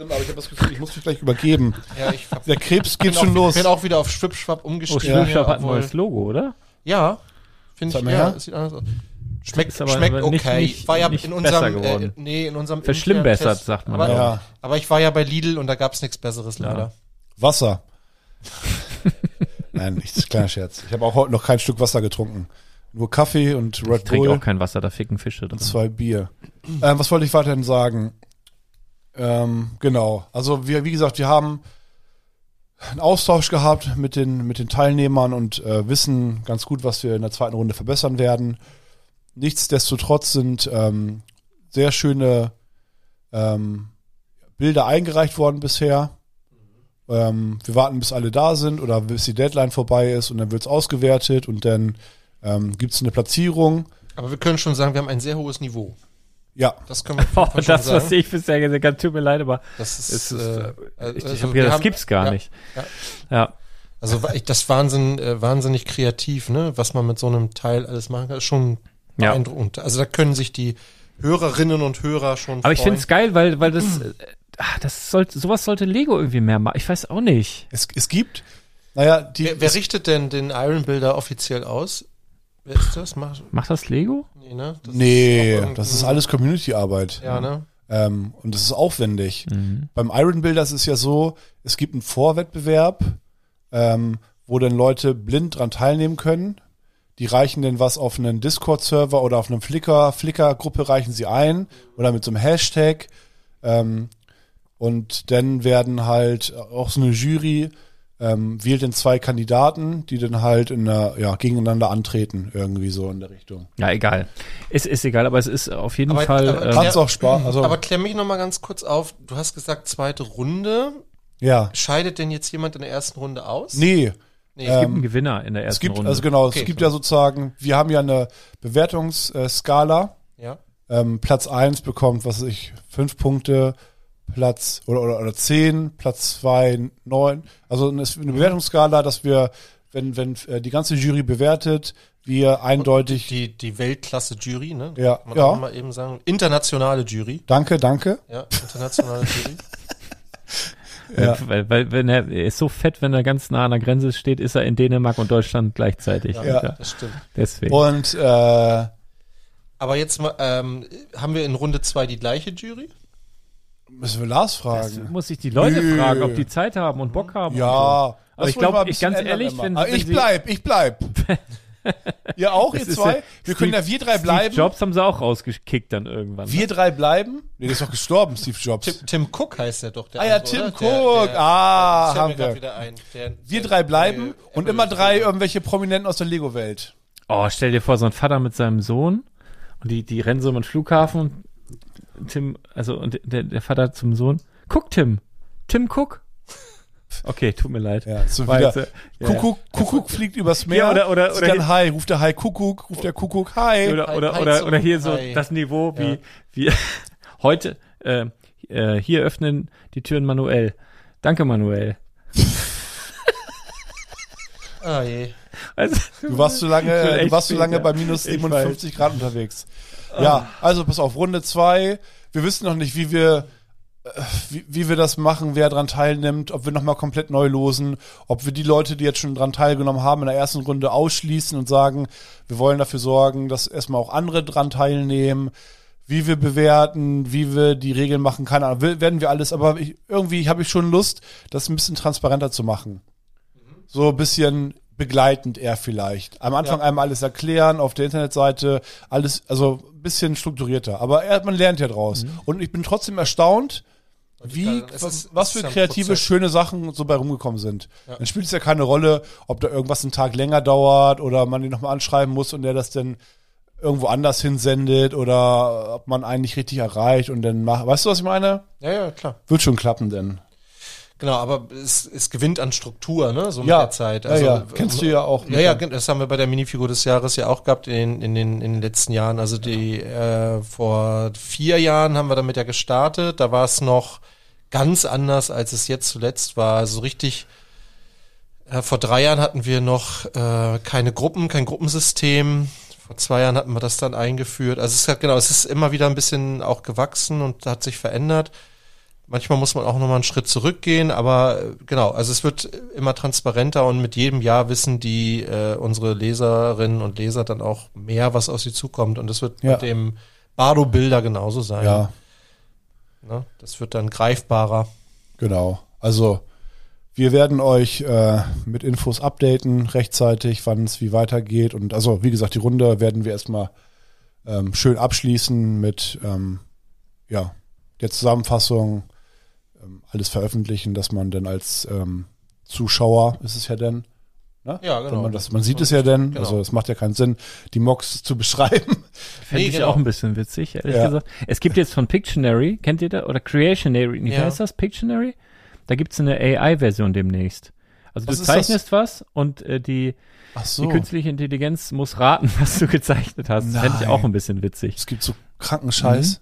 aber ich habe das Gefühl, ich muss mich gleich übergeben.
Ja, ich hab-
Der Krebs geht
bin
schon
auch,
los.
bin auch wieder auf Schwipschwapp
Oh,
umgestiegen.
Schwimshop
ja,
hat ein
obwohl-
neues Logo, oder?
Ja, finde
Zeig
ich,
mal
ja,
her.
es sieht anders aus. Schmeckt,
Ist aber-
schmeckt
aber nicht-
okay.
nicht-
ich war ja
nicht
in
besser
unserem,
geworden.
äh, nee, in unserem
Verschlimmbessert,
internen Test.
sagt man,
aber,
glaub
ich.
aber ich war ja bei Lidl und da gab es nichts Besseres leider.
Wasser. Nein, nichts, kleiner Scherz. Ich habe auch heute noch kein Stück Wasser getrunken. Nur Kaffee und Red
Ich trinke
Bull.
auch kein Wasser, da ficken Fische drin.
zwei Bier. Ähm, was wollte ich weiterhin sagen? Ähm, genau. Also wir, wie gesagt, wir haben einen Austausch gehabt mit den, mit den Teilnehmern und äh, wissen ganz gut, was wir in der zweiten Runde verbessern werden. Nichtsdestotrotz sind ähm, sehr schöne ähm, Bilder eingereicht worden bisher. Ähm, wir warten, bis alle da sind oder bis die Deadline vorbei ist und dann wird es ausgewertet und dann ähm, gibt es eine Platzierung.
Aber wir können schon sagen, wir haben ein sehr hohes Niveau.
Ja,
Das können wir auf jeden
Oh,
Fall schon
das, was
sagen.
ich bisher gesehen habe, tut mir leid, aber
das ist,
es ist,
äh,
äh, ich, ich
also
hab
wir
gedacht, das
haben-
gibt's gar
ja,
nicht.
ja.
ja.
Also wa- ich- das Wahnsinn, äh, wahnsinnig kreativ, ne? Was man mit so einem Teil alles machen kann, ist schon
Ja.
beeindruckend. Also da können sich die Hörerinnen und Hörer schon
Aber ich
freuen.
finde es geil, weil, weil das, äh, ah, das sollte, sowas sollte Lego irgendwie mehr machen. Ich weiß auch nicht.
Es, es gibt, naja, die,
Wer, wer
es,
richtet denn den Iron Builder offiziell aus? Wer ist das? Mach,
Macht das Lego?
nee, ne? Das auch
nee,
irgendein-
das ist alles Community-Arbeit.
Ja, ne?
Ähm, und das ist aufwendig. Beim Iron Builders ist es ja so, es gibt einen Vorwettbewerb, ähm, wo dann Leute blind dran teilnehmen können. Die reichen dann was auf einen Discord-Server oder auf einem Flickr, Flickr-Gruppe reichen sie ein oder mit so einem Hashtag. Ähm, und dann werden halt auch so eine Jury ähm, wählt dann zwei Kandidaten, die dann halt in der, ja, gegeneinander antreten, irgendwie so in der Richtung.
Ja, egal. Es ist egal, aber es ist auf jeden
Aber-
Fall.
aber-
ähm,
Ja.
Kannst auch Spaß, also,
Aber klär mich noch mal ganz kurz auf. Du hast gesagt, zweite Runde.
ja.
Scheidet denn jetzt jemand in der ersten Runde aus?
Nee,
Nee.
es gibt einen Gewinner in der ersten
es gibt,
Runde.
also genau,
Okay.
es gibt ja sozusagen, wir haben ja eine Bewertungsskala.
Ja.
Ähm, Platz 1 bekommt, was weiß ich, 5 Punkte, Platz oder, oder, oder 10, Platz 2, 9. Also eine eine Bewertungsskala, dass wir, wenn, wenn äh, die ganze Jury bewertet, wir eindeutig.
Die, die Weltklasse-Jury, ne?
Ja,
Kann man
ja.
auch mal eben sagen. Internationale Jury.
danke, danke.
Ja, internationale Jury.
ja.
Weil, weil wenn er, er ist so fett, wenn er ganz nah an der Grenze steht, ist er in Dänemark und Deutschland gleichzeitig.
Ja,
Alter.
das stimmt.
Deswegen.
Und äh,
Aber jetzt mal, ähm, haben wir in Runde zwei die gleiche Jury?
müssen wir Lars
Das
fragen.
muss ich die Leute
Nö.
fragen, ob die Zeit haben und Bock haben. Und so.
Ja. Also
Aber
das
ich
wollen wir
glaub,
ein
ich-
bisschen
ganz
ändern
ehrlich,
immer.
wenn-
Aber
wenn
ich
Sie-
bleib, ich bleib. ihr auch,
Das
ihr
ist
zwei?
ja
wir können ja wir drei
Steve
bleiben.
Jobs haben sie auch rausgekickt dann irgendwann.
Wir drei bleiben? Nee, der ist doch gestorben, Steve Jobs.
Tim, Tim Cook heißt der doch. Der
Ah ja,
andere,
Tim
oder?
Cook.
Der, der,
ah,
ich hab mir
haben
grad
wir.
wieder ein. Der,
Wir
der-
drei bleiben
der-
und immer drei irgendwelche Prominenten aus der Lego-Welt.
oh, stell dir vor, so ein Vater mit seinem Sohn und die, die rennen so um den Flughafen. Tim, also und der, der Vater zum Sohn. Guck, Tim. Tim, guck. Okay, tut mir leid.
Ja, so
Weil
wieder.
jetzt, äh, ja,
Kuckuck, Kuckuck fliegt übers Meer.
Ja, oder- oder-
sieht
oder
dann Hi, ruft der Hi Kuckuck, ruft der Kuckuck Hi.
oder,
Hi-
oder,
Hi
oder,
zum
oder hier so
Hi.
das Niveau wie, wie heute äh, äh, hier öffnen die Türen manuell. Danke, Manuel.
Ah je.
Also,
Du warst zu lange,
Schon
du
echt
warst zu
spät,
lange
ja.
bei minus
Ich
57 Grad unterwegs. Ja, also pass auf, Runde zwei. Wir wissen noch nicht, wie wir, äh, wie, wie wir das machen, wer dran teilnimmt, ob wir nochmal komplett neu losen, ob wir die Leute, die jetzt schon dran teilgenommen haben, in der ersten Runde ausschließen und sagen, wir wollen dafür sorgen, dass erstmal auch andere dran teilnehmen, wie wir bewerten, wie wir die Regeln machen, keine Ahnung, will- werden wir alles, aber ich, irgendwie habe ich schon Lust, das ein bisschen transparenter zu machen so ein bisschen begleitend eher vielleicht. Am Anfang einmal alles erklären, auf der Internetseite, alles, also ein bisschen strukturierter. Aber er, man lernt ja draus.
Mhm.
Und ich bin trotzdem erstaunt, wie,
Es ist-
was
es
für
ist ein
kreative,
Prozess.
schöne Sachen so bei rumgekommen sind. Dann spielt es ja keine Rolle, ob da irgendwas einen Tag länger dauert oder man den nochmal anschreiben muss und der das dann irgendwo anders hinsendet oder ob man einen nicht richtig erreicht und dann macht. Weißt du, was ich meine?
Ja, ja, klar.
Wird schon klappen denn.
Genau, aber es, es gewinnt an Struktur, ne? So mit
Ja,
der Zeit. äh, Also, ne?
ja, ja. Kennst du ja auch.
Ja, ja, gen- das haben wir bei der Minifigur des Jahres ja auch gehabt in, in, den, in den letzten Jahren. Also die äh, vor vier Jahren haben wir damit ja gestartet. Da war es noch ganz anders, als es jetzt zuletzt war. Also richtig, äh, vor drei Jahren hatten wir noch äh, keine Gruppen, kein Gruppensystem. Vor zwei Jahren hatten wir das dann eingeführt. Also es ist halt genau, es ist immer wieder ein bisschen auch gewachsen und hat sich verändert. Manchmal muss man auch nochmal einen Schritt zurückgehen, aber äh, genau, also es wird immer transparenter und mit jedem Jahr wissen die äh, unsere Leserinnen und Leser dann auch mehr, was auf sie zukommt. Und das wird
Ja.
mit dem Bardo-Bilder genauso sein.
Ja.
Ne? Das wird dann greifbarer.
Genau. Also wir werden euch äh, mit Infos updaten rechtzeitig, wann es wie weitergeht. Und also, wie gesagt, die Runde werden wir erstmal ähm, schön abschließen mit ähm, ja, der Zusammenfassung, ähm, alles veröffentlichen, dass man dann als ähm, Zuschauer ist es ja denn. Ne?
Ja, genau.
Wenn Man, das, man sieht es ja denn,
Genau.
also es macht ja keinen Sinn, die Mocks zu beschreiben.
Fände
Nee,
ich
genau.
auch ein bisschen witzig, ehrlich
Ja.
gesagt. Es gibt jetzt von Pictionary, kennt ihr da? Oder Creationary, wie
Ja.
heißt das? Pictionary? Da gibt's eine AI-Version demnächst. Also
Was
du
ist das?
zeichnest was und äh, die,
Ach
die
so,
künstliche Intelligenz muss raten, was du gezeichnet hast. Das Fände ich
Nein.
auch ein bisschen witzig.
es gibt so kranken Scheiß.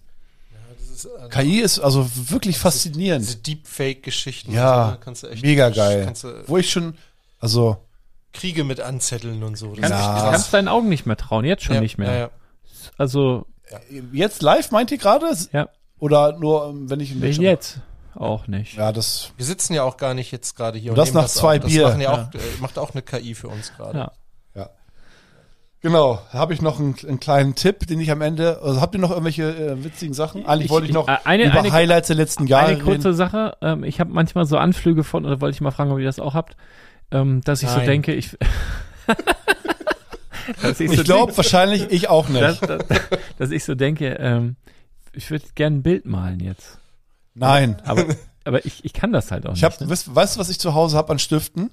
KI ist also wirklich faszinierend.
Diese Deepfake-Geschichten.
Ja,
und ne? kannst du echt,
Mega geil.
Kannst du
Wo ich schon, also,
Kriege mit anzetteln und so. Das
Kannst,
ist echt
Ja.
krass.
kannst deinen Augen nicht mehr trauen, jetzt schon
Ja,
nicht mehr.
Ja, ja.
Also,
jetzt live meint ihr gerade?
Ja.
Oder nur, ähm, wenn ich in
wen jetzt? Auch nicht.
Ja, das,
Wir sitzen ja auch gar nicht jetzt gerade hier.
Und das
nehmen
nach zwei
auf. das
Bier.
Machen ja Auch, äh, macht auch eine KI für uns gerade.
Ja.
ja. Genau, habe ich noch einen, einen kleinen Tipp, den ich am Ende, also habt ihr noch irgendwelche äh, witzigen Sachen? Eigentlich
Ich-
wollte ich
ich-
noch
äh, eine-
über
eine-
Highlights der letzten Jahre
Eine kurze
reden.
Sache, ähm, ich habe manchmal so Anflüge von, oder wollte ich mal fragen, ob ihr das auch habt, ähm, dass ich so
Nein.
denke, ich. Dass
Ich
so
glaube wahrscheinlich ich auch nicht.
dass, dass, dass ich so denke, ähm, ich würde gerne ein Bild malen jetzt.
Nein,
Aber aber ich, ich kann das halt auch
Ich hab,
nicht. Hm? ne?
weißt, weißt du, was ich zu Hause habe an Stiften?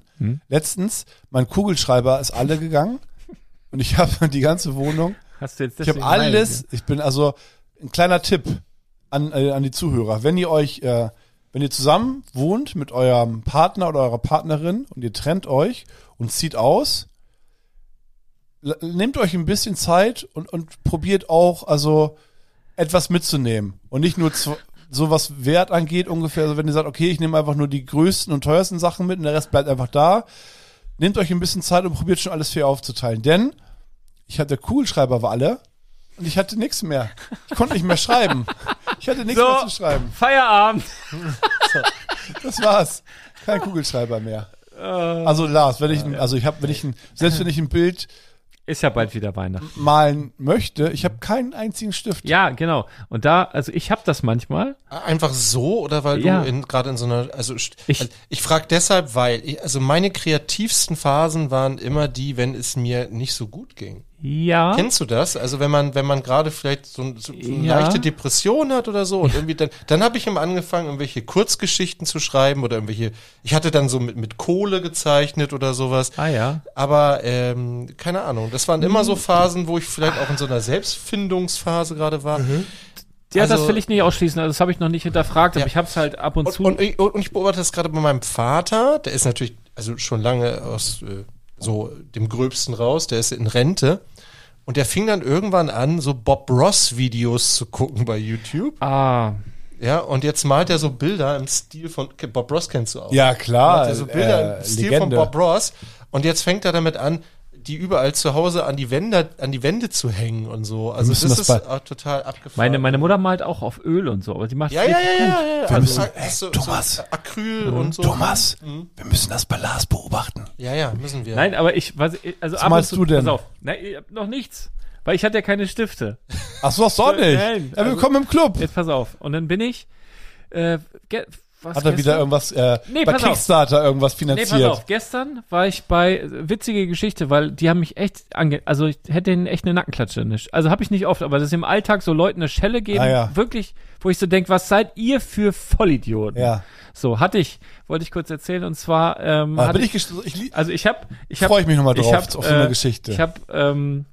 Letztens, mein Kugelschreiber ist alle gegangen und ich habe die ganze Wohnung.
Hast du jetzt
Ich habe
deswegen Reihe
alles. Ich bin also ein kleiner Tipp an, äh, an die Zuhörer. Wenn ihr euch, äh, wenn ihr zusammen wohnt mit eurem Partner oder eurer Partnerin und ihr trennt euch und zieht aus, l- nehmt euch ein bisschen Zeit und, und probiert auch, also etwas mitzunehmen und nicht nur zu, so was Wert angeht ungefähr. Also wenn ihr sagt, okay, ich nehme einfach nur die größten und teuersten Sachen mit und der Rest bleibt einfach da. Nehmt euch ein bisschen Zeit und probiert schon alles fair aufzuteilen. Denn ich hatte Kugelschreiber war alle und ich hatte nichts mehr. Ich konnte nicht mehr schreiben. Ich hatte nichts
So.
mehr zu schreiben.
Feierabend.
Das war's. Kein Kugelschreiber mehr. Also Lars, wenn ich, ein- also ich habe, wenn ich ein, selbst wenn ich ein Bild
Ist ja bald wieder Weihnachten.
malen möchte, ich habe keinen einzigen Stift.
Ja, genau. Und da, also ich habe das manchmal.
Einfach so oder weil
Ja.
du in- gerade in so einer, also st-
Ich-
ich frage deshalb, weil, ich, also meine kreativsten Phasen waren immer die, wenn es mir nicht so gut ging.
Ja.
Kennst du das? Also wenn man, wenn man gerade vielleicht so, ein- so, so eine
Ja.
leichte Depression hat oder so und irgendwie dann, dann habe ich immer angefangen, irgendwelche Kurzgeschichten zu schreiben oder irgendwelche, ich hatte dann so mit, mit Kohle gezeichnet oder sowas.
Ah ja. Hm.
Aber ähm, keine Ahnung, das waren immer so Phasen, wo ich vielleicht auch in so einer Selbstfindungsphase gerade war.
Mhm. Ja, das
Also-
will ich nicht ausschließen. Also das habe ich noch nicht hinterfragt, aber
Ja.
ich habe es halt ab und,
Und,
zu.
und, ich, und ich beobachte das gerade bei meinem Vater, der ist natürlich also schon lange aus äh, so dem Gröbsten raus, der ist in Rente. Und der fing dann irgendwann an, so Bob Ross-Videos zu gucken bei YouTube.
ah,
Ja, und jetzt malt er so Bilder im Stil von. Bob Ross kennst du auch.
Ja, klar.
Macht er so Bilder
äh,
im Stil
Legende.
von Bob Ross. Und jetzt fängt er damit an, die überall zu Hause an die Wände, an die Wände zu hängen und so. Also das,
müssen das
ist
bald-
auch total abgefahren.
meine, meine Mutter malt auch auf Öl und so, aber die macht
ja, ja, ja, ja, ja.
Wir
Also,
müssen-
so,
Ey, Thomas.
So Acryl
Mhm.
und so.
Thomas, wir müssen das bei Lars beobachten.
Ja, ja, müssen wir.
Nein, aber ich, was, also ab und
malst
zu-
du denn?
Pass auf. Nein, ich hab noch nichts. Weil ich hatte ja keine Stifte.
Ach so, hast du auch nicht.
Nein,
ja,
also-
willkommen im Club.
Jetzt pass auf. Und dann bin ich, äh, ge- was
Hat er wieder
gestern?
irgendwas, äh,
Nee,
bei
pass auf.
Kickstarter irgendwas
Nee,
finanziert?
pass auf, gestern war ich bei äh, witzige Geschichte, weil die haben mich echt ange also ich hätte ihnen echt eine Nackenklatsche nicht. Also habe ich nicht oft, aber das im Alltag so Leuten eine Schelle geben,
Ah, ja.
wirklich, wo ich so denk, was seid ihr für Vollidioten?
Ja.
So, hatte ich, wollte ich kurz erzählen und zwar ähm,
Ah,
hatte
bin ich, gest- ich li-
also ich habe, ich hab,
Freu ich mich noch mal drauf,
ich hab, äh,
auf so eine Geschichte.
Ich habe, ähm,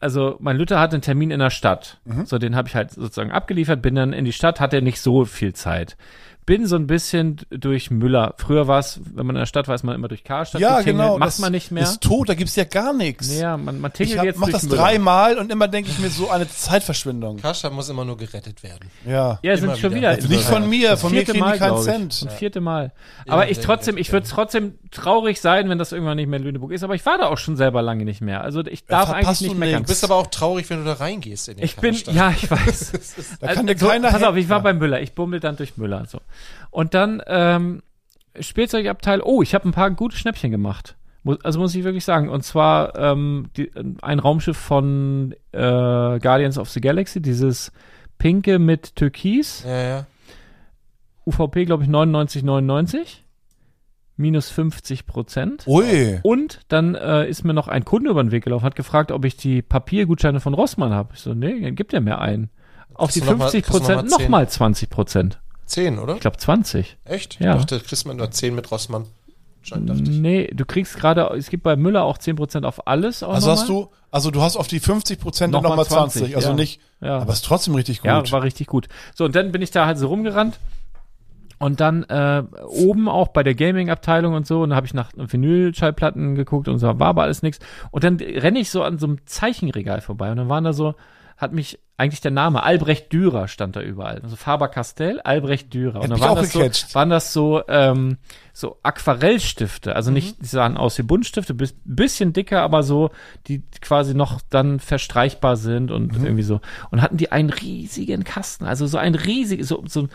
also mein Lütter hatte einen Termin in der Stadt,
Mhm.
so den habe ich halt sozusagen abgeliefert, bin dann in die Stadt, hatte nicht so viel Zeit. Bin so ein bisschen durch Müller. Früher war es, wenn man in der Stadt war, ist man immer durch Karstadt
ja,
getingelt.
genau.
macht
das
man nicht mehr.
Ist tot, da gibt's ja gar nichts.
ja, man, man tingelt
ich hab,
jetzt
mach
durch
das
Müller.
dreimal und immer denke ich mir so eine Zeitverschwendung.
Karstadt muss immer nur gerettet werden.
Ja.
Ja, sind
Immer
schon
wieder.
wieder.
Also
in
Nicht
Müller.
von mir,
Das
von mir
vierte
kriegen die keinen
glaub ich.
Cent.
Das vierte Mal. Aber ich
der
trotzdem,
gerettet
ich würde trotzdem traurig sein, wenn das irgendwann nicht mehr in Lüneburg ist. Aber ich war da auch schon selber lange nicht mehr. Also ich darf
verpasst
eigentlich nicht
du
meckern.
Du bist aber auch traurig, wenn du da reingehst in den
Ich bin,
Karstadt.
ja, ich weiß. Also,
Da kann dir
so,
keiner
pass auf,
helfen.
ich war bei Müller. Ich bummel dann durch Müller. So. Und dann ähm, Spielzeugabteil. Oh, ich habe ein paar gute Schnäppchen gemacht. Mu- Also muss ich wirklich sagen. Und zwar ähm, die, ein Raumschiff von äh, Guardians of the Galaxy, dieses pinke mit Türkis.
Ja, ja.
UVP, glaube ich, 99,99. Minus 50 Prozent.
Ui.
Und dann äh, ist mir noch ein Kunde über den Weg gelaufen, hat gefragt, ob ich die Papiergutscheine von Rossmann habe. Ich so, nee, dann gibt er mir einen. Auf
Kriegst
die
du noch mal-
50
kriegst du noch mal
Prozent
zehn?
nochmal 20 Prozent.
Zehn, oder?
Ich glaube 20.
Echt?
Ja.
Ich dachte, kriegst man nur zehn mit Rossmann. Scheint, dachte ich.
Nee, du kriegst gerade, es gibt bei Müller auch 10 Prozent auf alles. Auch
Also
noch
hast
mal.
du, also du hast auf die 50 Prozent
Noch mal
nochmal 20.
20,
Also
ja.
nicht,
Ja.
aber ist trotzdem richtig gut.
Ja, war richtig gut. So, und dann bin ich da halt so rumgerannt. Und dann äh, oben auch bei der Gaming-Abteilung und so, und da habe ich nach Vinylschallplatten geguckt und so, war aber alles nix. Und dann renne ich so an so einem Zeichenregal vorbei und dann waren da so, hat mich eigentlich der Name, Albrecht Dürer stand da überall. Also Faber-Castell, Albrecht Dürer.
Hätt
und dann
mich
waren
auch
das, so,
gecatcht.
waren das so, ähm, so Aquarellstifte.
Mhm.
Also nicht, die sahen aus wie Buntstifte, bis, bisschen dicker, aber so, die quasi noch dann verstreichbar sind und
Mhm.
irgendwie so. Und hatten die einen riesigen Kasten, also so ein riesiges, so, so ein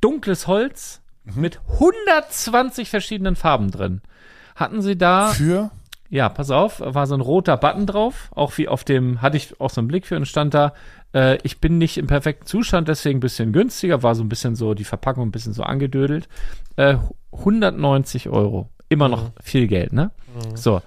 dunkles Holz mit 120 verschiedenen Farben drin. Hatten sie da,
Für?
ja, pass auf, war so ein roter Button drauf, auch wie auf dem, hatte ich auch so einen Blick für und stand da, äh, ich bin nicht im perfekten Zustand, deswegen ein bisschen günstiger, war so ein bisschen so, die Verpackung ein bisschen so angedödelt. Äh, 190 Euro, immer noch viel Geld, ne? So,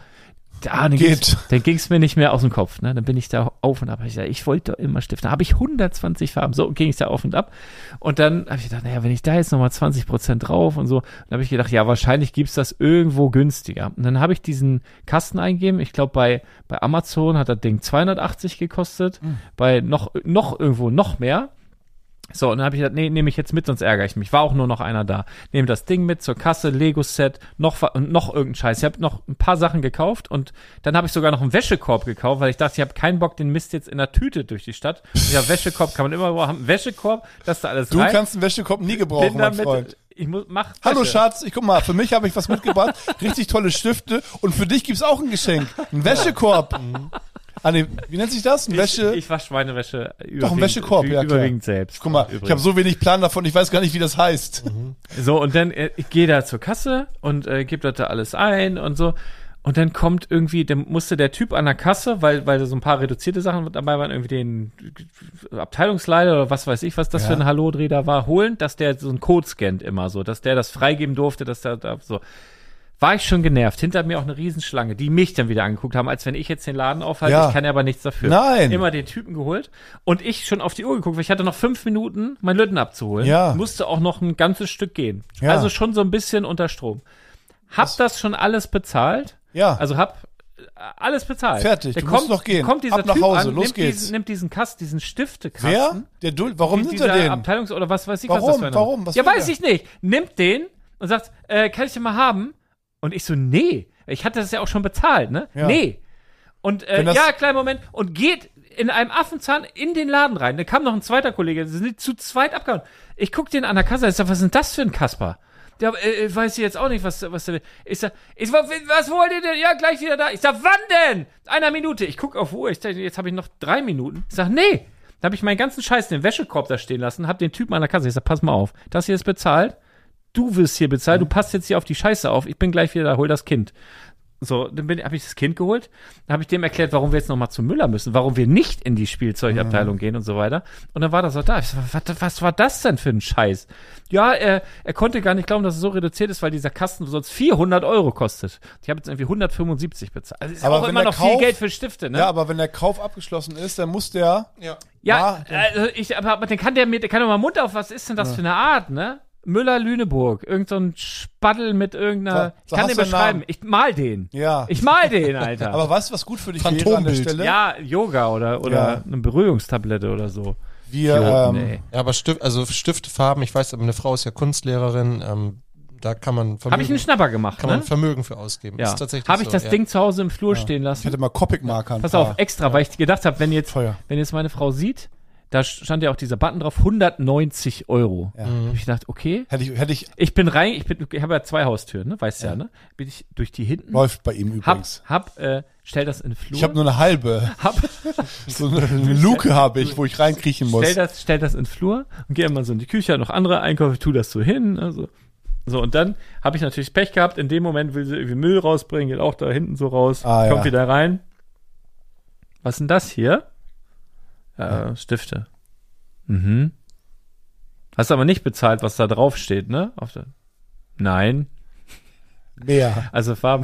Ah, dann
Geht.
ging's- Dann ging es mir nicht mehr aus dem Kopf. Ne? Dann bin ich da auf und ab. Hab Ich, gesagt, ich wollte doch immer Stifte. Da habe ich 120 Farben. So ging ich da auf und ab. Und dann habe ich gedacht, naja, wenn ich da jetzt nochmal 20 Prozent drauf und so, dann habe ich gedacht, ja, wahrscheinlich gibt's das irgendwo günstiger. Und dann habe ich diesen Kasten eingegeben. Ich glaube, bei, bei Amazon hat das Ding 280 gekostet. Bei noch, noch irgendwo noch mehr. So, und dann habe ich gedacht, nee, nehme ich jetzt mit, sonst ärgere ich mich. War auch nur noch einer da. Nehme das Ding mit zur Kasse, Lego-Set, noch wa- und noch irgendeinen Scheiß. Ich habe noch ein paar Sachen gekauft und dann habe ich sogar noch einen Wäschekorb gekauft, weil ich dachte, ich habe keinen Bock, den Mist jetzt in der Tüte durch die Stadt. Ja, Wäschekorb kann man immer überhaupt haben. Wäschekorb, das da alles
Du
rein.
kannst einen Wäschekorb nie
bin
gebrauchen, mein Freund.
damit, ich muss, mach
Hallo
Wäsche.
Schatz, ich guck mal, für mich habe ich was mitgebracht. Richtig tolle Stifte. Und für dich gibt's auch ein Geschenk. Ein Wäschekorb. Ah, nee, wie nennt sich das? Ein Wäsche.
Ich, ich wasch meine Wäsche überwiegend,
Doch, ein Wäschekorb, ja, klar.
überwiegend selbst.
guck mal, ich
Übrigens.
habe so wenig Plan davon, ich weiß gar nicht, wie das heißt.
So, und dann äh, ich gehe da zur Kasse und äh, gebe dort da alles ein und so. Und dann kommt irgendwie, dann musste der Typ an der Kasse, weil, weil da so ein paar reduzierte Sachen dabei waren, irgendwie den Abteilungsleiter oder was weiß ich, was das für ein Hallo-Dreh da war, holen, dass der so einen Code scannt immer so, dass der das freigeben durfte, dass der da so. War ich schon genervt. Hinter mir auch eine Riesenschlange, die mich dann wieder angeguckt haben, als wenn ich jetzt den Laden aufhalte.
Ja.
Ich kann ja aber nichts dafür.
Nein.
Immer den Typen geholt und ich schon auf die Uhr geguckt, weil ich hatte noch fünf Minuten, mein Lütten abzuholen.
Ja.
Musste auch noch ein ganzes Stück gehen.
Ja.
Also schon so ein bisschen unter Strom. Hab das schon alles bezahlt?
Ja.
Also hab äh, alles bezahlt.
Fertig,
Der
du
kommt,
musst noch gehen.
Kommt dieser
Ab nach
typ
Hause,
an,
los
nimmt
geht's.
Diesen, nimmt diesen Kast, diesen Stiftekasten.
Wer? Der Dul Warum nimmt er
dieser
den?
Abteilungs- oder was weiß ich, was
Warum?
das für einer war.
Warum? Was
Ja,
will
weiß
der?
ich nicht. Nimmt den und sagt, äh, kann ich den mal haben? Und ich so, nee. Ich hatte das ja auch schon bezahlt, ne?
Ja.
Nee. Und äh,
Wenn das-
ja, kleinen Moment. Und geht in einem Affenzahn in den Laden rein. Da kam noch ein zweiter Kollege. Sie sind zu zweit abgehauen. Ich guck den an der Kasse. Ich sag, was ist denn das für ein Kasper? Der äh, äh, weiß ich jetzt auch nicht, was, was der will. Ich sag, ich sag, was wollt ihr denn? Ja, gleich wieder da. Ich sag, wann denn? Einer Minute. Ich guck auf die Uhr. Ich sag, jetzt habe ich noch drei Minuten. Ich sag, nee. Da habe ich meinen ganzen Scheiß in den Wäschekorb da stehen lassen, hab den Typen an der Kasse. Ich sag, pass mal auf. Das hier ist bezahlt. Du wirst hier bezahlt. Du passt jetzt hier auf die Scheiße auf. Ich bin gleich wieder da. Hol das Kind. So, dann habe ich das Kind geholt, dann habe ich dem erklärt, warum wir jetzt nochmal zu Müller müssen, warum wir nicht in die Spielzeugabteilung gehen und so weiter. Und dann war das auch da. Ich so, was, was war das denn für ein Scheiß? Ja, er, er konnte gar nicht glauben, dass es so reduziert ist, weil dieser Kasten sonst 400 Euro kostet. Ich habe jetzt irgendwie 175 bezahlt. Also ist
Aber
auch
wenn
immer
der
noch viel
Kauf-
Geld für Stifte, ne?
Ja, aber wenn der Kauf abgeschlossen ist, dann muss der.
Ja.
Ja,
Ah,
also ich, aber, aber dann kann der mir, der kann doch mal Mund auf, was ist denn das für eine Art, ne? Müller-Lüneburg, irgend so ein Spaddel mit irgendeiner.
Sag-
Ich
sag,
kann
hast
den
du einen
beschreiben.
Namen?
Ich mal den.
Ja.
Ich mal den, Alter.
Aber weißt du, was gut für dich wäre an der
Phantombild.
Stelle?
Ja, Yoga oder, oder
Ja.
eine Berührungstablette oder so.
Wir,
Idioten,
ähm,
ey.
Ja, aber Stift, also Stiftfarben, ich weiß, aber meine Frau ist ja Kunstlehrerin, ähm, da kann man Vermögen,
Habe ich einen Schnapper gemacht,
kann man
ne?
Vermögen für ausgeben.
Ja.
Ist tatsächlich
Habe ich
so,
das
ja.
Ding zu Hause im Flur stehen
ich hätte
lassen.
mal Copic-Marker. ein
Pass
paar.
auf, extra, weil ich gedacht habe, wenn jetzt,
Teuer.
wenn jetzt meine Frau sieht, da stand ja auch dieser Button drauf, 190 Euro. Ja. Hab ich gedacht, okay.
Hätte ich, hätte ich,
Ich bin rein, ich, bin- ich habe ja zwei Haustüren, ne? Weißt ja. ja, ne? Bin ich durch die hinten,
läuft bei ihm
hab,
übrigens.
hab, äh, stell das in den Flur.
ich habe nur eine halbe.
hab,
So eine Luke habe ich, wo ich reinkriechen muss.
Stell das, stell das in den Flur und geh immer so in die Küche, noch andere Einkäufe, tu das so hin. Also. So, und dann habe ich natürlich Pech gehabt. In dem Moment will sie irgendwie Müll rausbringen, geht auch da hinten so raus,
Ah,
kommt
ja.
wieder rein. Was denn das hier? Äh, Stifte. Mhm. Hast aber nicht bezahlt, was da drauf steht, ne? Auf der Nein.
Mehr.
Also es war,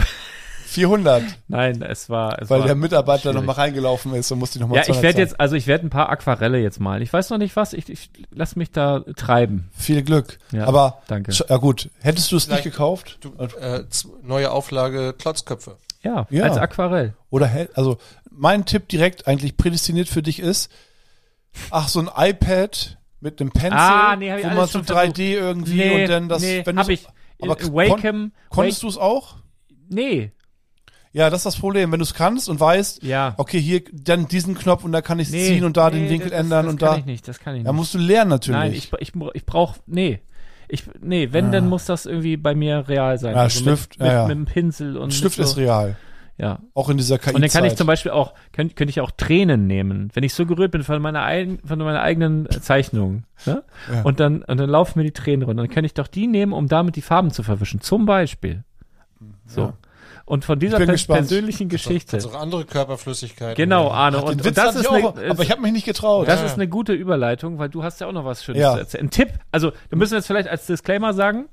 400,
nein, es war, es
weil
war
der Mitarbeiter
schwierig.
nochmal reingelaufen ist und musste nochmal
Ja, ich werde jetzt, also ich werde ein paar Aquarelle jetzt malen. Ich weiß noch nicht was, ich, ich lass mich da treiben.
Viel Glück.
Ja,
Aber,
danke.
Sch- ja gut, hättest du es nicht
Vielleicht-
gekauft?
Du, äh, z- neue Auflage Klotzköpfe.
Ja,
Ja.
als Aquarell.
Oder hätt, also mein Tipp direkt eigentlich prädestiniert für dich ist, ach, so ein iPad mit einem Pencil,
Ah, nee, hab ich
wo
alles
man so
schon
3D irgendwie
Nee,
und dann das,
nee,
wenn du
hab
so,
ich.
aber
Äh, Wacom,
konntest du es auch?
Nee,
Ja, das ist das Problem. Wenn du es kannst und weißt,
Ja.
okay, hier dann diesen Knopf und da kann ich
nee.
ziehen und da
nee,
den Winkel
das,
ändern
das
und
kann
da.
Ich nicht, das kann ich nicht.
Da musst du lernen natürlich.
Nein, ich, bra- ich, bra- ich brauche, nee. Ich, nee, wenn, dann muss das irgendwie bei mir real sein.
Ah.
Also
Ja,
mit-
Stift,
mit,
ja, ja.
mit dem Pinsel und. mit
Stift
so,
ist real.
Ja.
Auch in dieser KI.
Und dann kann ich zum Beispiel auch, könnte könnt ich auch Tränen nehmen, wenn ich so gerührt bin von meiner, eigen, von meiner eigenen äh, Zeichnung. Ne?
Ja.
Und, dann, und dann laufen mir die Tränen runter. Dann kann ich doch die nehmen, um damit die Farben zu verwischen. Zum Beispiel. So. Und von dieser
Mhm. bin
pers
gespannt.
persönlichen Geschichte.
Kannst auch Also andere Körperflüssigkeiten.
Genau, Arne.
den
Und,
Witz
und das
hatte ich
ist
auch,
eine,
aber ich habe mich nicht getraut.
das ist eine gute Überleitung, weil du hast ja auch noch was Schönes
Ja.
zu erzählen. Ein Tipp, also da müssen wir jetzt vielleicht als Disclaimer sagen,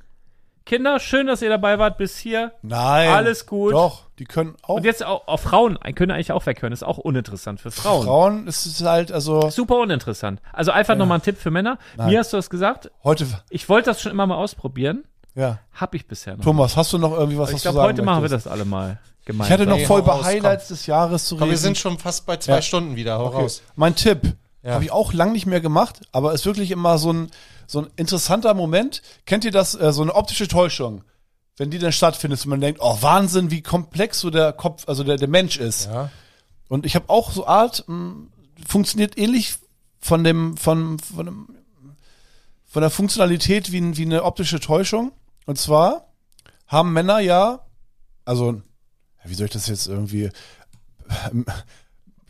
Kinder, schön, dass ihr dabei wart bis hier.
Nein.
Alles gut.
Doch, die können auch.
Und jetzt auch, auch Frauen können eigentlich auch weghören. Ist auch uninteressant für Frauen.
Frauen ist es halt, also
Super uninteressant. Also einfach nochmal ein Tipp für Männer. Mir hast du das gesagt.
heute,
Ich wollte das schon immer mal ausprobieren.
ja.
Hab ich bisher noch.
Thomas, hast du noch irgendwie was,
Ich
was du
glaube,
sagen
heute machen wir
möchtest?
das alle mal gemeinsam.
Ich hatte noch
Nee,
voll
hau
über
raus,
Highlights des Jahres zu reden.
Komm, wir sind schon fast bei zwei
Ja.
Stunden wieder. Hau
Okay.
raus.
Mein Tipp
Ja.
habe ich auch lang nicht mehr gemacht, aber ist wirklich immer so ein, so ein interessanter Moment. Kennt ihr das, äh, so eine optische Täuschung? Wenn die dann stattfindet und man denkt, oh Wahnsinn, wie komplex so der Kopf, also der, der Mensch ist.
Ja.
Und ich habe auch so Art, mh, funktioniert ähnlich von dem, von, von, dem, von der Funktionalität wie, ein- wie eine optische Täuschung. Und zwar haben Männer ja, also, ja, wie soll ich das jetzt irgendwie, ähm,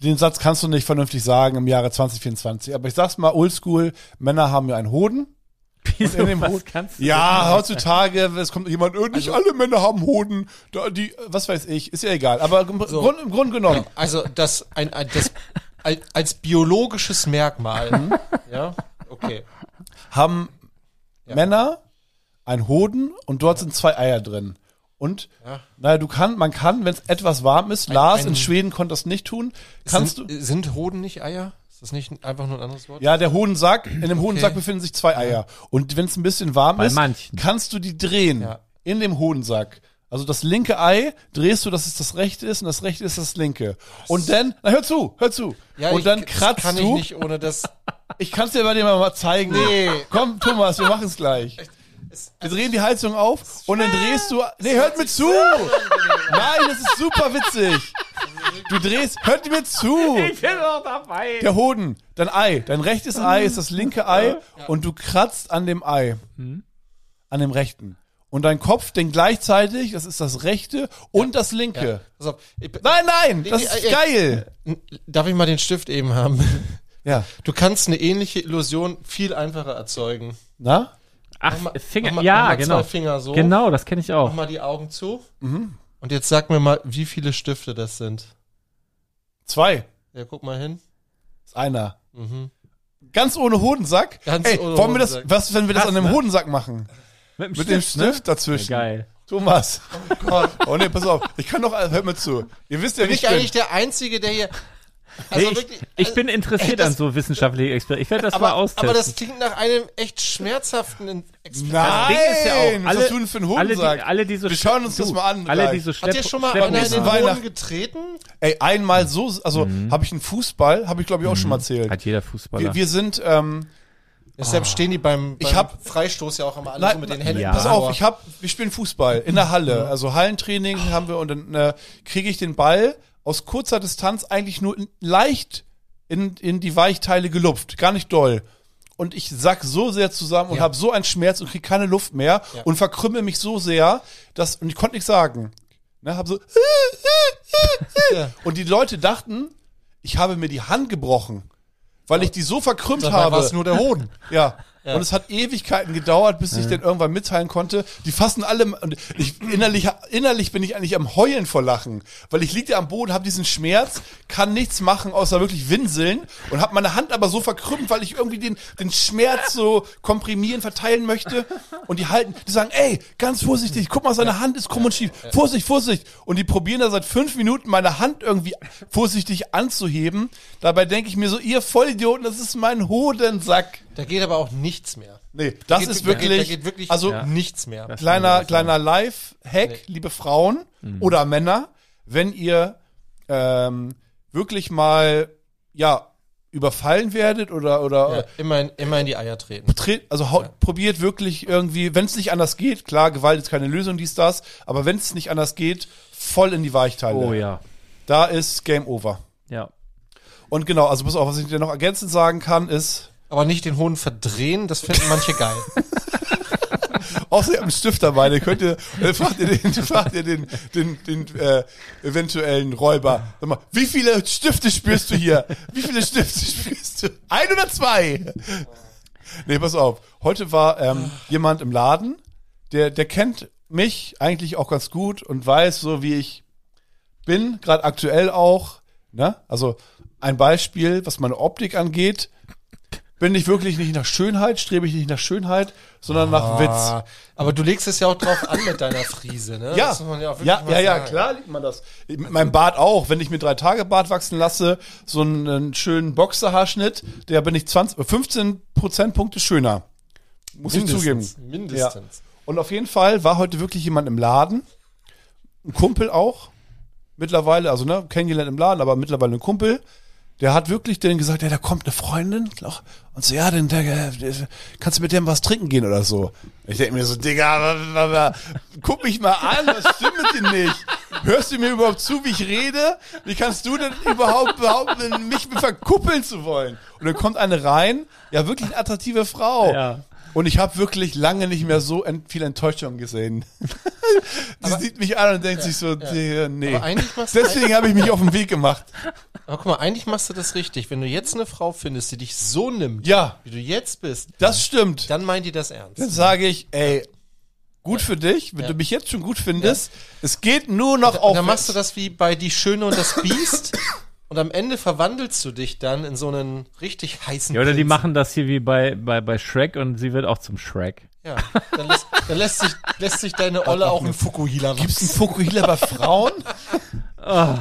den Satz kannst du nicht vernünftig sagen im Jahre 2024, aber ich sag's mal oldschool, Männer haben ja einen Hoden.
Wieso,
in dem
was
Hut-
kannst du
Ja, heutzutage, es kommt jemand, äh,
Also
nicht alle Männer haben Hoden, da, die, was weiß ich, ist ja egal, aber im,
So.
Grund, im Grunde genommen.
Also das ein, ein das al- als biologisches Merkmal. ja. Okay.
haben Männer einen Hoden und dort sind zwei Eier drin. Und
Ja.
naja, du kann, man kann, wenn es etwas warm ist, Lars
ein-
in Schweden konnte das nicht tun, kannst
sind,
du.
sind Hoden nicht Eier? Ist das nicht einfach nur ein anderes Wort?
Ja, der Hodensack, in dem Hodensack befinden sich zwei Eier. Und wenn es ein bisschen warm
Bei
ist,
manchen.
kannst du die drehen
Ja.
in dem Hodensack. Also das linke Ei drehst du, dass es das rechte ist und das rechte ist das linke. Und dann, na hör zu, hör zu.
Ja,
und
ich-
dann
das
kratzt
kann
du.
ich nicht ohne das.
Ich kann es dir bei dir mal zeigen.
Nee.
Komm, Thomas, wir machen es gleich. Wir drehen die Heizung auf und dann drehst du. Nee, hört mir zu! Nein, das ist super witzig! Du drehst, hört mir zu!
Ich bin doch dabei.
Der Hoden, dein Ei, dein rechtes Ei ist das linke Ei und du kratzt an dem Ei.
Hm.
An dem rechten. Und dein Kopf denkt gleichzeitig, das ist das rechte und das linke.
Pass auf, ich,
Nein, nein, das ist
Äh, äh,
geil!
darf ich mal den Stift eben haben?
Ja.
Du kannst eine ähnliche Illusion viel einfacher erzeugen.
Na?
Ach,
Mach mal-
Finger,
mach mal-
ja,
mach mal
genau.
Zwei Finger so.
Genau, das kenne ich auch.
Mach mal die Augen zu. Und jetzt sag mir mal, wie viele Stifte das sind.
Zwei.
Ja, guck mal hin.
Ist einer.
Mhm.
Ganz ohne Hodensack?
Ganz
Ey,
ohne
wollen wir das,
Hodensack.
was, wenn wir das
Krass,
an einem
ne?
Hodensack machen?
dem
Mit dem
Stift, ne?
Stift dazwischen.
Geil.
Thomas. Oh Gott. Oh nee, pass auf. Ich kann doch, hört mir zu. Ihr wisst ja,
Bin
wie ich
ich eigentlich
bin.
der Einzige, der hier. Also
ich,
wirklich,
ich bin
äh,
interessiert an so wissenschaftlichen Experimenten. Ich werde das mal
aber,
austesten.
aber das klingt nach einem echt schmerzhaften Experiment.
Das Ding ist ja auch,
was
alle,
hast du denn für einen
alle, die,
Hodensack?
alle, die so
Wir
Schlepp-
schauen uns
du,
das mal an.
Alle, die
gleich.
so
Hat
schlepp,
ihr schon mal
Schleppen-
einer in
nächsten Oh.
den
Weihnachten.
Boden getreten?
Ey, einmal so, also habe ich einen Fußball, habe ich glaube ich auch schon mal erzählt.
Mhm. Hat jeder Fußballer.
Wir, wir sind, ähm,
Deshalb stehen die beim, beim
Ich hab-
Freistoß ja auch immer alle so
Nein,
mit den Händen.
Ja.
Pass auf, ich hab, wir spielen Fußball in der Halle. Also Hallentraining haben wir und dann äh, kriege ich den Ball aus kurzer Distanz eigentlich nur in, leicht in, in die Weichteile gelupft. Gar nicht doll. Und ich sack so sehr zusammen und hab habe so einen Schmerz und kriege keine Luft mehr und verkrümmel mich so sehr, dass, und ich konnte nichts sagen. Ne, hab so,
Ja.
und die Leute dachten, ich habe mir die Hand gebrochen, weil ich die so verkrümmt
Dabei
habe.
war es nur der Hoden.
Ja. Und es hat Ewigkeiten gedauert, bis ich dann irgendwann mitteilen konnte. Die fassen alle und ich innerlich innerlich bin ich eigentlich am heulen vor Lachen, weil ich liege da am Boden, habe diesen Schmerz, kann nichts machen außer wirklich winseln und habe meine Hand aber so verkrümmt, weil ich irgendwie den den Schmerz so komprimieren, verteilen möchte und die halten, die sagen, ey, ganz vorsichtig, guck mal, seine Hand ist krumm und schief. Vorsicht, Vorsicht und die probieren da seit fünf Minuten meine Hand irgendwie vorsichtig anzuheben. Dabei denke ich mir so, ihr Vollidioten, das ist mein Hodensack.
Da geht aber auch nichts mehr.
Nee, das
Geht-
ist
da geht-
wirklich,
Da geht wirklich
also
nichts mehr.
kleiner, kleiner Live-Hack, liebe Frauen oder Männer, wenn ihr ähm, wirklich mal, ja, überfallen werdet oder, oder
Ja, immer, in, immer in die Eier treten.
tre- also hau- probiert wirklich irgendwie, wenn es nicht anders geht, klar, Gewalt ist keine Lösung, dies, das, aber wenn es nicht anders geht, voll in die Weichteile.
oh ja.
Da ist Game Over.
Ja.
Und genau, also pass auf, was ich dir noch ergänzend sagen kann, ist,
Aber nicht den Hoden verdrehen, das finden manche geil.
Außer ihr habt einen Stift dabei, dann könnt ihr, äh, fragt ihr den, fragt ihr den, den, den äh, eventuellen Räuber. Sag mal, wie viele Stifte spürst du hier? Wie viele Stifte spürst du? Ein oder zwei? Nee, pass auf. Heute war ähm, jemand im Laden, der, der kennt mich eigentlich auch ganz gut und weiß so, wie ich bin, gerade aktuell auch. Ne? Also ein Beispiel, was meine Optik angeht. bin ich wirklich nicht nach Schönheit, strebe ich nicht nach Schönheit, sondern nach Witz.
Ah, aber du legst es ja auch drauf an mit deiner Friese, ne?
Ja,
Das muss man ja, auch wirklich
ja,
mal
ja, ja,
sagen.
klar liebt man das. Mein Bart auch. Wenn ich mir drei Tage Bart wachsen lasse, so einen, einen schönen Boxerhaarschnitt, der bin ich 20, äh, 15 Prozentpunkte schöner. Muss ich zugeben.
Mindestens, mindestens.
Ja. Und auf jeden Fall war heute wirklich jemand im Laden. Ein Kumpel auch. Mittlerweile, also ne, kennengelernt im Laden, aber mittlerweile ein Kumpel. Der hat wirklich denen gesagt, ja, da kommt eine Freundin. glaub- Und so, ja, denn der, der, kannst du mit dem was trinken gehen oder so. Ich denke mir so, Digga, wa- wa- wa- guck mich mal an, was stimmt mit dir nicht? Hörst du mir überhaupt zu, wie ich rede? Wie kannst du denn überhaupt behaupten, mich verkuppeln zu wollen? Und dann kommt eine rein, ja, wirklich eine attraktive Frau.
Ja.
Und ich habe wirklich lange nicht mehr so ent viel Enttäuschung gesehen. Die sieht mich an und denkt sich so, Digga, nee.
Aber eigentlich machst du-
Deswegen habe ich mich auf den Weg gemacht.
Aber guck mal, eigentlich machst du das richtig. Wenn du jetzt eine Frau findest, die dich so nimmt,
Ja,
wie du jetzt bist,
das stimmt.
dann meint die das ernst.
Dann sage ich, ey, gut für dich, wenn du mich jetzt schon gut findest. Es geht nur noch
Und
auf.
dann machst du das wie bei Die Schöne und das Biest und am Ende verwandelst du dich dann in so einen richtig heißen
Ja, oder die
Prinzen.
machen das hier wie bei, bei, bei Shrek und sie wird auch zum Shrek.
Ja, dann lässt, dann lässt, sich, lässt sich deine Olle auch einen Fukuhila
Gibt's einen Fukuhila bei Frauen? Oh,
Ja,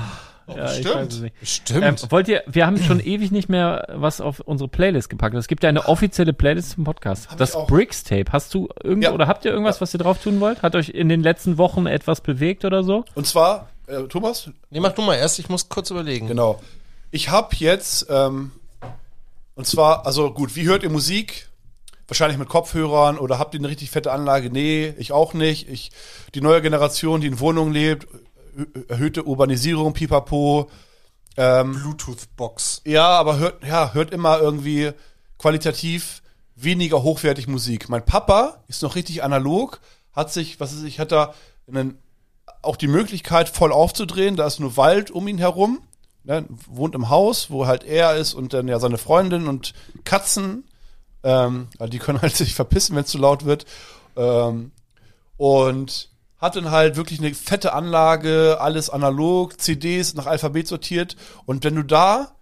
ich
stimmt.
weiß es nicht.
Stimmt.
Ähm, wollt ihr, wir haben schon ewig nicht mehr was auf unsere Playlist gepackt. Es gibt ja eine offizielle Playlist zum Podcast. das
auch.
Bricks Tape. Hast du irgendwo
Ja.
oder habt ihr irgendwas, was ihr drauf tun wollt? Hat euch in den letzten Wochen etwas bewegt oder so?
Und zwar, äh, Thomas,
nee, mach du mal erst, ich muss kurz überlegen.
Genau. Ich habe jetzt, ähm, und zwar, also gut, wie hört ihr Musik? Wahrscheinlich mit Kopfhörern oder habt ihr eine richtig fette Anlage? Nee, ich auch nicht. Ich, die neue Generation, die in Wohnungen lebt, ö- erhöhte Urbanisierung, pipapo. Ähm,
Bluetooth-Box.
Ja, aber hört, ja, hört immer irgendwie qualitativ weniger hochwertig Musik. Mein Papa ist noch richtig analog, hat sich, was ist, ich hatte da einen, auch die Möglichkeit voll aufzudrehen, da ist nur Wald um ihn herum, ne, wohnt im Haus, wo halt er ist und dann ja seine Freundin und Katzen, ähm, also die können halt sich verpissen, wenn es zu laut wird, ähm, und hat dann halt wirklich eine fette Anlage, alles analog, CDs nach Alphabet sortiert und wenn du da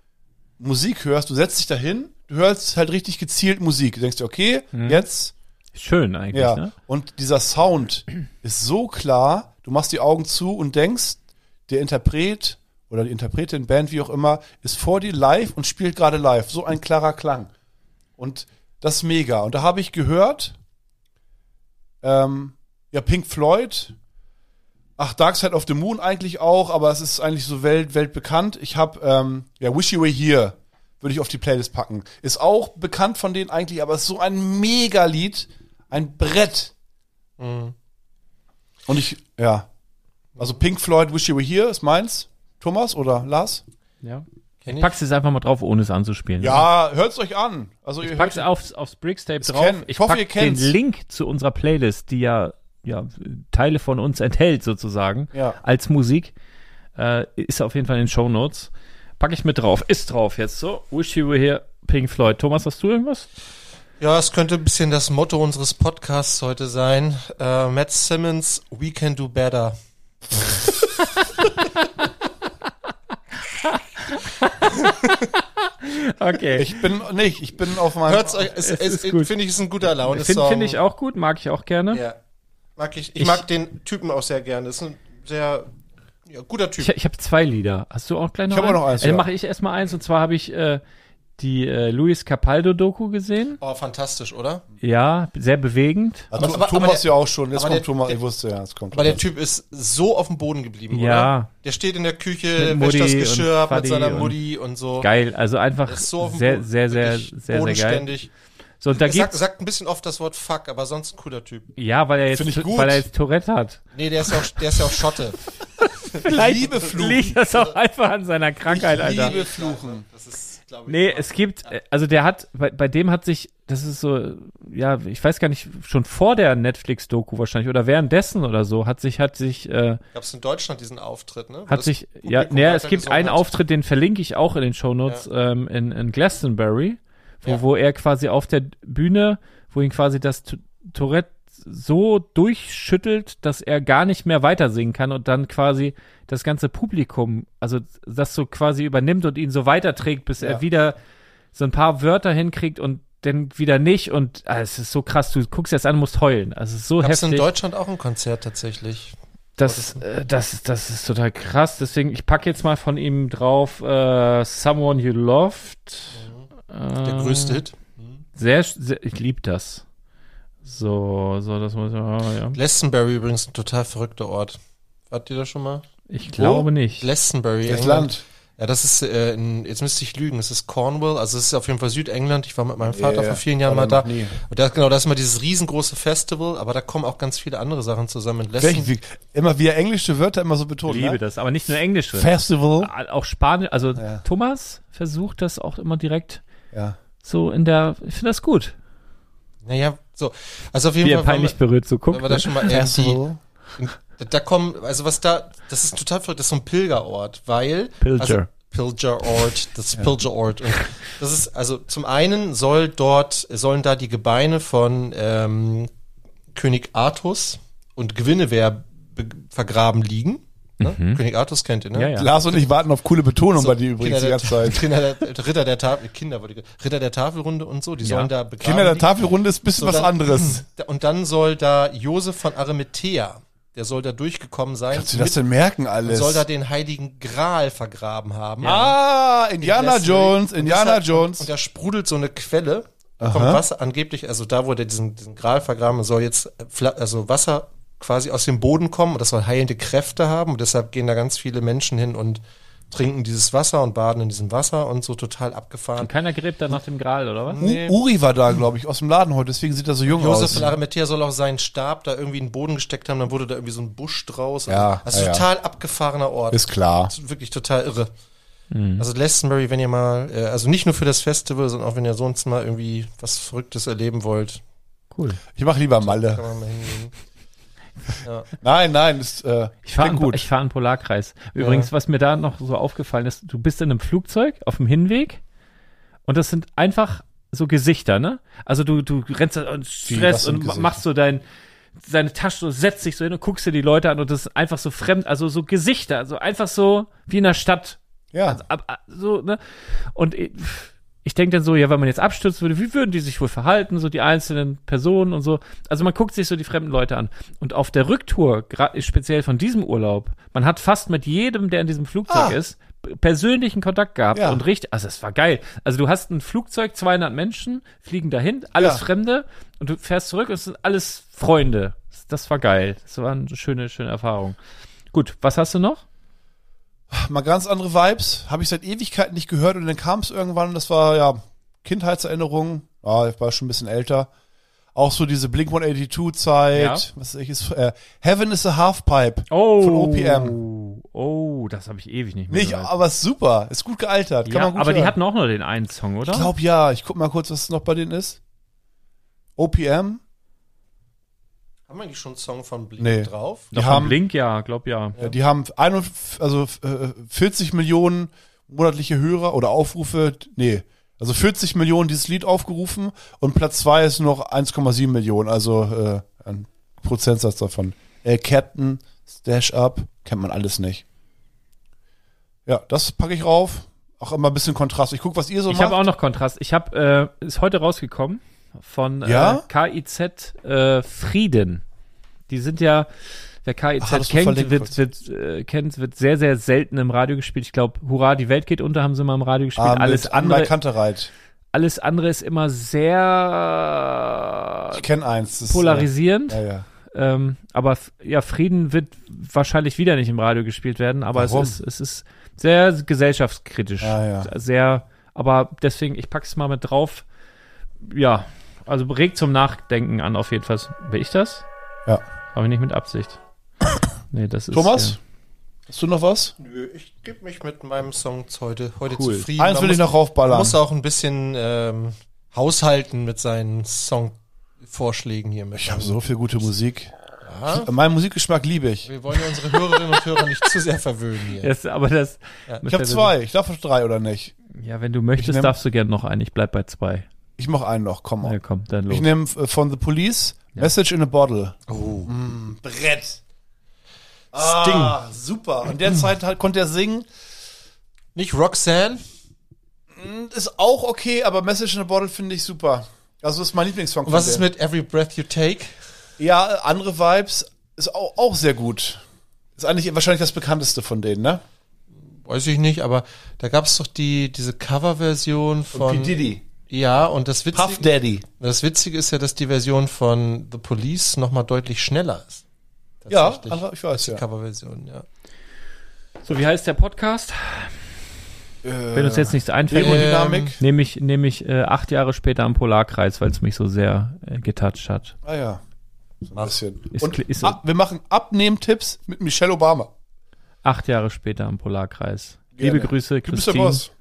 Musik hörst, du setzt dich dahin, du hörst halt richtig gezielt Musik. Du denkst dir, okay, jetzt,
Schön eigentlich,
ja.
ne?
Und dieser Sound ist so klar, du machst die Augen zu und denkst, der Interpret oder die Interpretin, Band, wie auch immer, ist vor dir live und spielt gerade live. So ein klarer Klang. Und das ist mega. Und da habe ich gehört, ähm, ja, Pink Floyd, ach, Dark Side of the Moon eigentlich auch, aber es ist eigentlich so welt, weltbekannt. Ich habe, ähm, ja, Wish You Were Here würde ich auf die Playlist packen. Ist auch bekannt von denen eigentlich, aber ist so ein Mega-Lied, ein Brett.
Mhm.
Und ich, ja, also Pink Floyd, Wish You Were Here ist meins. Thomas oder Lars?
Ja.
Kenn ich.
Packst es einfach mal drauf, ohne es anzuspielen.
Ja, hört's euch an. Also ihr
Pack's
hört-
aufs, aufs Bricks Tape drauf.
kenn-
ich
ich hoffe,
pack
ihr kennt's.
den Link zu unserer Playlist, die ja, ja Teile von uns enthält sozusagen,
Ja.
als Musik, äh, ist auf jeden Fall in den Show Notes. Pack ich mit drauf. Ist drauf jetzt so. Wish you were here, Pink Floyd. Thomas, hast du irgendwas?
Ja, es könnte ein bisschen das Motto unseres Podcasts heute sein. Äh, Matt Simmons, We Can Do Better.
Okay.
ich bin nicht, ich bin auf meinem.
Hört's euch, es,
es
es,
ist gut.
finde ich, ist ein guter Laune
Finde find ich auch gut, mag ich auch gerne.
Ja. Mag ich, ich,
Ich-
mag den Typen auch sehr gerne. Ist ein sehr ja, guter Typ.
Ich, ich habe zwei Lieder. Hast du auch gleich noch
Ich hab auch noch eins,
Äh, Dann
ja.
mache ich erstmal eins und zwar habe ich äh, die äh, Luis Capaldo-Doku gesehen.
oh, fantastisch, oder?
Ja, sehr bewegend.
Also,
Aber- aber-
Thomas
aber der-
ja auch schon. Jetzt
aber
kommt
der-
Thomas.
der-
ich wusste ja, es kommt.
Aber der Typ ist so auf dem Boden geblieben,
Ja.
oder? Der steht in der Küche,
Mit
wäscht das
Mutti und
Geschirr ab
Fadi
mit seiner
und-
Mutti und so.
Geil, also einfach
Der Ist so auf dem
sehr,
Boden,
sehr, sehr,
wirklich
sehr, sehr geil.
bodenständig.
So, und da
Er sagt,
geht's,
sagt ein bisschen oft das Wort Fuck, aber sonst ein cooler Typ.
ja, weil er jetzt,
Find ich gut.
weil er jetzt Tourette hat.
Nee, der ist ja auch, der ist ja auch Schotte.
Vielleicht
liebe Fluchen.
liegt das auch einfach an seiner Krankheit, Alter.
Liebe Fluchen.
Das ist, glaube ich.
Nee, es gibt, äh, also der hat, bei, bei dem hat sich, das ist so, äh, ja, ich weiß gar nicht, schon vor der Netflix-Doku wahrscheinlich oder währenddessen oder so, hat sich, hat sich, äh,
Gab es in Deutschland diesen Auftritt, ne? Wo
hat
das
sich,
Publikum
ja, nee, es
weiter
gibt
gesungen
einen
hat.
Auftritt, den verlinke ich auch in den Shownotes, ähm, in, in Glastonbury, wo,
Ja.
wo er quasi auf der Bühne, wo ihn quasi das Tu- Tourette so durchschüttelt, dass er gar nicht mehr weiter singen kann und dann quasi das ganze Publikum, also das so quasi übernimmt und ihn so weiterträgt, bis er
Ja.
wieder so ein paar Wörter hinkriegt und dann wieder nicht. Und ah, es ist so krass, du guckst dir das an, musst heulen. Also es ist so
Gab es in
heftig.
Deutschland auch ein Konzert tatsächlich?
Das, äh, das, das ist total krass. Deswegen, ich packe jetzt mal von ihm drauf äh, Someone You Loved. Ähm,
Der
Ah.
größte Hit.
Sehr, sehr ich liebe das. So, so, das muss ich ah, ja.
Glastonbury übrigens ein total verrückter Ort. Wart ihr da schon mal?
Ich glaube nicht.
Glastonbury.
Das
England.
Land.
Ja, das ist, äh, in, jetzt müsste ich lügen, es ist Cornwall, also es ist auf jeden Fall Südengland. Ich war mit meinem
Ja,
Vater vor vielen Jahren
aber
mal da.
noch nie.
Und da, genau, da ist mal dieses riesengroße Festival, aber da kommen auch ganz viele andere Sachen zusammen. In
Welch, wie, immer wie er englische Wörter immer so betont.
liebe
ne?
das, aber nicht nur Englische.
Festival.
auch Spanisch, also
Ja.
Thomas versucht das auch immer direkt
Ja.
so in der, ich finde das gut.
naja, so. Also auf jeden
Wie er
Fall. waren
peinlich berührt so
wir,
guckt. ne?
waren wir da schon mal irgendwie,
Festival.
da, da kommen, also was da, das ist total verrückt, das ist so ein Pilgerort, weil.
Pilger.
Also, Pilgerort, das ist Pilgerort. Und das ist, also zum einen soll dort, sollen da die Gebeine von ähm, König Artus und Gwinnewer be- vergraben liegen. Ne? König Artus kennt ihr, ne?
Mhm. Ja, ja.
Lars und ich warten auf coole Betonung bei dir übrigens
Kinder
die
der,
ganze Zeit.
Kinder der, Ritter der Tafel, Kinder, wollte ich, Ritter der Tafelrunde und so, die sollen da begraben.
Kinder der
liegen.
Tafelrunde ist ein bisschen
So,
was
dann- Hm.
anderes.
Und dann soll da Josef von Arimathea, der soll da durchgekommen sein,
Kannst du das denn merken
und
alles?
soll da den heiligen Gral vergraben haben.
ah, Indiana
Leslie.
Jones, Indiana
Und das hat-
Jones.
Und da sprudelt so eine Quelle. Da kommt Wasser angeblich, also da, wo der diesen, diesen Gral vergraben, soll jetzt äh, Fla- also Wasser quasi aus dem Boden kommen und das soll heilende Kräfte haben. Und deshalb gehen da ganz viele Menschen hin und trinken dieses Wasser und baden in diesem Wasser und so total abgefahren.
Und keiner gräbt dann nach dem Gral, oder was?
U Uri war da, glaube ich, aus dem Laden heute, deswegen sieht er so jung
Josef
aus.
von Arimathea soll auch seinen Stab da irgendwie in den Boden gesteckt haben, dann wurde da irgendwie so ein Busch draus.
Ja,
also
ja, ja.
total abgefahrener Ort.
Ist klar.
ist wirklich total irre. Also Glastonbury, wenn ihr mal, äh, also nicht nur für das Festival, sondern auch wenn ihr sonst mal irgendwie was Verrücktes erleben wollt,
Cool.
Ich mache lieber
kann
Malle.
man mal hingehen.
Nein, nein, ist äh,
Ich fahre
klingt
einen,
gut.
ich fahr einen Polarkreis. Übrigens, was mir da noch so aufgefallen ist, du bist in einem Flugzeug auf dem Hinweg und das sind einfach so Gesichter, ne? Also du, du rennst da und
was
Stress
sind
und ma-
Gesichter?
machst so dein, deine Tasche, so, setzt dich so hin und guckst dir die Leute an und das ist einfach so fremd, also so Gesichter, also einfach so wie in der Stadt.
ja.
Ab, ab, so, ne? Und ich, ich denke dann so, ja, wenn man jetzt abstürzen würde, wie würden die sich wohl verhalten, so die einzelnen Personen und so. Also man guckt sich so die fremden Leute an. Und auf der Rücktour, gra- speziell von diesem Urlaub, man hat fast mit jedem, der in diesem Flugzeug
Ah.
ist, p- persönlichen Kontakt gehabt
Ja.
und richtig, also es war geil. Also du hast ein Flugzeug, 200 Menschen, fliegen dahin, alles
Ja.
Fremde und du fährst zurück und es sind alles Freunde. Das war geil. Das war eine schöne, schöne Erfahrung. Gut, was hast du noch?
Mal ganz andere Vibes. Habe ich seit Ewigkeiten nicht gehört und dann kam es irgendwann. Das war ja Kindheitserinnerungen. Ah, ich war schon ein bisschen älter. Auch so diese Blink 182 Zeit.
Ja.
Was weiß ich ist äh, Heaven is a Halfpipe
Oh.
von OPM.
Oh, das habe ich ewig nicht mehr
Nicht,
gehört.
aber ist super. Ist gut gealtert. Kann
ja,
man gut
aber die
hören.
hatten auch nur den einen Song, oder?
Ich glaub ja. Ich guck mal kurz, was noch bei denen ist. OPM.
Haben wir eigentlich schon einen Song von Blink
Nee.
drauf?
Die
Doch,
haben-
haben Blink, ja, glaub ja.
Ja, die haben 41, also äh, 40 Millionen monatliche Hörer oder Aufrufe, nee, also 40 Millionen dieses Lied aufgerufen und Platz zwei ist noch 1,7 Millionen, also äh, ein Prozentsatz davon. Äh, Captain, Stash Up, kennt man alles nicht. Ja, das packe ich rauf. Auch immer ein bisschen Kontrast. Ich gucke, was ihr so
Ich
macht.
habe auch noch Kontrast. Ich habe, äh, ist heute rausgekommen von
Ja?
äh, KIZ äh, Frieden. Die sind ja, wer KIZ
Ach, hattest du
kennt,
verlinkt
wird, wird, äh, kennt, wird sehr, sehr selten im Radio gespielt. Ich glaube, Hurra, die Welt geht unter, haben sie mal im Radio gespielt.
Ah, mit
alles,
Anwalt
andere,
Kantereit.
alles andere ist immer sehr
Ich kenne eins. das ist, äh,
polarisierend.
Ja, ja.
Ähm, aber f- ja, Frieden wird wahrscheinlich wieder nicht im Radio gespielt werden, aber es
Warum?
ist, es ist sehr gesellschaftskritisch.
Ah, ja.
Sehr, aber deswegen, ich pack's mal mit drauf. Ja, also regt zum Nachdenken an, auf jeden Fall. Will ich das?
Ja.
Aber nicht mit Absicht. Nee, das ist.
Thomas,
ja.
hast du noch was?
Nö, ich gebe mich mit meinem Song heute, heute zufrieden.
Eins
Man
will ich
muss-
noch raufballern.
muss auch ein bisschen ähm, haushalten mit seinen Songvorschlägen hier mit.
Ich habe so viel gute Musik.
Ja,
Mein Musikgeschmack liebe ich.
wir wollen ja unsere Hörerinnen und Hörer nicht zu sehr verwöhnen hier.
Das, aber das.
Ich habe zwei. Ich darf auf drei oder nicht?
Ja, wenn du
Ich
möchtest,
nehm-
darfst du gern noch einen. Ich bleib bei zwei.
Ich mach einen noch. Komm
Ja,
mal.
komm, dann los.
Ich nehme von The Police Message in a Bottle. Mm,
Oh.
Brett. Ah,
Sting.
super. Und der Zeit hat, konnte er singen.
Nicht Roxanne?
Ist auch okay, aber Message in a Bottle finde ich super. Also ist mein Lieblingssong.
Und
von
was ist
denen.
mit Every Breath You Take?
Ja, andere Vibes ist auch, auch sehr gut. Ist eigentlich wahrscheinlich das bekannteste von denen, ne?
Weiß ich nicht, aber da gab es doch die, diese Coverversion von.
P. Diddy.
Ja, und das
Puff
Witzige,
Daddy.
das Witzige ist ja, dass die Version von The Police nochmal deutlich schneller ist.
Ja,
Tatsächlich.
aber ich weiß
Die
ja.
Coverversion, ja.
So, wie heißt der Podcast?
Äh,
Wenn uns jetzt nichts einfällt,
Demo-
Aerodynamik.
Ähm,
nehme ich, nehme ich äh, acht Jahre später am Polarkreis, weil es mich so sehr äh, getoucht hat.
ah ja. So ein bisschen.
Ist
Und
kli- ist-
ab, wir machen Abnehmtipps mit Michelle Obama.
Acht Jahre später am Polarkreis.
Gerne.
Liebe Grüße,
Du bist der
Christine.
Boss.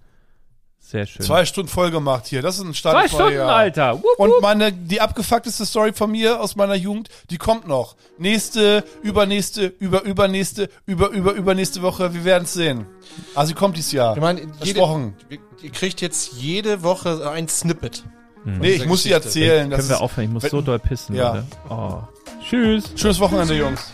Sehr schön.
Zwei Stunden voll gemacht hier. Das ist ein Start.
Zwei Stunden, Alter. Wupp, wupp.
Und meine, die abgefuckteste Story von mir aus meiner Jugend, die kommt noch. Nächste, übernächste, über, übernächste, über, über, übernächste Woche. Wir werden es sehen. Also sie kommt dieses Jahr.
Ich meine, jede,
Versprochen.
ihr kriegt jetzt jede Woche ein Snippet.
nee, ich muss sie
Geschichte.
erzählen. Das
Können wir
ist,
aufhören? Ich muss
wenn-
so doll pissen,
Ja.
Leute. Oh. Tschüss.
schönes Wochenende, Jungs.